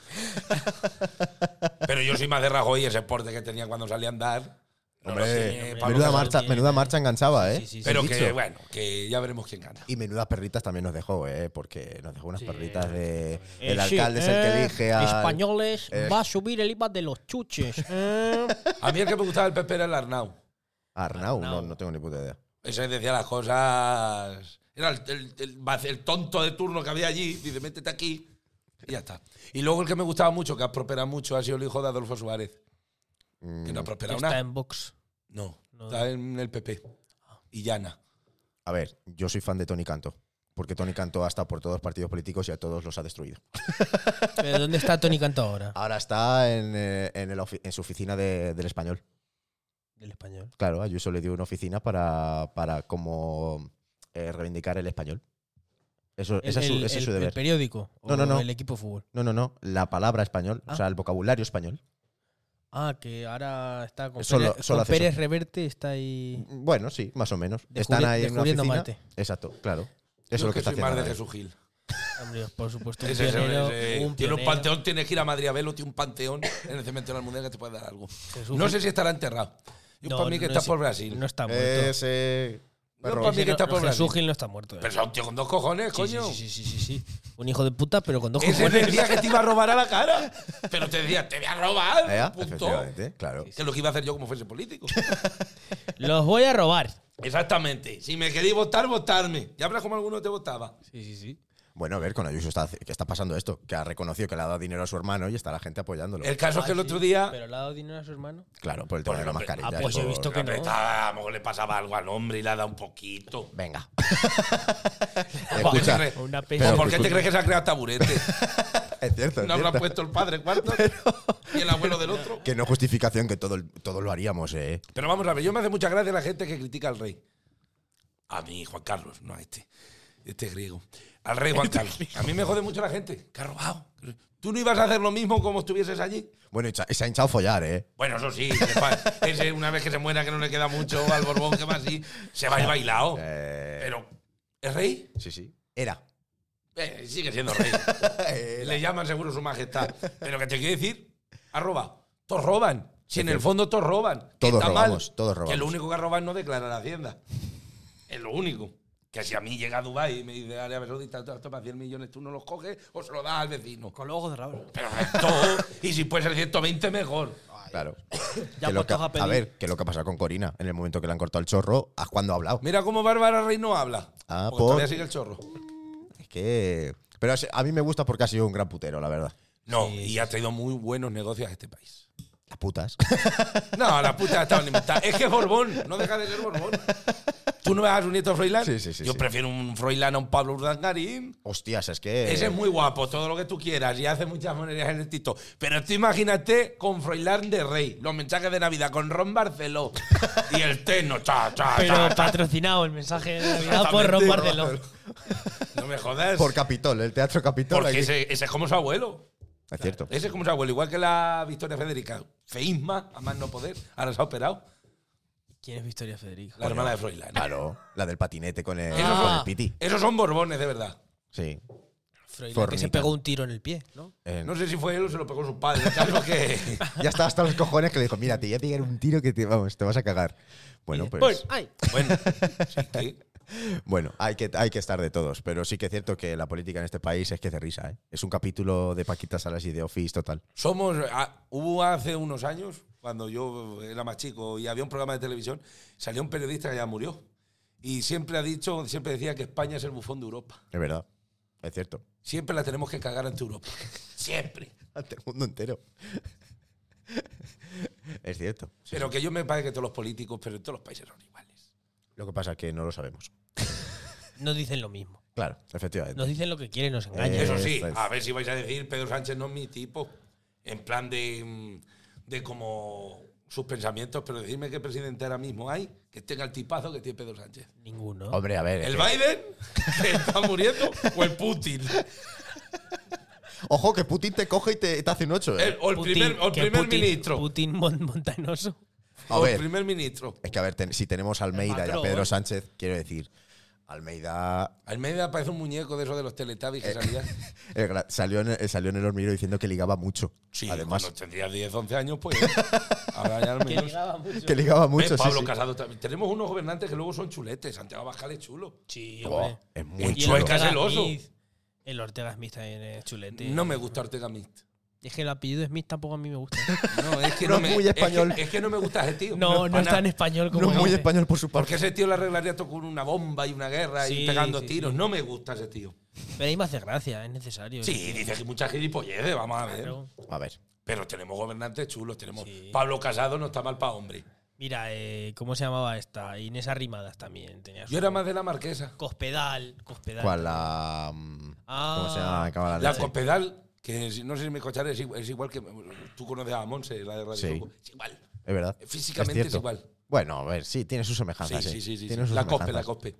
Pero yo soy más de Rajoy, ese porte que tenía cuando salía a andar. No lo Hombre, sé, hombre, Pablo menuda Casado. marcha, tiene, menuda eh. marcha enganchaba, ¿eh? Sí, sí, sí. Pero He que, dicho. bueno, que ya veremos quién gana. Y menudas perritas también nos dejó, ¿eh? Porque nos dejó unas Sí, perritas de. Eh, El sí, alcalde es el que eh, elige a. Españoles, eh. va a subir el IVA de los chuches. eh. A mí el que me gustaba del PP era el Arnau. Arnau, no, Arnau. no tengo ni puta idea. Ese decía las cosas. Era el, el- el vac- el tonto de turno que había allí. Dice, métete aquí. Y ya está. Y luego el que me gustaba mucho, que ha prosperado mucho, ha sido el hijo de Adolfo Suárez. Mm, Que no ha Que prosperado está nada. en box. No, no. está en el PP. Y Llana. A ver, yo soy fan de Tony Canto. Porque Tony Canto ha estado por todos los partidos políticos y a todos los ha destruido. ¿Pero Eh, dónde está Tony Canto ahora? Ahora está en, eh, en, el ofi- en su oficina de- del español. Del español. Claro, Ayuso le dio una oficina para, para como eh, reivindicar el español. Eso, ese es su, ese es su el- el deber. periódico. o No, no, no. El equipo de fútbol. no, no, no. La palabra español, o Ah. sea, el vocabulario español. Ah, que ahora está con, Solo- Pérez, solo con hace eso. Pérez Reverte, está ahí. Bueno, sí, más o menos. Descubri- Están ahí en una descubriendo oficina. Marte. Exacto, claro. Eso Yo es lo que, está soy más haciendo. de ahora. Jesús Gil. Hombre, por supuesto, un Ese, ese, pionero. ese. un tiene un pionero. panteón, tienes que ir a Madrid a verlo. Tiene un panteón en el cementerio del Mundial que te puede dar algo. Jesús No Gil. sé si estará enterrado. Yo No, para mí que no está es- Eh, por Brasil. No está muerto. Ese- Perro. para mí Ese que no- está no, por Jesús Brasil. Gil no está muerto. eh. Pero es un tío con dos cojones, Sí, coño. sí, sí, sí, sí, sí. Un hijo de puta, pero con dos Ese cojones. decía que te iba a robar a la cara. Pero te decía, te voy a robar. ¿Eh? punto. Efectivamente, claro. Que es lo que iba a hacer yo como fuese político. Los voy a robar. Exactamente. Si me queréis votar, votarme. Ya habrás como alguno te votaba. Sí, sí, sí. Bueno, a ver, con Ayuso está, que está pasando esto, que ha reconocido que le ha dado dinero a su hermano y está la gente apoyándolo. El caso es que el otro día. Pero le ha dado dinero a su hermano. Claro, por el tema de la Bueno, mascarilla. ah, pues y he por- visto que Hombre, no. estaba- a lo mejor le pasaba algo al hombre y le ha dado un poquito. Venga. ¿Por qué te Escucha, crees- Una ¿Por pesa- qué te crees que se ha creado taburete? es cierto. es ¿No pues habrán cierto. puesto el padre cuarto y el abuelo del otro? Que no justificación que todo, todo lo haríamos, ¿eh? Pero vamos a ver, yo me hace mucha gracia la gente que critica al rey. A mí, Juan Carlos, no a este. Este griego. Al rey Este Juan Carlos. A mí me jode mucho la gente. Que ha robado. ¿Tú no ibas a hacer lo mismo como estuvieses allí? Bueno, y cha- y se ha hinchado follar, ¿eh? Bueno, eso sí. que pa- Ese, una vez que se muera, que no le queda mucho al Borbón, que va así, se va y bailado. Eh, Pero, ¿es rey? Sí, sí. Era. Eh, sigue siendo rey. Le llaman seguro su majestad. Pero que te quiero decir, ha robado. Todos roban. Si en el fondo todos roban. Que Todos está robamos, todos robamos. Que lo único que ha robado es no declarar a Hacienda. Es lo único. Que si a mí llega a Dubái y me dice, Arabia Saudita, tú has tomado 100 millones, tú no los coges o se los das al vecino. Con los ojos cerrados. Pero todo, y si puede ser 120, mejor. Claro. Ya Que lo puestos que- a pedir. ver, que lo que ha pasado con Corina, en el momento que le han cortado el chorro, ¿a cuándo ha hablado? Mira cómo Bárbara Rey no habla. Ah, Porque por- todavía sigue el chorro. Es que. Pero a- a mí me gusta porque ha sido un gran putero, la verdad. No, y ha traído muy buenos negocios a este país. Las putas. No, la puta estaba alimentada. Es que es Borbón, no deja de ser Borbón. ¿Tú no vas a su nieto Froilán? Sí, sí, sí, Yo sí. prefiero un Froilán a un Pablo Urdangarín. Hostias, es que. Ese es muy guapo, todo lo que tú quieras, y hace muchas monerías en el Tito. Pero tú imagínate con Froilán de Rey, los mensajes de Navidad con Ron Barceló y el Teno, cha, cha, Pero cha, cha. patrocinado el mensaje de Navidad pues, por Ron Exactamente. Barceló. No me jodas. Por Capitol, el Teatro Capitol. Porque aquí. ese, ese es como su abuelo. Es cierto. Ese es como su abuelo, igual que la Victoria Federica. Feísma, a más no poder. Ahora se ha operado. ¿Quién es Victoria Federica? La hermana de Froilán. Claro, la del patinete con el, Eso con fue- el piti. Esos son borbones, de verdad. Sí. Froilán, que se Fornica. pegó un tiro en el pie, ¿no? Eh, No sé si fue él o se lo pegó su padre. el caso es que- Ya estaba hasta los cojones que le dijo, mira, te voy a pegar un tiro que te, vamos, te vas a cagar. Bueno, pues... Pues, ay. Bueno, sí que- Bueno, hay que, hay que estar de todos, pero sí que es cierto que la política en este país es que hace risa, ¿eh? Es un capítulo de Paquita Salas y de Office total. somos. ah, hubo hace unos años, cuando yo era más chico y había un programa de televisión, salió un periodista que ya murió. Y siempre ha dicho, siempre decía que España es el bufón de Europa. Es verdad, es cierto. Siempre la tenemos que cagar ante Europa. Siempre. Ante el mundo entero. es cierto. sí. Pero que yo me parece que todos los políticos, pero en todos los países son iguales. Lo que pasa es que no lo sabemos. No dicen lo mismo. Claro, efectivamente. Nos dicen lo que quieren, nos Eh, engañan. Ah, Eso sí, eso es. a ver si vais a decir Pedro Sánchez no es mi tipo. En plan de, mm, de como sus pensamientos, pero decirme qué presidente ahora mismo hay que tenga el tipazo que tiene Pedro Sánchez. Ninguno. Hombre, a ver. ¿El eh, Biden? ¿Que está muriendo? ¿O el Putin? Ojo, que Putin te coge y te, te hace un ¿eh? 8, El- ¿O el Putin, primer, o el que primer Putin- ministro? Putin mon- montanoso. A ¿O el ver, primer ministro? es que a ver, ten- si tenemos a Almeida y a Macron, Pedro ¿eh? Sánchez, quiero decir, Almeida Almeida parece un muñeco de esos de los Teletubbies que Eh. salía. El gra- salió, en, eh, salió en el hormiguero diciendo que ligaba mucho. Sí, Además, cuando tendría 10, 11 años, pues. Ahora ya al Que menos. ligaba mucho. que ligaba ¿Ves? mucho. sí, Pablo sí. Casado también. Tenemos unos gobernantes que luego son chuletes. Santiago Bascal es chulo. Sí, Oh, hombre. es Y muy el chulo. Chueca es eh. el Ortega oso. Smith. El Ortega Smith también es chulete. No me gusta Ortega Mist. Es que el apellido Smith tampoco a mí me gusta. No, es que No no, es me, muy español. Es que, es que no me gusta ese tío. No, no es es tan pana- español como No el muy hombre. español por su Porque parte. ese tío le arreglaría todo con una bomba y una guerra Sí, y pegando sí, tiros. No me gusta ese tío. Pero ahí me hace gracia, es necesario. Sí, dice que muchas gilipolleces, vamos a ver. Claro. A ver, Pero tenemos gobernantes chulos. Tenemos Sí. Pablo Casado, no está mal para hombre. Mira, eh, ¿cómo se llamaba esta? Inés Arrimadas también. Tenía su- Yo era más de la marquesa. Cospedal. Cospedal. ¿cuál la. mm, ¿Cómo se Ah. llama? Acaba La leche. Cospedal, que es- no sé si me escucharé, es igual, es igual que. Tú conoces a Monse, la de Radio Sí. Coco. Es igual. Es verdad. Físicamente es, cierto. igual. Bueno, a ver, Ah, sí, tiene sus Sí, semejanzas. sí, sí. sí, tiene sí. sus La Cospe, la semejanzas.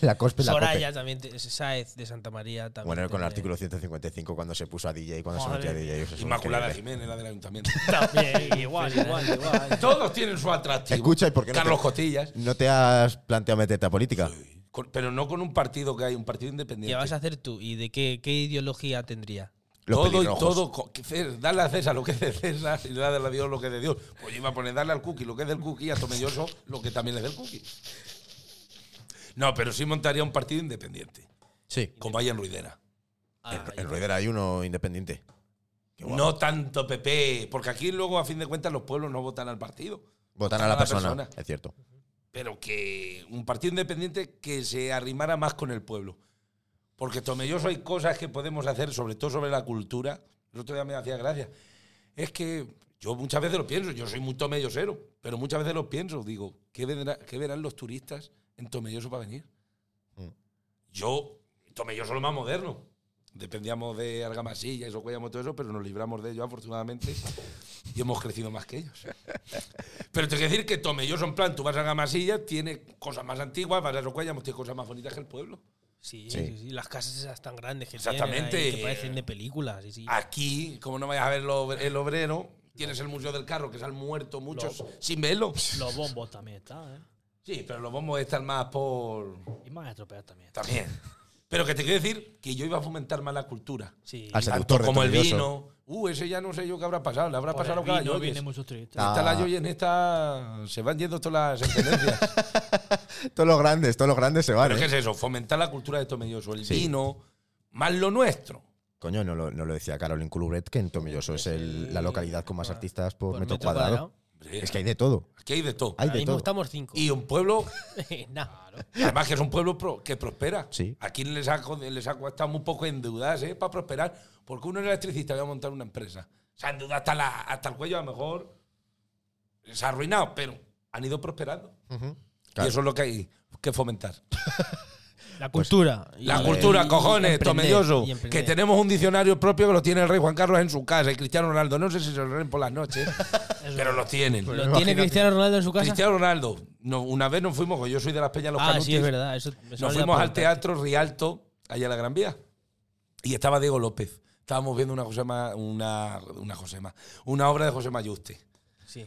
La cospe, la Soraya cope. también. te- Sáez de Santa María también. Bueno, con el tenía- artículo 155, cuando se puso a DJ, cuando Madre se metió a DJ. mía. eso es Inmaculada increíble. Jiménez, la del ayuntamiento. También, igual, igual, igual. Todos tienen su atractivo. Escucha, ¿y por qué no Carlos te- Cotillas. ¿No te has planteado meterte a política? Con- pero no con un partido que hay, un partido independiente. ¿Qué vas a hacer tú? ¿Y de qué, qué ideología tendría? Los todo y pelirrojos. todo. co- que Cés- Dale a César lo que es de César y dale a Dios lo que es de Dios. Pues yo iba a poner darle al cookie lo que es del cookie y a Tomelloso lo que también es del cookie. No, pero sí montaría un partido independiente, Sí. como hay en Ruidera. Ah, En Ruedera hay uno independiente. Qué guapo. No tanto PP, porque aquí luego, a fin de cuentas, los pueblos no votan al partido. Votan a la persona. Es cierto. pero que un partido independiente que se arrimara más con el pueblo. Porque Tomelloso hay cosas que podemos hacer, sobre todo sobre la cultura. El otro día me hacía gracia. Es que yo muchas veces lo pienso, yo soy muy tomellosero, pero muchas veces lo pienso. Digo, ¿qué, vendrá- qué verán los turistas en Tomelloso para venir? Mm. Yo, Tomelloso lo más moderno. Dependíamos de Argamasillas, Ocuellamo, todo eso, pero nos libramos de ello afortunadamente y hemos crecido más que ellos. Pero te que decir que Tomelloso, en plan, tú vas a Gamasilla, tiene cosas más antiguas, vas a Rocuellamos, tiene cosas más bonitas que el pueblo. Sí, Sí. sí, sí, Las casas esas tan grandes que Exactamente. tienen ahí, que parecen de películas. Sí, sí. Aquí, como no vayas a ver lo- el obrero, tienes el Museo del Carro, que se han muerto muchos sin verlo. Los bombos también están, ¿eh? Sí, pero los bombos están más por... Y más atropellados también. También. Pero que te quiero decir que yo iba a fomentar más la cultura. Sí. Al ser- Tanto Seductor de como el Tomelloso. vino. Uh, ese ya no sé yo qué habrá pasado. Le habrá Por pasado el a los vino Yoyes. vienen muchos turistas. Ah. Está la Yoyes en esta... Se van yendo todas las sentencias. Todos los grandes, todos los grandes se van. Pero ¿eh? ¿qué es eso? Fomentar la cultura de Tomelloso, el Sí. vino, más lo nuestro. Coño, no lo, no lo decía Caroline Culubret, que en Tomilloso es el- la localidad con más artistas por, metro, cuadrado. Hombre, Es que hay de todo. aquí hay de todo. Hay Ahora de mismo todo. estamos cinco. Y un pueblo, Nah. además que es un pueblo pro- que prospera. Sí. Aquí les ha, co- les ha costado muy poco endeudarse ¿eh? para prosperar, porque uno es electricista y va a montar una empresa. Se ha endeudado hasta, la- hasta el cuello, a lo mejor se ha arruinado, pero han ido prosperando. Claro. Y eso es lo que hay que fomentar. La cultura. y- Pues, La y- cultura, y- y cojones, emprender, tomelloso. y emprender. Que tenemos un diccionario propio que lo tiene el rey Juan Carlos en su casa. Y Cristiano Ronaldo, no sé si se lo leen por las noches, pero lo tienen. Pues ¿Lo tiene Cristiano Ronaldo en su casa? Cristiano Ronaldo, no, una vez nos fuimos, yo soy de las Peñas Los ah, Canutis, sí, es verdad. Eso me nos suena fuimos al preguntarte. Teatro Rialto, allá en la Gran Vía, y estaba Diego López. Estábamos viendo una Josema, una, una Josema, una obra de José Mayuste. Sí.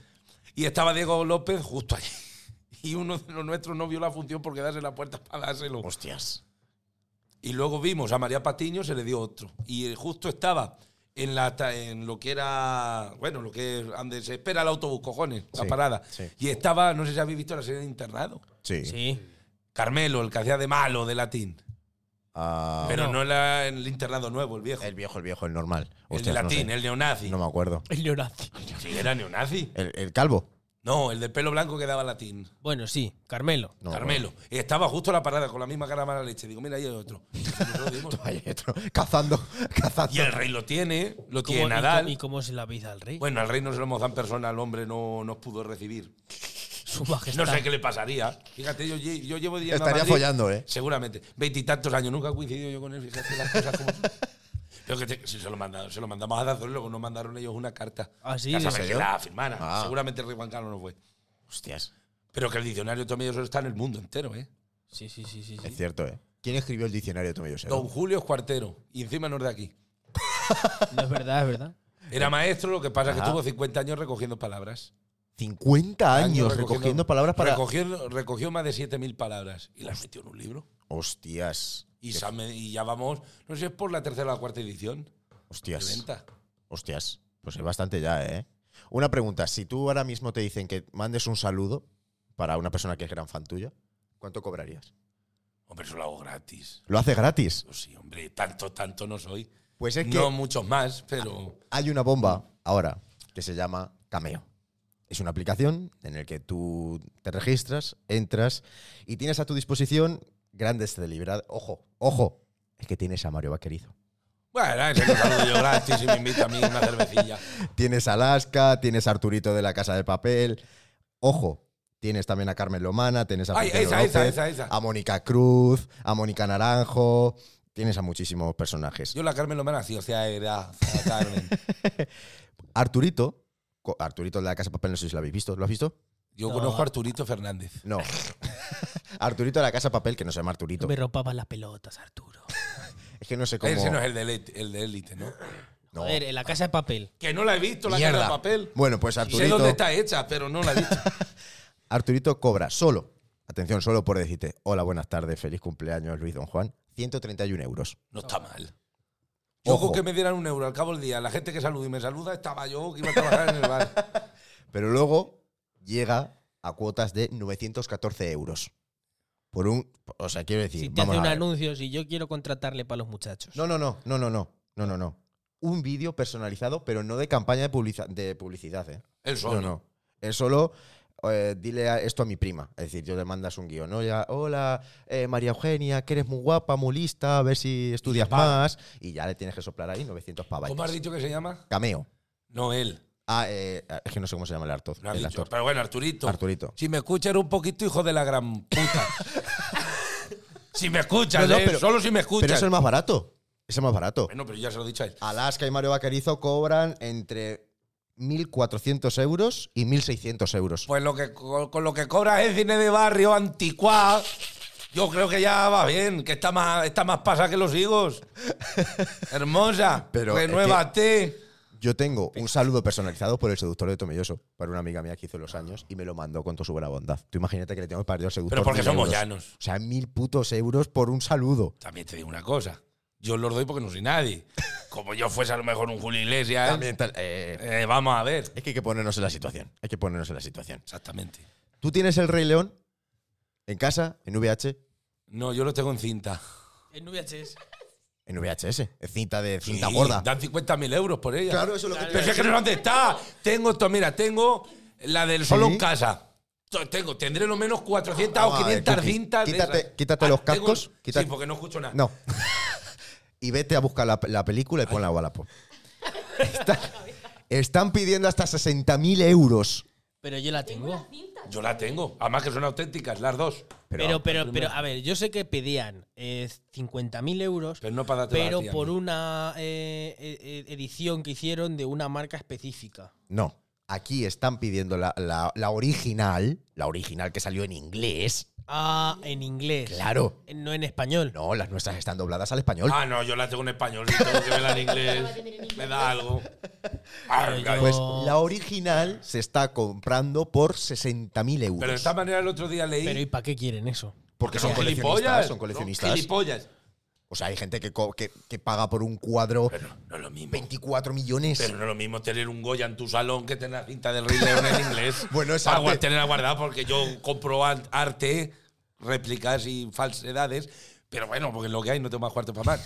Y estaba Diego López justo allí. Y uno de los nuestros no vio la función por quedarse en la puerta para dárselo. Hostias. Y luego vimos a María Patiño, se le dio otro. Y eh, justo estaba en, la, ta- en lo que era, bueno, lo que es donde se espera el autobús, cojones, Sí, la parada. sí. Y estaba, no sé si habéis visto la serie de internado. Sí. Sí. Carmelo, el que hacía de malo, de latín. Ah, Pero no era el internado nuevo, el viejo. el El, viejo, el viejo, el normal. Hostias, de no latín, sé. el neonazi. No me acuerdo. El Leonazi. Sí, era neonazi. El, el calvo. No, el de pelo blanco que daba latín. Bueno, sí. Carmelo. No, Carmelo. Estaba justo a la parada con la misma cara mala leche. Digo, mira, ahí hay otro. Y nosotros dimos. bueno. Ahí otro, cazando, cazando. Y el rey lo tiene, ¿Cómo- lo tiene y Nadal. cómo- ¿Y cómo se la avisa al rey? Bueno, al rey no se lo hemos dado en persona, al hombre no nos pudo recibir. Su majestad. No sé qué le pasaría. Fíjate, yo, lle- yo llevo diciendo a Estaría Madrid- follando, ¿eh? Seguramente. Veintitantos años, nunca he coincidido yo con él, fíjate las cosas como son. Pero que te- si se lo, mandaron, se lo mandamos a Dazón, luego nos mandaron ellos una carta. Ah, sí, Ya ¿en sabes que serio? la firmara. Ah. Seguramente el rey Juan Carlos no fue. Hostias. Pero que el diccionario Tomelloso está en el mundo entero, ¿eh? Sí, sí, sí, sí. sí. Es cierto, ¿eh? ¿Quién escribió el diccionario de Tomilloso? Don Julio Escuartero, y encima no es de aquí. No es verdad, es verdad. Era maestro, lo que pasa es que Eh, Ajá. tuvo 50 años recogiendo palabras. 50 años recogiendo, palabras para. Recogió, recogió más de 7.000 palabras y las metió en un libro. Hostias. Y, se ha me- y ya vamos, no sé si es por la tercera o la cuarta edición de Hostias. venta. Hostias, pues es bastante ya, ¿eh? Una pregunta, si tú ahora mismo te dicen que mandes un saludo para una persona que es gran fan tuya, ¿cuánto cobrarías? Hombre, eso lo hago gratis. Lo haces gratis. Eso Pues sí, hombre, tanto, tanto no soy. Pues es que Ah. no muchos más, pero hay una bomba ahora que se llama Cameo. Es una aplicación en la que tú te registras, entras y tienes a tu disposición grandes celebridades. Ojo, ojo, es que tienes a Mario Vaquerizo. bueno, ese lo saludo yo gratis y me invita a mí una cervecilla. Tienes a Alaska, tienes a Arturito de la Casa de Papel. Ojo, tienes también a Carmen Lomana, tienes a Ay, Julián esa, esa, López, esa, esa. a Mónica Cruz, a Mónica Naranjo. Tienes a muchísimos personajes. Yo la Carmen Lomana sí, o sea, era era Carmen. Arturito, co- Arturito de la Casa de Papel, no sé si lo habéis visto. ¿Lo has visto? Yo No. conozco a Arturito Fernández. No. Arturito de la Casa de Papel, que no se llama Arturito. Me rompaban las pelotas, Arturo. Es que no sé cómo. Ese no es el de, élite- el de élite, ¿no? No. A ver, en la casa de papel. Que no la he visto, la Mierda. cara de papel. Bueno, pues Sé dónde Arturito, está hecha, pero no la he visto. Arturito cobra solo, atención, solo por decirte, hola, buenas tardes, feliz cumpleaños, Luis Don Juan, 131 euros. No está mal. Yo Ojo. con que me dieran un euro al cabo del día. La gente que saluda y me saluda estaba yo que iba a trabajar en el bar. Pero luego llega a cuotas de 914 euros. por un. O sea, quiero decir. si te vamos hace un a ver. anuncio, si yo quiero contratarle para los muchachos. No, no, no, no, no, no, no, no, no. Un vídeo personalizado, pero no de campaña de, publica- de publicidad, ¿eh? Él solo. No, no. Es solo eh, dile a- esto a mi prima. Es decir, yo le mandas un guión, ¿no? Ya, hola, eh, María Eugenia, que eres muy guapa, muy lista, a ver si estudias paga. más. Y ya le tienes que soplar ahí 900 pavos. ¿Cómo has dicho que se llama? Cameo. No, él. Ah, eh, es que no sé cómo se llama el, actor, Lo has el dicho. actor. Pero bueno, Arturito. Arturito. Si me escuchas, eres un poquito hijo de la gran puta. si me escuchas, No, no, ¿eh? pero- solo si me escuchas. Pero es el más barato. Es el más barato. Bueno, pero ya se lo he dicho a él. Alaska y Mario Vaquerizo cobran entre 1.400 euros y 1.600 euros. Pues lo que, co- con lo que cobras es cine de barrio, anticuá. Yo creo que ya va bien, que está más, está más pasa que los higos. Hermosa, pues Pero es que- renuévate. Yo tengo un saludo personalizado por el seductor de Tomelloso para una amiga mía que hizo en los años y me lo mandó con toda su buena bondad. Tú imagínate que le tengo que pagar al seductor. Pero porque mil somos euros. llanos. O sea, mil putos euros por un saludo. También te digo una cosa. Yo los doy porque no soy nadie. Como yo fuese a lo mejor un Julio Iglesias. También tal- eh, eh, vamos a ver. es que hay que ponernos en la situación. Hay que ponernos en la situación. Exactamente. Tú tienes el Rey León en casa, en VH, No, yo los tengo en cinta. En VHS. en VHS, en cinta de cinta Sí, gorda. Dan 50.000 euros por ella. Claro, eso es lo que te- Pero si es que no sé dónde está. Tengo esto, mira, tengo la del solo Sí. en casa. To- Tengo, tendré lo menos 400 Vamos o a ver, 500 Cookie, cintas. de quítate- esas. Ah, quítate los tengo- cascos, quítate- Sí, porque no escucho nada. No. y vete a buscar la, la película y ponla a Wallapop. Están, están pidiendo hasta 60.000 euros. Pero yo la tengo. Yo la tengo. Además que son auténticas, las dos. Pero, pero, pero, primero. a ver, yo sé que pedían eh, 50.000 euros, Pero no para darte pero por una eh, eh, edición que hicieron de una marca específica. No. Aquí están pidiendo la, la- la original, la original que salió en inglés. Ah, en inglés. Claro. No en español. No, las nuestras están dobladas al español. Ah, no, yo la tengo en español. Si tengo que verla en inglés, me da algo. Ah, Pero Ay, yo- ay. Pues la original se está comprando por 60.000 euros. Pero de esta manera el otro día leí Pero ¿y para qué quieren eso? porque que son son coleccionistas, gilipollas. son coleccionistas. gilipollas. O sea, hay gente que, co- que- que paga por un cuadro Pero no es lo mismo. 24 millones. Pero no es lo mismo tener un Goya en tu salón que tener la cinta del Rey León en inglés. Bueno, es Para arte. guard- tenerla guardada porque yo compro an- arte, réplicas y falsedades. Pero bueno, porque es lo que hay, no tengo más cuarto para más.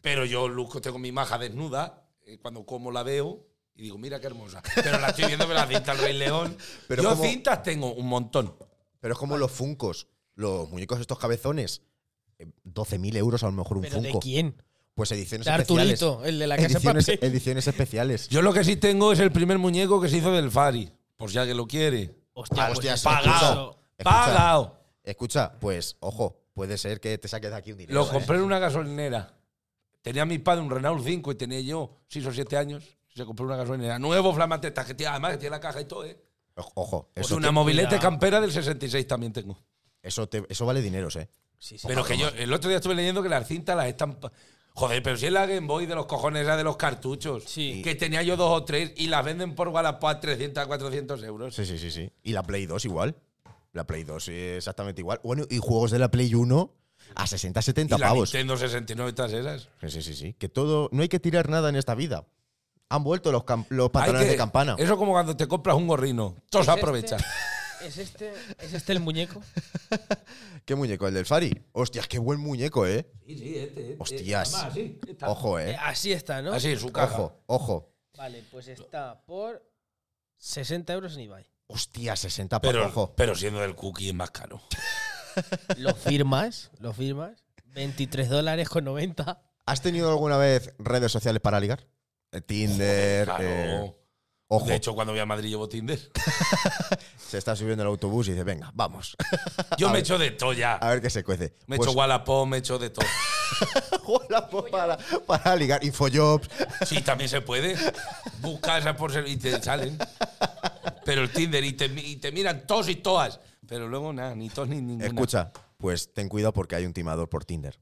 Pero yo luzco, tengo mi maja desnuda eh, cuando como la veo y digo, mira qué hermosa. Pero la estoy viendo con la cinta del Rey León. Pero yo ¿cómo? cintas tengo un montón. Pero es como los funcos, los muñecos estos cabezones. eh, 12.000 euros a lo mejor un ¿Pero de funko. quién? Pues ediciones De especiales. Arturito, el de la casa de ediciones, papel. ediciones especiales. Yo lo que sí tengo es el primer muñeco que se hizo del Fari, por si alguien lo quiere. Hostia, Ah, pues hostias, pagado. escucha. ¡Pagado! Escucha, pues ojo, puede ser que te saques de aquí un dinero. Lo ¿eh? compré en una gasolinera. Tenía mi padre un Renault 5 y tenía yo 6 o 7 años. Se compró una gasolinera. Nuevo flamante, esta que tiene, además que tiene la caja y todo, ¿eh? Ojo, Es eso, Pues una te- mobilete cuidado. campera del 66 también tengo. eso, te- eso vale dineros, ¿eh? Sí, sí. Pero que yo, el otro día estuve leyendo que las cintas las están. pa- Joder, pero si es la Game Boy de los cojones, era de los cartuchos. Sí. Que tenía yo dos o tres y las venden por Wallapop a 300, 400 euros. Sí, sí, sí, sí. Y la Play 2 igual. La Play 2 sí, exactamente igual. Bueno, y juegos de la Play 1 a 60, 70 Y la pavos. Nintendo 69 y todas esas. Sí, sí, sí, sí. Que todo. No hay que tirar nada en esta vida. Han vuelto los, cam- los patrones Hay que- de campana. Eso como cuando te compras un gorrino. Todo se este? aprovecha. ¿Es este, ¿Es este el muñeco? ¿Qué muñeco? ¿El del Fari? Hostias, qué buen muñeco, ¿eh? Sí, sí, este. este. Hostias. Además, sí, está. Ojo, Eh, ¿eh? así está, ¿no? Así, Ah, en su caja. Ojo, ojo. Vale, pues está por 60 euros en Ibai. Hostias, 60 pa- Pero, ojo. pero siendo del cookie es más caro. Lo firmas, lo firmas. 23 dólares con 90. ¿Has tenido alguna vez redes sociales para ligar? Eh, Tinder. Claro. eh, ojo, De hecho, cuando voy a Madrid llevo Tinder. se está subiendo el autobús y dice, venga, vamos. Yo A me ver. echo de todo ya. A ver qué se cuece. Me Pues, echo Wallapop, me echo de todo. Wallapop para, para ligar. Infojobs. Sí, también se puede. Buscas esas por ser y te salen. Pero el Tinder y te, y te miran todos y todas. Pero luego nada, ni todos ni ninguna. Escucha, pues ten cuidado porque hay un timador por Tinder.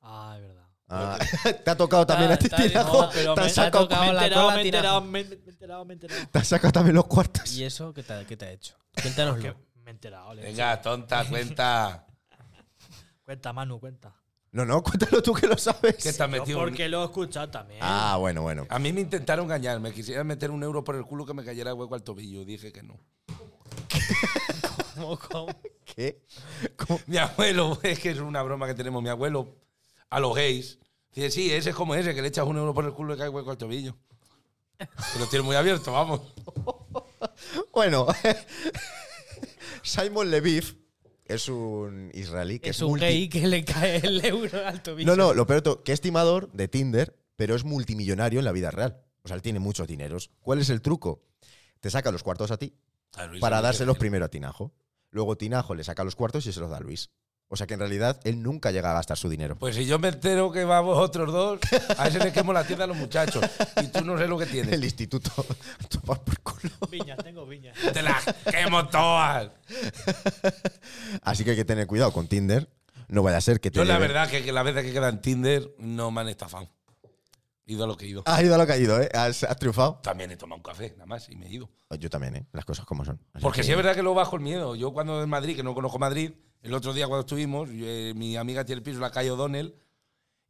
Ah, es verdad. Ah, te ha tocado también a ti, Está- está- tirajo. no, pero te me han ha sacado, tocado Me he la enterado, cola, me he tira. enterado, me he me he enterado, me he enterado. te han sacado también los cuartos. ¿Y eso qué te, qué te ha hecho? Que Cuéntanoslo. me he enterado, le- Venga, tonta, cuenta. Cuenta, Manu, cuenta. No, no, cuéntalo tú que lo sabes. ¿Qué estás Yo metido? porque lo he escuchado también. Ah, bueno, bueno. A mí me intentaron engañar. Me quisieran meter un euro por el culo que me cayera hueco al tobillo. Dije que no. ¿Cómo, cómo? ¿Qué? ¿Cómo? Mi abuelo, es que es una broma que tenemos. Mi abuelo, a los gays, dice, sí, ese es como ese, que le echas un euro por el culo y cae hueco al tobillo. Que lo tiene muy abierto, vamos. Bueno, Simon Leviv es un israelí que es, Es un multi- gay que le cae el euro al tobillo. No, no, lo peor de todo, que es timador de Tinder, pero es multimillonario en la vida real. O sea, él tiene muchos dineros. ¿Cuál es el truco? Te saca los cuartos a ti para dárselos primero a Tinajo. Luego Tinajo le saca los cuartos y se los da a Luis. O sea que en realidad él nunca llega a gastar su dinero. Pues si yo me entero que vamos otros dos, a ese le quemo la tienda a los muchachos. Y tú no sé lo que tienes. El instituto. Toma por culo. Viña, tengo viña. Te las quemo todas. Así que hay que tener cuidado con Tinder. No vaya a ser que te. Yo la lleven- verdad que, que las veces que queda en Tinder no me han estafado. He ido a lo que he ido. Has ido a lo caído, ¿eh? Has, has triunfado. También he tomado un café, nada más, y me he ido. Yo también, ¿eh? Las cosas como son. Así Porque que- sí es verdad que luego bajo el miedo. Yo cuando en Madrid, que no conozco Madrid, el otro día cuando estuvimos, yo, eh, mi amiga tiene el piso en la calle O'Donnell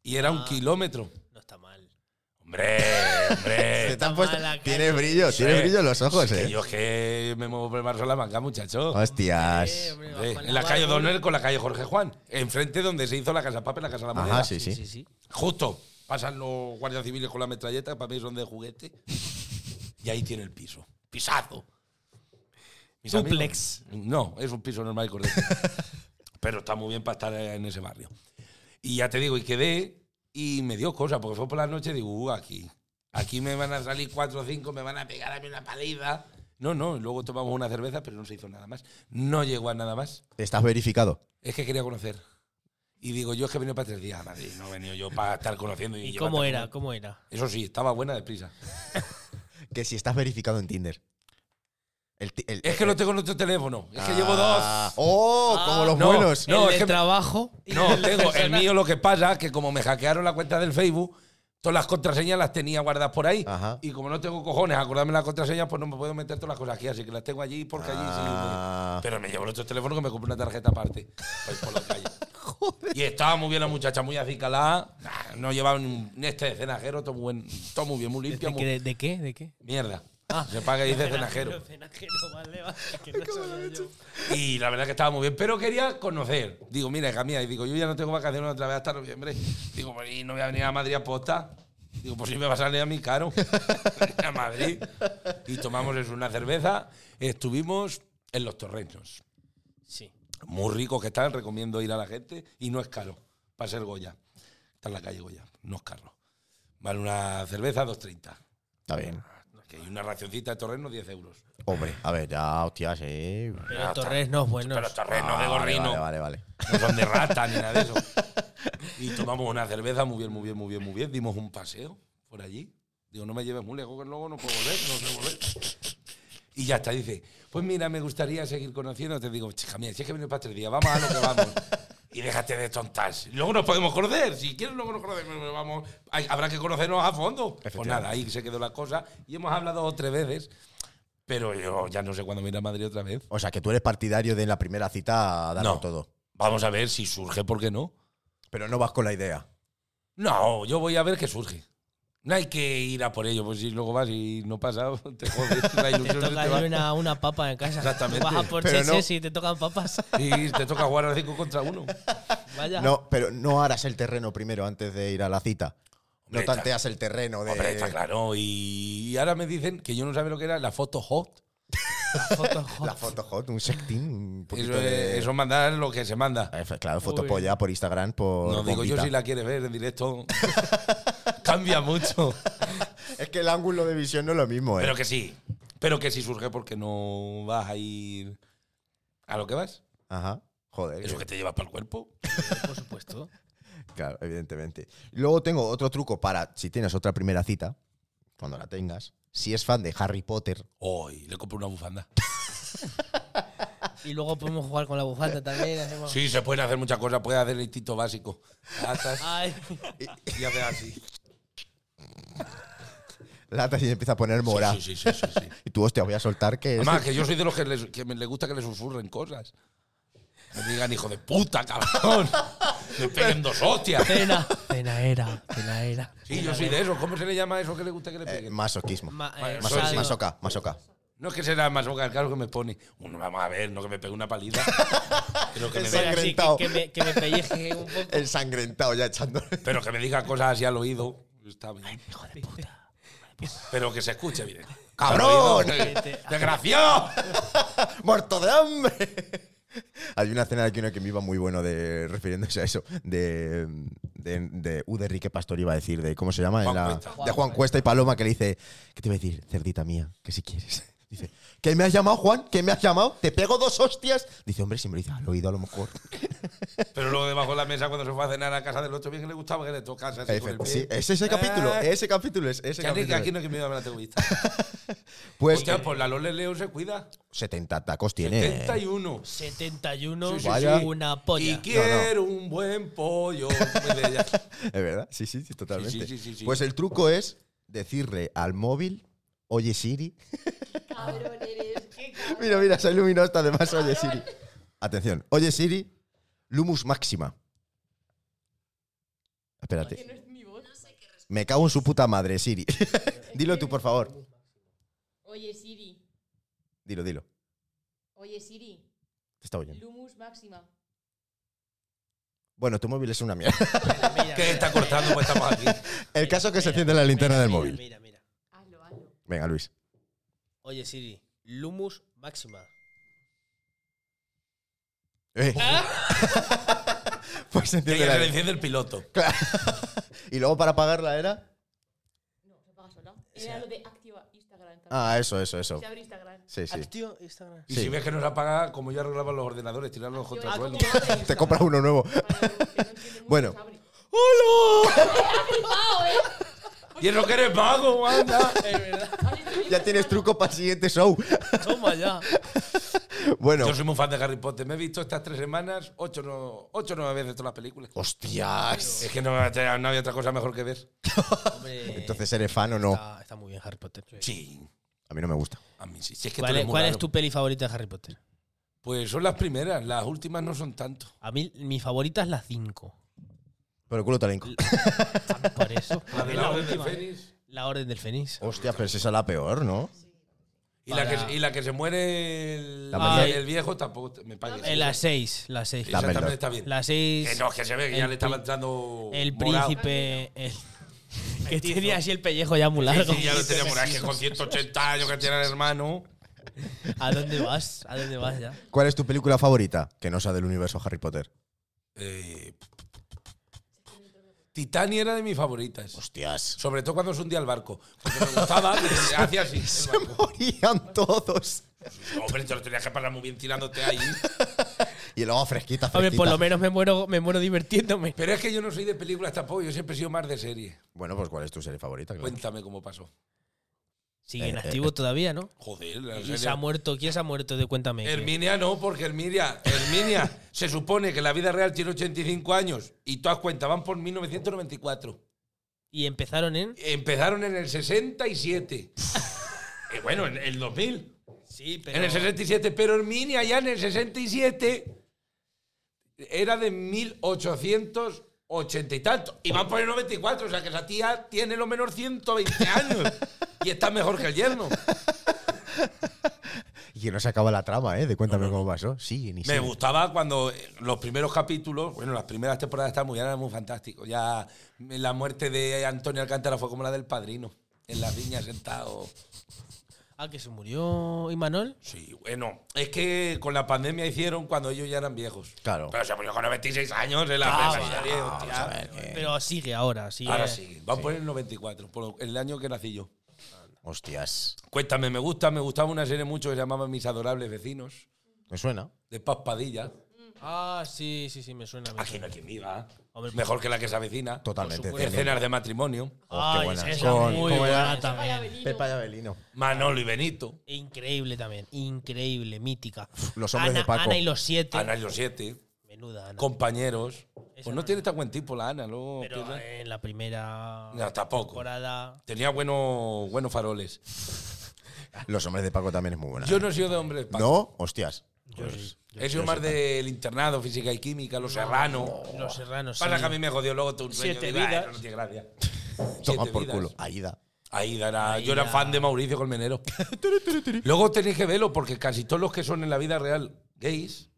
y era un kilómetro. No está mal. Hombre, Se hombre. te han Está puesto- mala Tiene calle. brillo, tiene Eh, brillo en los ojos, que ¿eh? yo es que me muevo por el Mar Salamanca, muchacho. Eh, Hostias. hombre, Hombre, bajo en la calle barba. O'Donnell con la calle Jorge Juan. Enfrente donde se hizo la Casa Papel, la Casa de la Moneda. Ajá, sí, sí. Sí, sí, sí. Justo. Pasan los guardias civiles con la metralleta, para mí son de juguete. Y ahí tiene el piso. Pisazo. Mis Duplex. amigos- no, es un piso normal y correcto. Pero está muy bien para estar en ese barrio. Y ya te digo, y quedé y me dio cosa, porque fue por la noche y digo, "Uh, aquí. Aquí me van a salir cuatro o cinco, me van a pegar a mí una paliza. No, no, y luego tomamos una cerveza, pero no se hizo nada más. No llegó a nada más. Estás verificado. Es que quería conocer. Y digo, yo es que he venido para tres días a Madrid, no he venido yo para estar conociendo. ¿Y, ¿Y llevarte cómo a era? comer. ¿Cómo era? Eso sí, estaba buena de prisa. Que si estás verificado en Tinder. El ti- el- Es que lo tengo en otro teléfono. Es que llevo Ah. dos. ¡Oh! Ah. como los No. buenos. No, el es de que- trabajo. y No, el de tengo el personal. mío. Lo que pasa que como me hackearon la cuenta del Facebook, todas las contraseñas las tenía guardadas por ahí. Ajá. Y como no tengo cojones a acordarme las contraseñas, pues no me puedo meter todas las cosas aquí. Así que las tengo allí porque allí Ah. sí. Pero me llevo el otro teléfono que me compré una tarjeta aparte. Pues por la calle. Y estaba muy bien la muchacha, muy acicalada. Nah, No llevaba ni un ni este de cenajero, todo, muy buen, todo muy bien, muy ¿De, limpio. Ah. muy- qué- de, de qué? ¿De qué? Mierda. se paga y dice cenajero. vale, vale. Que no sabía yo. Y la verdad que estaba muy bien, pero quería conocer. Digo, mira, hija mía, y digo, yo ya no tengo vacaciones otra vez hasta noviembre. Digo, pues, y no voy a venir a Madrid a posta. Digo, pues sí me va a salir a mí caro. a Madrid. Y tomamos eso, una cerveza. Estuvimos en los torrenos. Sí. Muy ricos que están, recomiendo ir a la gente. Y no es caro, para ser Goya. Está en la calle Goya, no es caro. Vale una cerveza, 2.30. Está bien. Que hay una racioncita de torrenos, 10 euros. Hombre, a ver, ya, hostias, eh. Pero Ya está. Torres no es bueno. Pero torrenos Ah, de vale, gorrino. vale, vale, vale. No son de rata ni nada de eso. Y tomamos una cerveza, muy bien, muy bien, muy bien, muy bien. Dimos un paseo por allí. Digo, no me lleves muy lejos, que luego no puedo volver, no sé volver. Y ya está, dice, pues mira, me gustaría seguir conociendo. Te digo, chica mía, si es que vienes para tres días, vamos a lo que vamos. Y déjate de tontas. Luego nos podemos conocer. Si quieres, luego nos conocemos. pero Vamos. hay- habrá que conocernos a fondo. Pues Efectivamente. nada, ahí se quedó la cosa. Y hemos hablado dos o tres veces. Pero yo ya no sé cuándo me iré a Madrid otra vez. O sea, que tú eres partidario de en la primera cita darlo No. todo. Vamos a ver si surge, ¿por qué no? Pero no vas con la idea. No, yo voy a ver qué surge. No hay que ir a por ello, pues si luego vas y no pasa, te jodes, la Te ilusión se te toca va. una, una papa en casa. Exactamente. Tú Vas a por Pero no- cheches y te tocan papas. Y te toca jugar a 5 contra 1. Pues Vaya. No, pero no harás el terreno primero antes de ir a la cita. Hombre, No está- tanteas el terreno de. Hombre, está claro. Y ahora me dicen que yo no sabía lo que era la foto hot. Fotos hot. La foto hot, un sexting, un poquito Eso, es- de. eso es mandar lo que se manda. Eh, fe- Claro, fotopolla por Instagram, por. no digo yo bombita. si la quieres ver en directo. Cambia mucho. Es que el ángulo de visión no es lo mismo, ¿eh? Pero que sí. Pero que sí surge porque no vas a ir a lo que vas. Ajá. Joder. eh, Eso que te llevas para el cuerpo. Por supuesto. Claro, evidentemente. Luego tengo otro truco para si tienes otra primera cita, cuando la tengas. Si es fan de Harry Potter, Hoy le compro una bufanda. Y luego podemos jugar con la bufanda también. hacemos- Sí, se pueden hacer muchas cosas. Puedes hacer el instinto básico. Atas Ay. y haces así. lata y empieza a poner mora. Sí, sí, sí, sí, sí, sí. Y tú, hostia, voy a soltar que. Además, que yo soy de los que, les- que me le gusta que le susurren cosas. Me digan, hijo de puta, cabrón. Me peguen dos hostias. Cena. Cena era. Cena era. Sí, yo soy de eso. ¿Cómo se le llama a eso que le gusta que le Eh, peguen? masoquismo. Ma- eh, Vale, Maso- soy- sado. masoca, masoca. No es que será más boca claro que me pone. Uno, vamos a ver, no que me pegue una paliza. pero, que me Pero diga, así, Ensangrentado. que, que me, que me pelleje un poco. Ensangrentado ya echándole. pero que me diga cosas así al oído. Está bien. Pero que se escuche bien. ¡Cabrón! Al oído. ¡Desgraciado! ¡Muerto de hambre! Hay una escena aquí una que me iba muy bueno de refiriéndose a eso. De. De, de uh, de Enrique Pastor iba a decir, de ¿cómo se llama? En Juan la- Cuesta. de Juan Cuesta y Paloma que le dice, ¿qué te voy a decir, cerdita mía? Que si quieres. Dice, ¿qué me has llamado, Juan? ¿Qué me has llamado? ¿Te pego dos hostias? Dice, hombre, si me lo dices al oído a lo mejor. Pero luego debajo de la mesa, cuando se fue a cenar a casa del otro, bien que le gustaba que le tocase así con el pie. pues Sí, es ese capítulo, Ah, ese capítulo es ese que Enrique, capítulo. aquí no que me iba a ver la entrevista. Pues Hostia, pues la Lole León se cuida. 70 tacos tiene. ¿eh? 71. 71, Sí, sí, Vaya. sí. una polla. Y quiero un buen pollo. muy de ella. Es verdad, sí, sí, sí, totalmente. Sí, sí, sí, sí, sí. Pues el truco es decirle al móvil, oye Siri. Cabrón eres, qué cabrón. Mira, mira, se ha iluminado hasta además, oye Siri. Atención, oye Siri, Lumus Máxima. Que no Espérate, es mi voz. No sé qué me cago en su puta madre, Siri. dilo tú, por favor. Oye, Siri. Dilo, dilo. Oye, Siri. Te está oyendo. Lumus máxima. Bueno, tu móvil es una mierda. Mira, Que está cortando, pues estamos aquí. El caso es que se enciende la linterna del mira, móvil. Mira, mira. Hazlo, hazlo. Venga, Luis. Oye, Siri, Lumus máxima. Eh. Ah. pues se Que enciende ya la se le enciende el piloto. Y luego para apagarla era. No, se apaga sola. Era lo de activa Instagram también. Ah, eso, eso, eso. Se abre Instagram. Sí, sí. Activa Instagram. Y Sí. si ves que no se apaga, como yo arreglaba los ordenadores, ah, tirarlos Activa contra el suelo. Instagram. Te compras uno nuevo. Para los que no entienden mucho, Bueno. se abre. Y es lo que eres mago, anda. Ya tienes truco para el siguiente show. Toma ya. Bueno. Yo soy muy fan de Harry Potter. Me he visto estas tres semanas ocho o no, ocho, nueve veces todas las películas. Hostias. Es que no, no había otra cosa mejor que ver. Hombre, Entonces, ¿eres fan o no? eh, está, está muy bien Harry Potter. Sí. A mí no me gusta. A mí sí. Si es que tú ¿Cuál, eres es, muy cuál es raro. tu peli favorita de Harry Potter? Pues son las primeras, las últimas no son tanto. A mí, mi favorita es la 5. Pero el culo talenco. Por eso. La de Es la, Orden del última, ¿eh? Fénix. La Orden del Fénix. Hostias, pero es esa la peor, ¿no? Y la, Para- que, y la que se muere el, La el- Matilde. el viejo tampoco me pague. Eh, la 6. La 6. Esa Dumbledore. también está bien. La Que 6. no, que se ve que ya el le estaba pri- entrando. El morado. príncipe. el- que tenía así el pellejo ya muy largo. Sí, ya lo tenía morado, es que con 180 años que tiene el hermano. ¿A dónde vas? ¿A dónde vas ya? ¿Cuál es tu película favorita? Que no sea del universo Harry Potter. Eh, Titani era de mis favoritas. Hostias. Sobre todo cuando se hundía el barco. Porque me gustaba que hacía así. Se el barco. morían todos. Hombre, te lo tenías que parar muy bien tirándote ahí. Y luego fresquita, fresquita. Hombre, por lo menos me muero, me muero divirtiéndome. Pero es que yo no soy de películas tampoco, yo siempre he sido más de serie. Bueno, pues ¿cuál es tu serie favorita? Claro. Cuéntame cómo pasó. Sigue en Eh, eh, activo todavía, ¿no? Joder, la ¿Y serie- se ha muerto? ¿Quién se ha muerto? De cuéntame. Herminia no, porque Herminia, Herminia se supone que la vida real tiene 85 años y todas cuentas van por 1994. Y empezaron en. Empezaron en el 67. Eh, bueno, en el 2000. Sí, pero. En el 67, pero Herminia ya en el 67 era de 1880 y tanto. Y van por el 94, o sea que esa tía tiene lo menos 120 años. y está mejor que el yerno. Y que no se acaba la trama, ¿eh? De cuéntame cómo pasó. Sí, ni Me gustaba cuando eh, los primeros capítulos, bueno, las primeras temporadas estaban muy, eran muy fantásticos. Ya eh, la muerte de Antonio Alcántara fue como la del padrino, en las viñas sentado. Ah, que se murió Imanol. Sí, bueno, es que con la pandemia hicieron cuando ellos ya eran viejos. Claro. Pero se murió con 96 años en la prensa serie, hostia. Eh. Pero sigue ahora, sí. Ahora eh. sí, van por el 94, por el año que nací yo. Hostias. Cuéntame, me gusta, me gustaba una serie mucho que se llamaba Mis adorables vecinos, ¿Me suena? de Paz Padilla. Ah, sí, sí, sí, me suena. me Aquí suena. no hay quien viva. Hombre, Mejor que la que se avecina. Totalmente. Por tremendo. Escenas de matrimonio. Oh, qué Ay, buena. esa Con- muy ¿cómo buena era? también. Avelino. Pepa y Avelino. Manolo y Benito. Increíble también, increíble, mítica. Los hombres Ana, de Paco. Ana y los siete. Ana y los siete. Menuda Ana. Compañeros. Esa Pues no no tiene tan buen tipo la Ana, luego. Pero piensa- eh, en la primera No, tampoco. temporada. Tenía buenos buenos faroles. Los hombres de Paco también es muy buena. ¿eh? Yo no he sido de hombres. Paco. ¿No? Hostias. Pues- He sido más del internado, física y química, los serranos. Los serranos. Pasa sí. que a mí me jodió luego todo un sueño. Siete digo, "Ah, vidas". eso no tiene gracia. Toma Siete por vidas. culo. Aida. Aida era, Aida. yo era fan de Mauricio Colmenero. Luego tenéis que verlo porque casi todos los que son en la vida real gays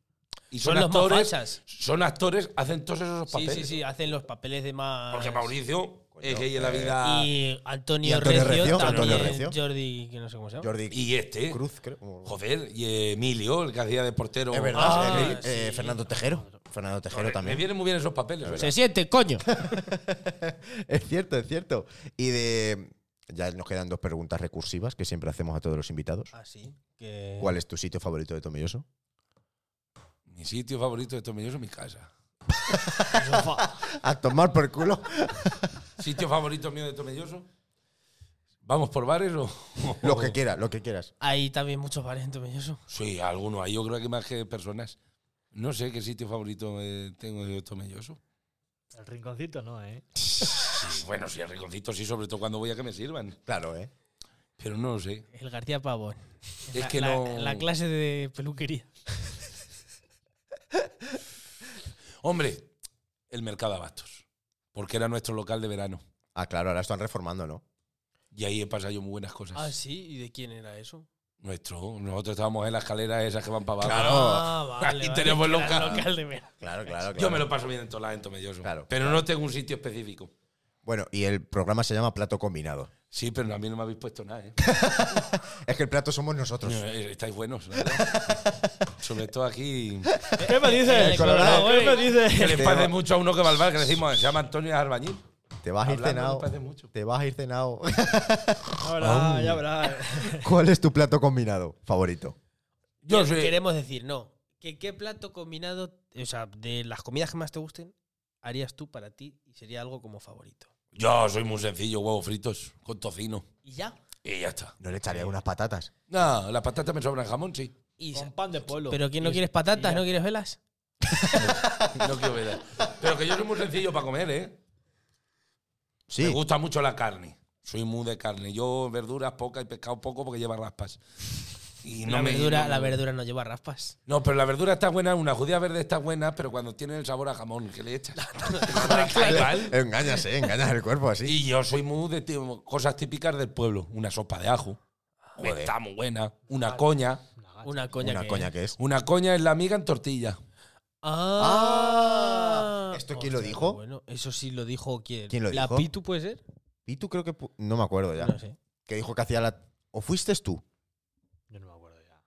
y son, Son los más actores, fachas. son actores, hacen todos esos Sí, papeles. sí, sí, hacen los papeles de más. Porque Mauricio es gay en la eh, vida y, Y Antonio, Y Antonio Recio, Recio, también. Antonio Recio. Jordi, que no sé cómo se llama. Jordi este, Cruz, creo. o- joder, y Emilio, el que hacía de portero. Es verdad, Ah, eh, eh, sí. Fernando Tejero. Fernando Tejero Me también. vienen muy bien esos papeles. Se siente, coño. Es cierto, es cierto. Y de. Ya nos quedan dos preguntas recursivas que siempre hacemos a todos los invitados. Ah. Así Ah, que. ¿Cuál es tu sitio favorito de Tomilloso? Mi sitio favorito de Tomilloso es mi casa. A tomar por culo. ¿Sitio favorito mío de Tomelloso? ¿Vamos por bares o...? Lo Oh. que quieras, lo que quieras. Hay también muchos bares en Tomelloso. Sí, alguno. Hay yo creo que más que personas. No sé qué sitio favorito eh, tengo de Tomelloso. El rinconcito no, ¿eh? Sí, bueno, sí, el rinconcito sí, sobre todo cuando voy a que me sirvan. Claro, ¿eh? Pero no lo sé. El García Pavón. Es La- que la- no... La clase de peluquería. Hombre, el mercado de abastos. Porque era nuestro local de verano. Ah, claro, ahora están reformando, ¿no? Y ahí he pasado yo muy buenas cosas. Ah, sí, ¿y de quién era eso? Nuestro, nosotros estábamos en las escaleras esas que van para abajo. Claro. Ah, vale. Ahí vale, tenemos que era local. el de Vera. Claro, claro, claro. Yo me lo paso bien en todas las en Tomelloso. Claro. pero no tengo un sitio específico. Bueno, y el programa se llama Plato Combinado. Sí, pero a mí no me habéis puesto nada, ¿eh? Es que el plato somos nosotros. No, eh, estáis buenos, la verdad. Sobre todo aquí. ¿Qué me dices? El Colorado, eh. ¿Qué me güey. Que dices? les parece mucho a uno que va al bar, que decimos, se llama Antonio Arbañil. Te vas a ir Hablando cenado. me parece mucho. Te vas a ir cenado. Ya verás, ya verás. ¿Cuál es tu plato combinado favorito? Yo Que- soy- Queremos decir, no. ¿Qué, ¿Qué plato combinado, o sea, de las comidas que más te gusten, harías tú para ti y sería algo como favorito? Yo soy muy sencillo, huevos fritos con tocino. Y ya. Y ya está. No le echaría unas patatas. No, las patatas me sobran jamón, sí. Y Con sa- pan de polo. Pero ¿quién no Y- quieres y patatas? ya. ¿No quieres velas? No quiero ver. Pero que yo soy muy sencillo para comer, ¿eh? Me Sí. gusta mucho la carne. Soy muy de carne. Yo verduras pocas y pescado poco porque lleva raspas. Y no la, me- verdura, no- la verdura no lleva raspas. No, pero la verdura está buena, una judía verde está buena, pero cuando tiene el sabor a jamón que le echas. Igual. Engañas, ¿eh? Engañas el cuerpo así. Y yo soy muy de ti- cosas típicas del pueblo. Una sopa de ajo. Ah, Está muy buena. Una coña. Una coña Una que... coña que es. Una coña es la amiga en tortilla. ¡Ah! Ah, ¿esto quién lo dijo? Bueno, eso sí lo dijo quién. ¿Quién lo ¿La dijo? Pitu puede ser? Y tú creo que. pu- No me acuerdo ya. No sé. Que dijo que hacía la. ¿O fuiste tú? Yo no me acuerdo ya.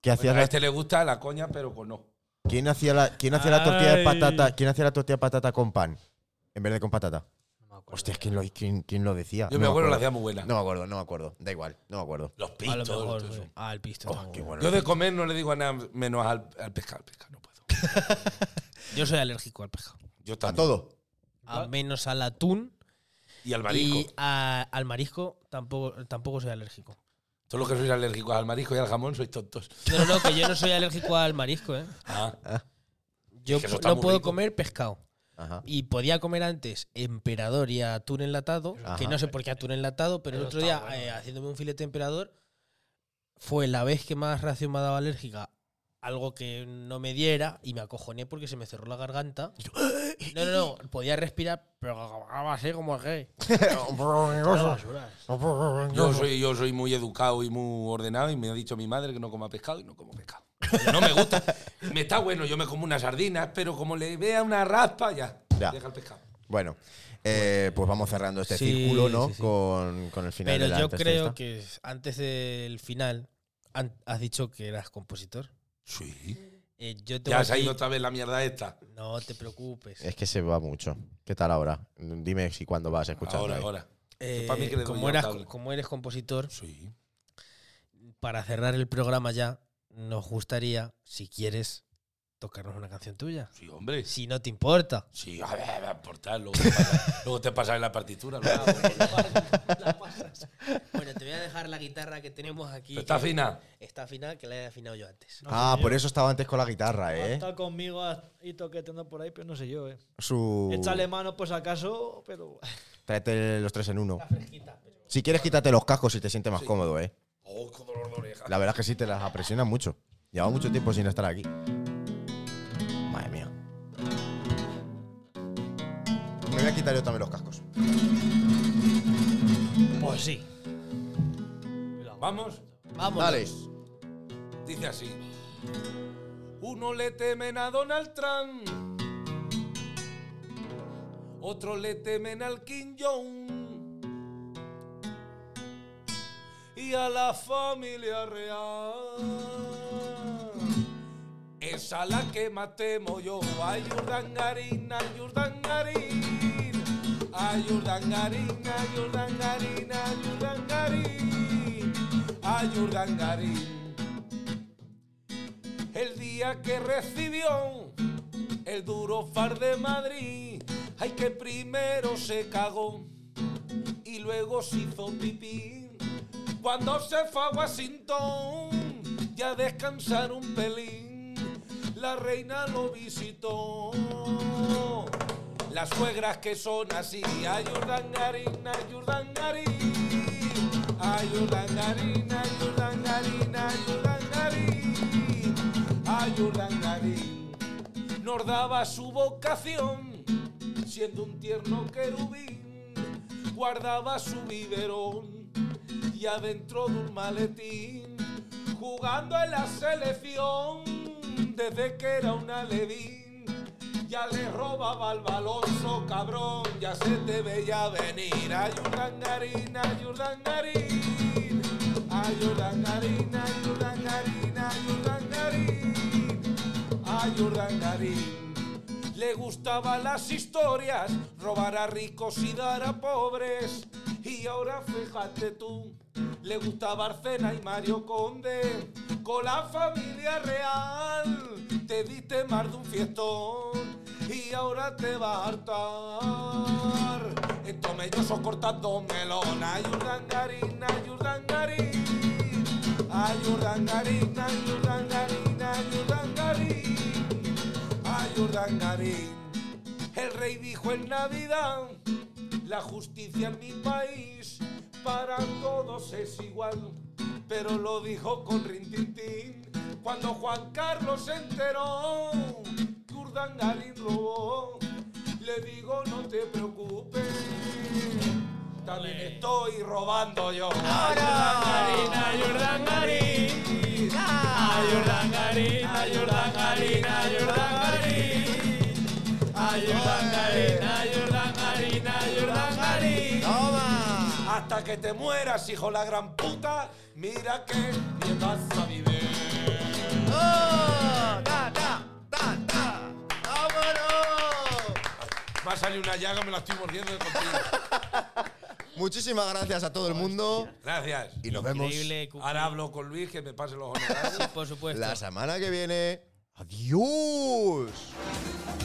Que hacía a la... este le gusta la coña, pero con no. ¿Quién hacía la, quién hacía la tortilla de Ay. patata? ¿Quién hacía la tortilla de patata con pan? En vez de con patata. No me acuerdo. Hostia, ¿quién lo, quién, quién lo decía? Yo Ah, No me acuerdo la acuerdo. hacía muy buena. No me acuerdo, no me acuerdo. Da igual, no me acuerdo. Los A lo pitos. mejor. todo eso. sí. Ah, el pisto. está muy qué bueno. bueno. Yo de comer no le digo a nada menos al, al pescado. Al pescado no puedo. Yo soy alérgico al pescado. Yo A también. todo. A menos al atún Y al marisco. y a- al marisco tampoco, tampoco soy alérgico. Todos los que sois alérgicos al marisco y al jamón sois tontos. No, no, no, que yo no soy alérgico al marisco, ¿eh? Ah, Yo Es que eso pu- está no muy puedo rico. comer pescado. Ajá. Y podía comer antes emperador y atún enlatado, Ajá. que no sé por qué atún enlatado, pero el Eso otro está día, bueno. eh, haciéndome un filete de emperador, fue la vez que más reacción me ha dado alérgica. Algo que no me diera y me acojoné porque se me cerró la garganta. No, no, no, podía respirar, pero acababa así como que. Era basura. eh. yo, soy, yo soy muy educado y muy ordenado y me ha dicho mi madre que no coma pescado y no como pescado. No me gusta. Me está bueno, yo me como unas sardinas, pero como le vea una raspa, ya. Ya. Deja el pescado. Bueno, eh, pues vamos cerrando este Sí, círculo, ¿no? sí, sí. Con, con el final Pero de la yo creo entrevista. que antes del final, an- has dicho que eras compositor. Sí. Eh, yo tengo Ya se ha aquí- ido otra vez la mierda esta. No te preocupes. Es que se va mucho. ¿Qué tal ahora? Dime si cuándo vas a escuchar. Ahora, ahora. que pa' mí que le doy yo Eh, como, al eras, cable. como eres compositor, Sí. para cerrar el programa ya, nos gustaría, si quieres, tocarnos una canción tuya. Sí, hombre. Si no te importa. Sí, a ver, a ver, por tal, Luego te pasa- luego te pasas en Ah, la partitura. luego- Bueno, te voy a dejar la guitarra que tenemos aquí. Pero está que- fina. Está fina, que la he afinado yo antes. Ah, por eso estaba antes con la guitarra, ¿eh? Ah, Está conmigo y toqueteando por ahí, pero no sé yo, eh. Su... Échale mano, pues acaso, pero. Tráete los tres en uno. Si quieres, quítate los cascos si te sientes más cómodo, ¿eh? Oh, qué dolor de oreja. La verdad es que sí, te las apresiona mucho. Lleva mucho tiempo sin estar aquí. Madre mía. Me voy a quitar yo también los cascos. Pues sí. Vamos. Vamos. Dale. Dice así. Uno le temen a Donald Trump. Otro le temen al Kim Jong. Y a la familia real. Es a la que más temo yo. Ayudangarín, ayudangarín. Ayudangarín, ayudangarín, ayudangarín. Ayudangarín el día que recibió el duro far de Madrid. Ay, que primero se cagó y luego se hizo pipí. Cuando se fue a Washington, ya descansar un pelín, la reina lo visitó. Las suegras que son así, ayudan harina, ayudan ayudan harina, ayudan harina, ayudan Ayudangarín nos daba su vocación, siendo un tierno querubín, guardaba su biberón y adentro de un maletín, jugando en la selección, desde que era un alevín, ya le robaba el balón, so cabrón, ya se te veía venir, Ayudangarín, Ayudangarín, Ayudangarín, Ayudangarín, Ayudangarín, Ayudangarín. Le gustaban las historias, robar a ricos y dar a pobres. Y ahora fíjate tú, le gustaba Arcena y Mario Conde. Con la familia real te diste más de un fiestón y ahora te va a hartar. En melloso cortando melón, ayudangarín, ayudangarín. Ayudangarín, ayudangarín, ayudangarín. Ayudangarín. El rey dijo en Navidad, la justicia en mi país para todos es igual, pero lo dijo con rintintín. Cuando Juan Carlos se enteró que Urdangarín robó, le digo no te preocupes, también estoy robando yo. Ayurdangarín, ayurdangarín, ayurdangarín, ayurdangarín, ayurdangarín, ayurdangarín, ayurdangarín, ayurdangarín. Hasta que te mueras, hijo de la gran puta, mira que bien vas a vivir. Oh, Me ha salido una llaga, me la estoy mordiendo de contigo. Muchísimas gracias a todo el mundo Gracias. y nos vemos Increíble. Cucu. Ahora hablo con Luis, que me pase los honorarios. Por supuesto. la semana que viene. Adiós.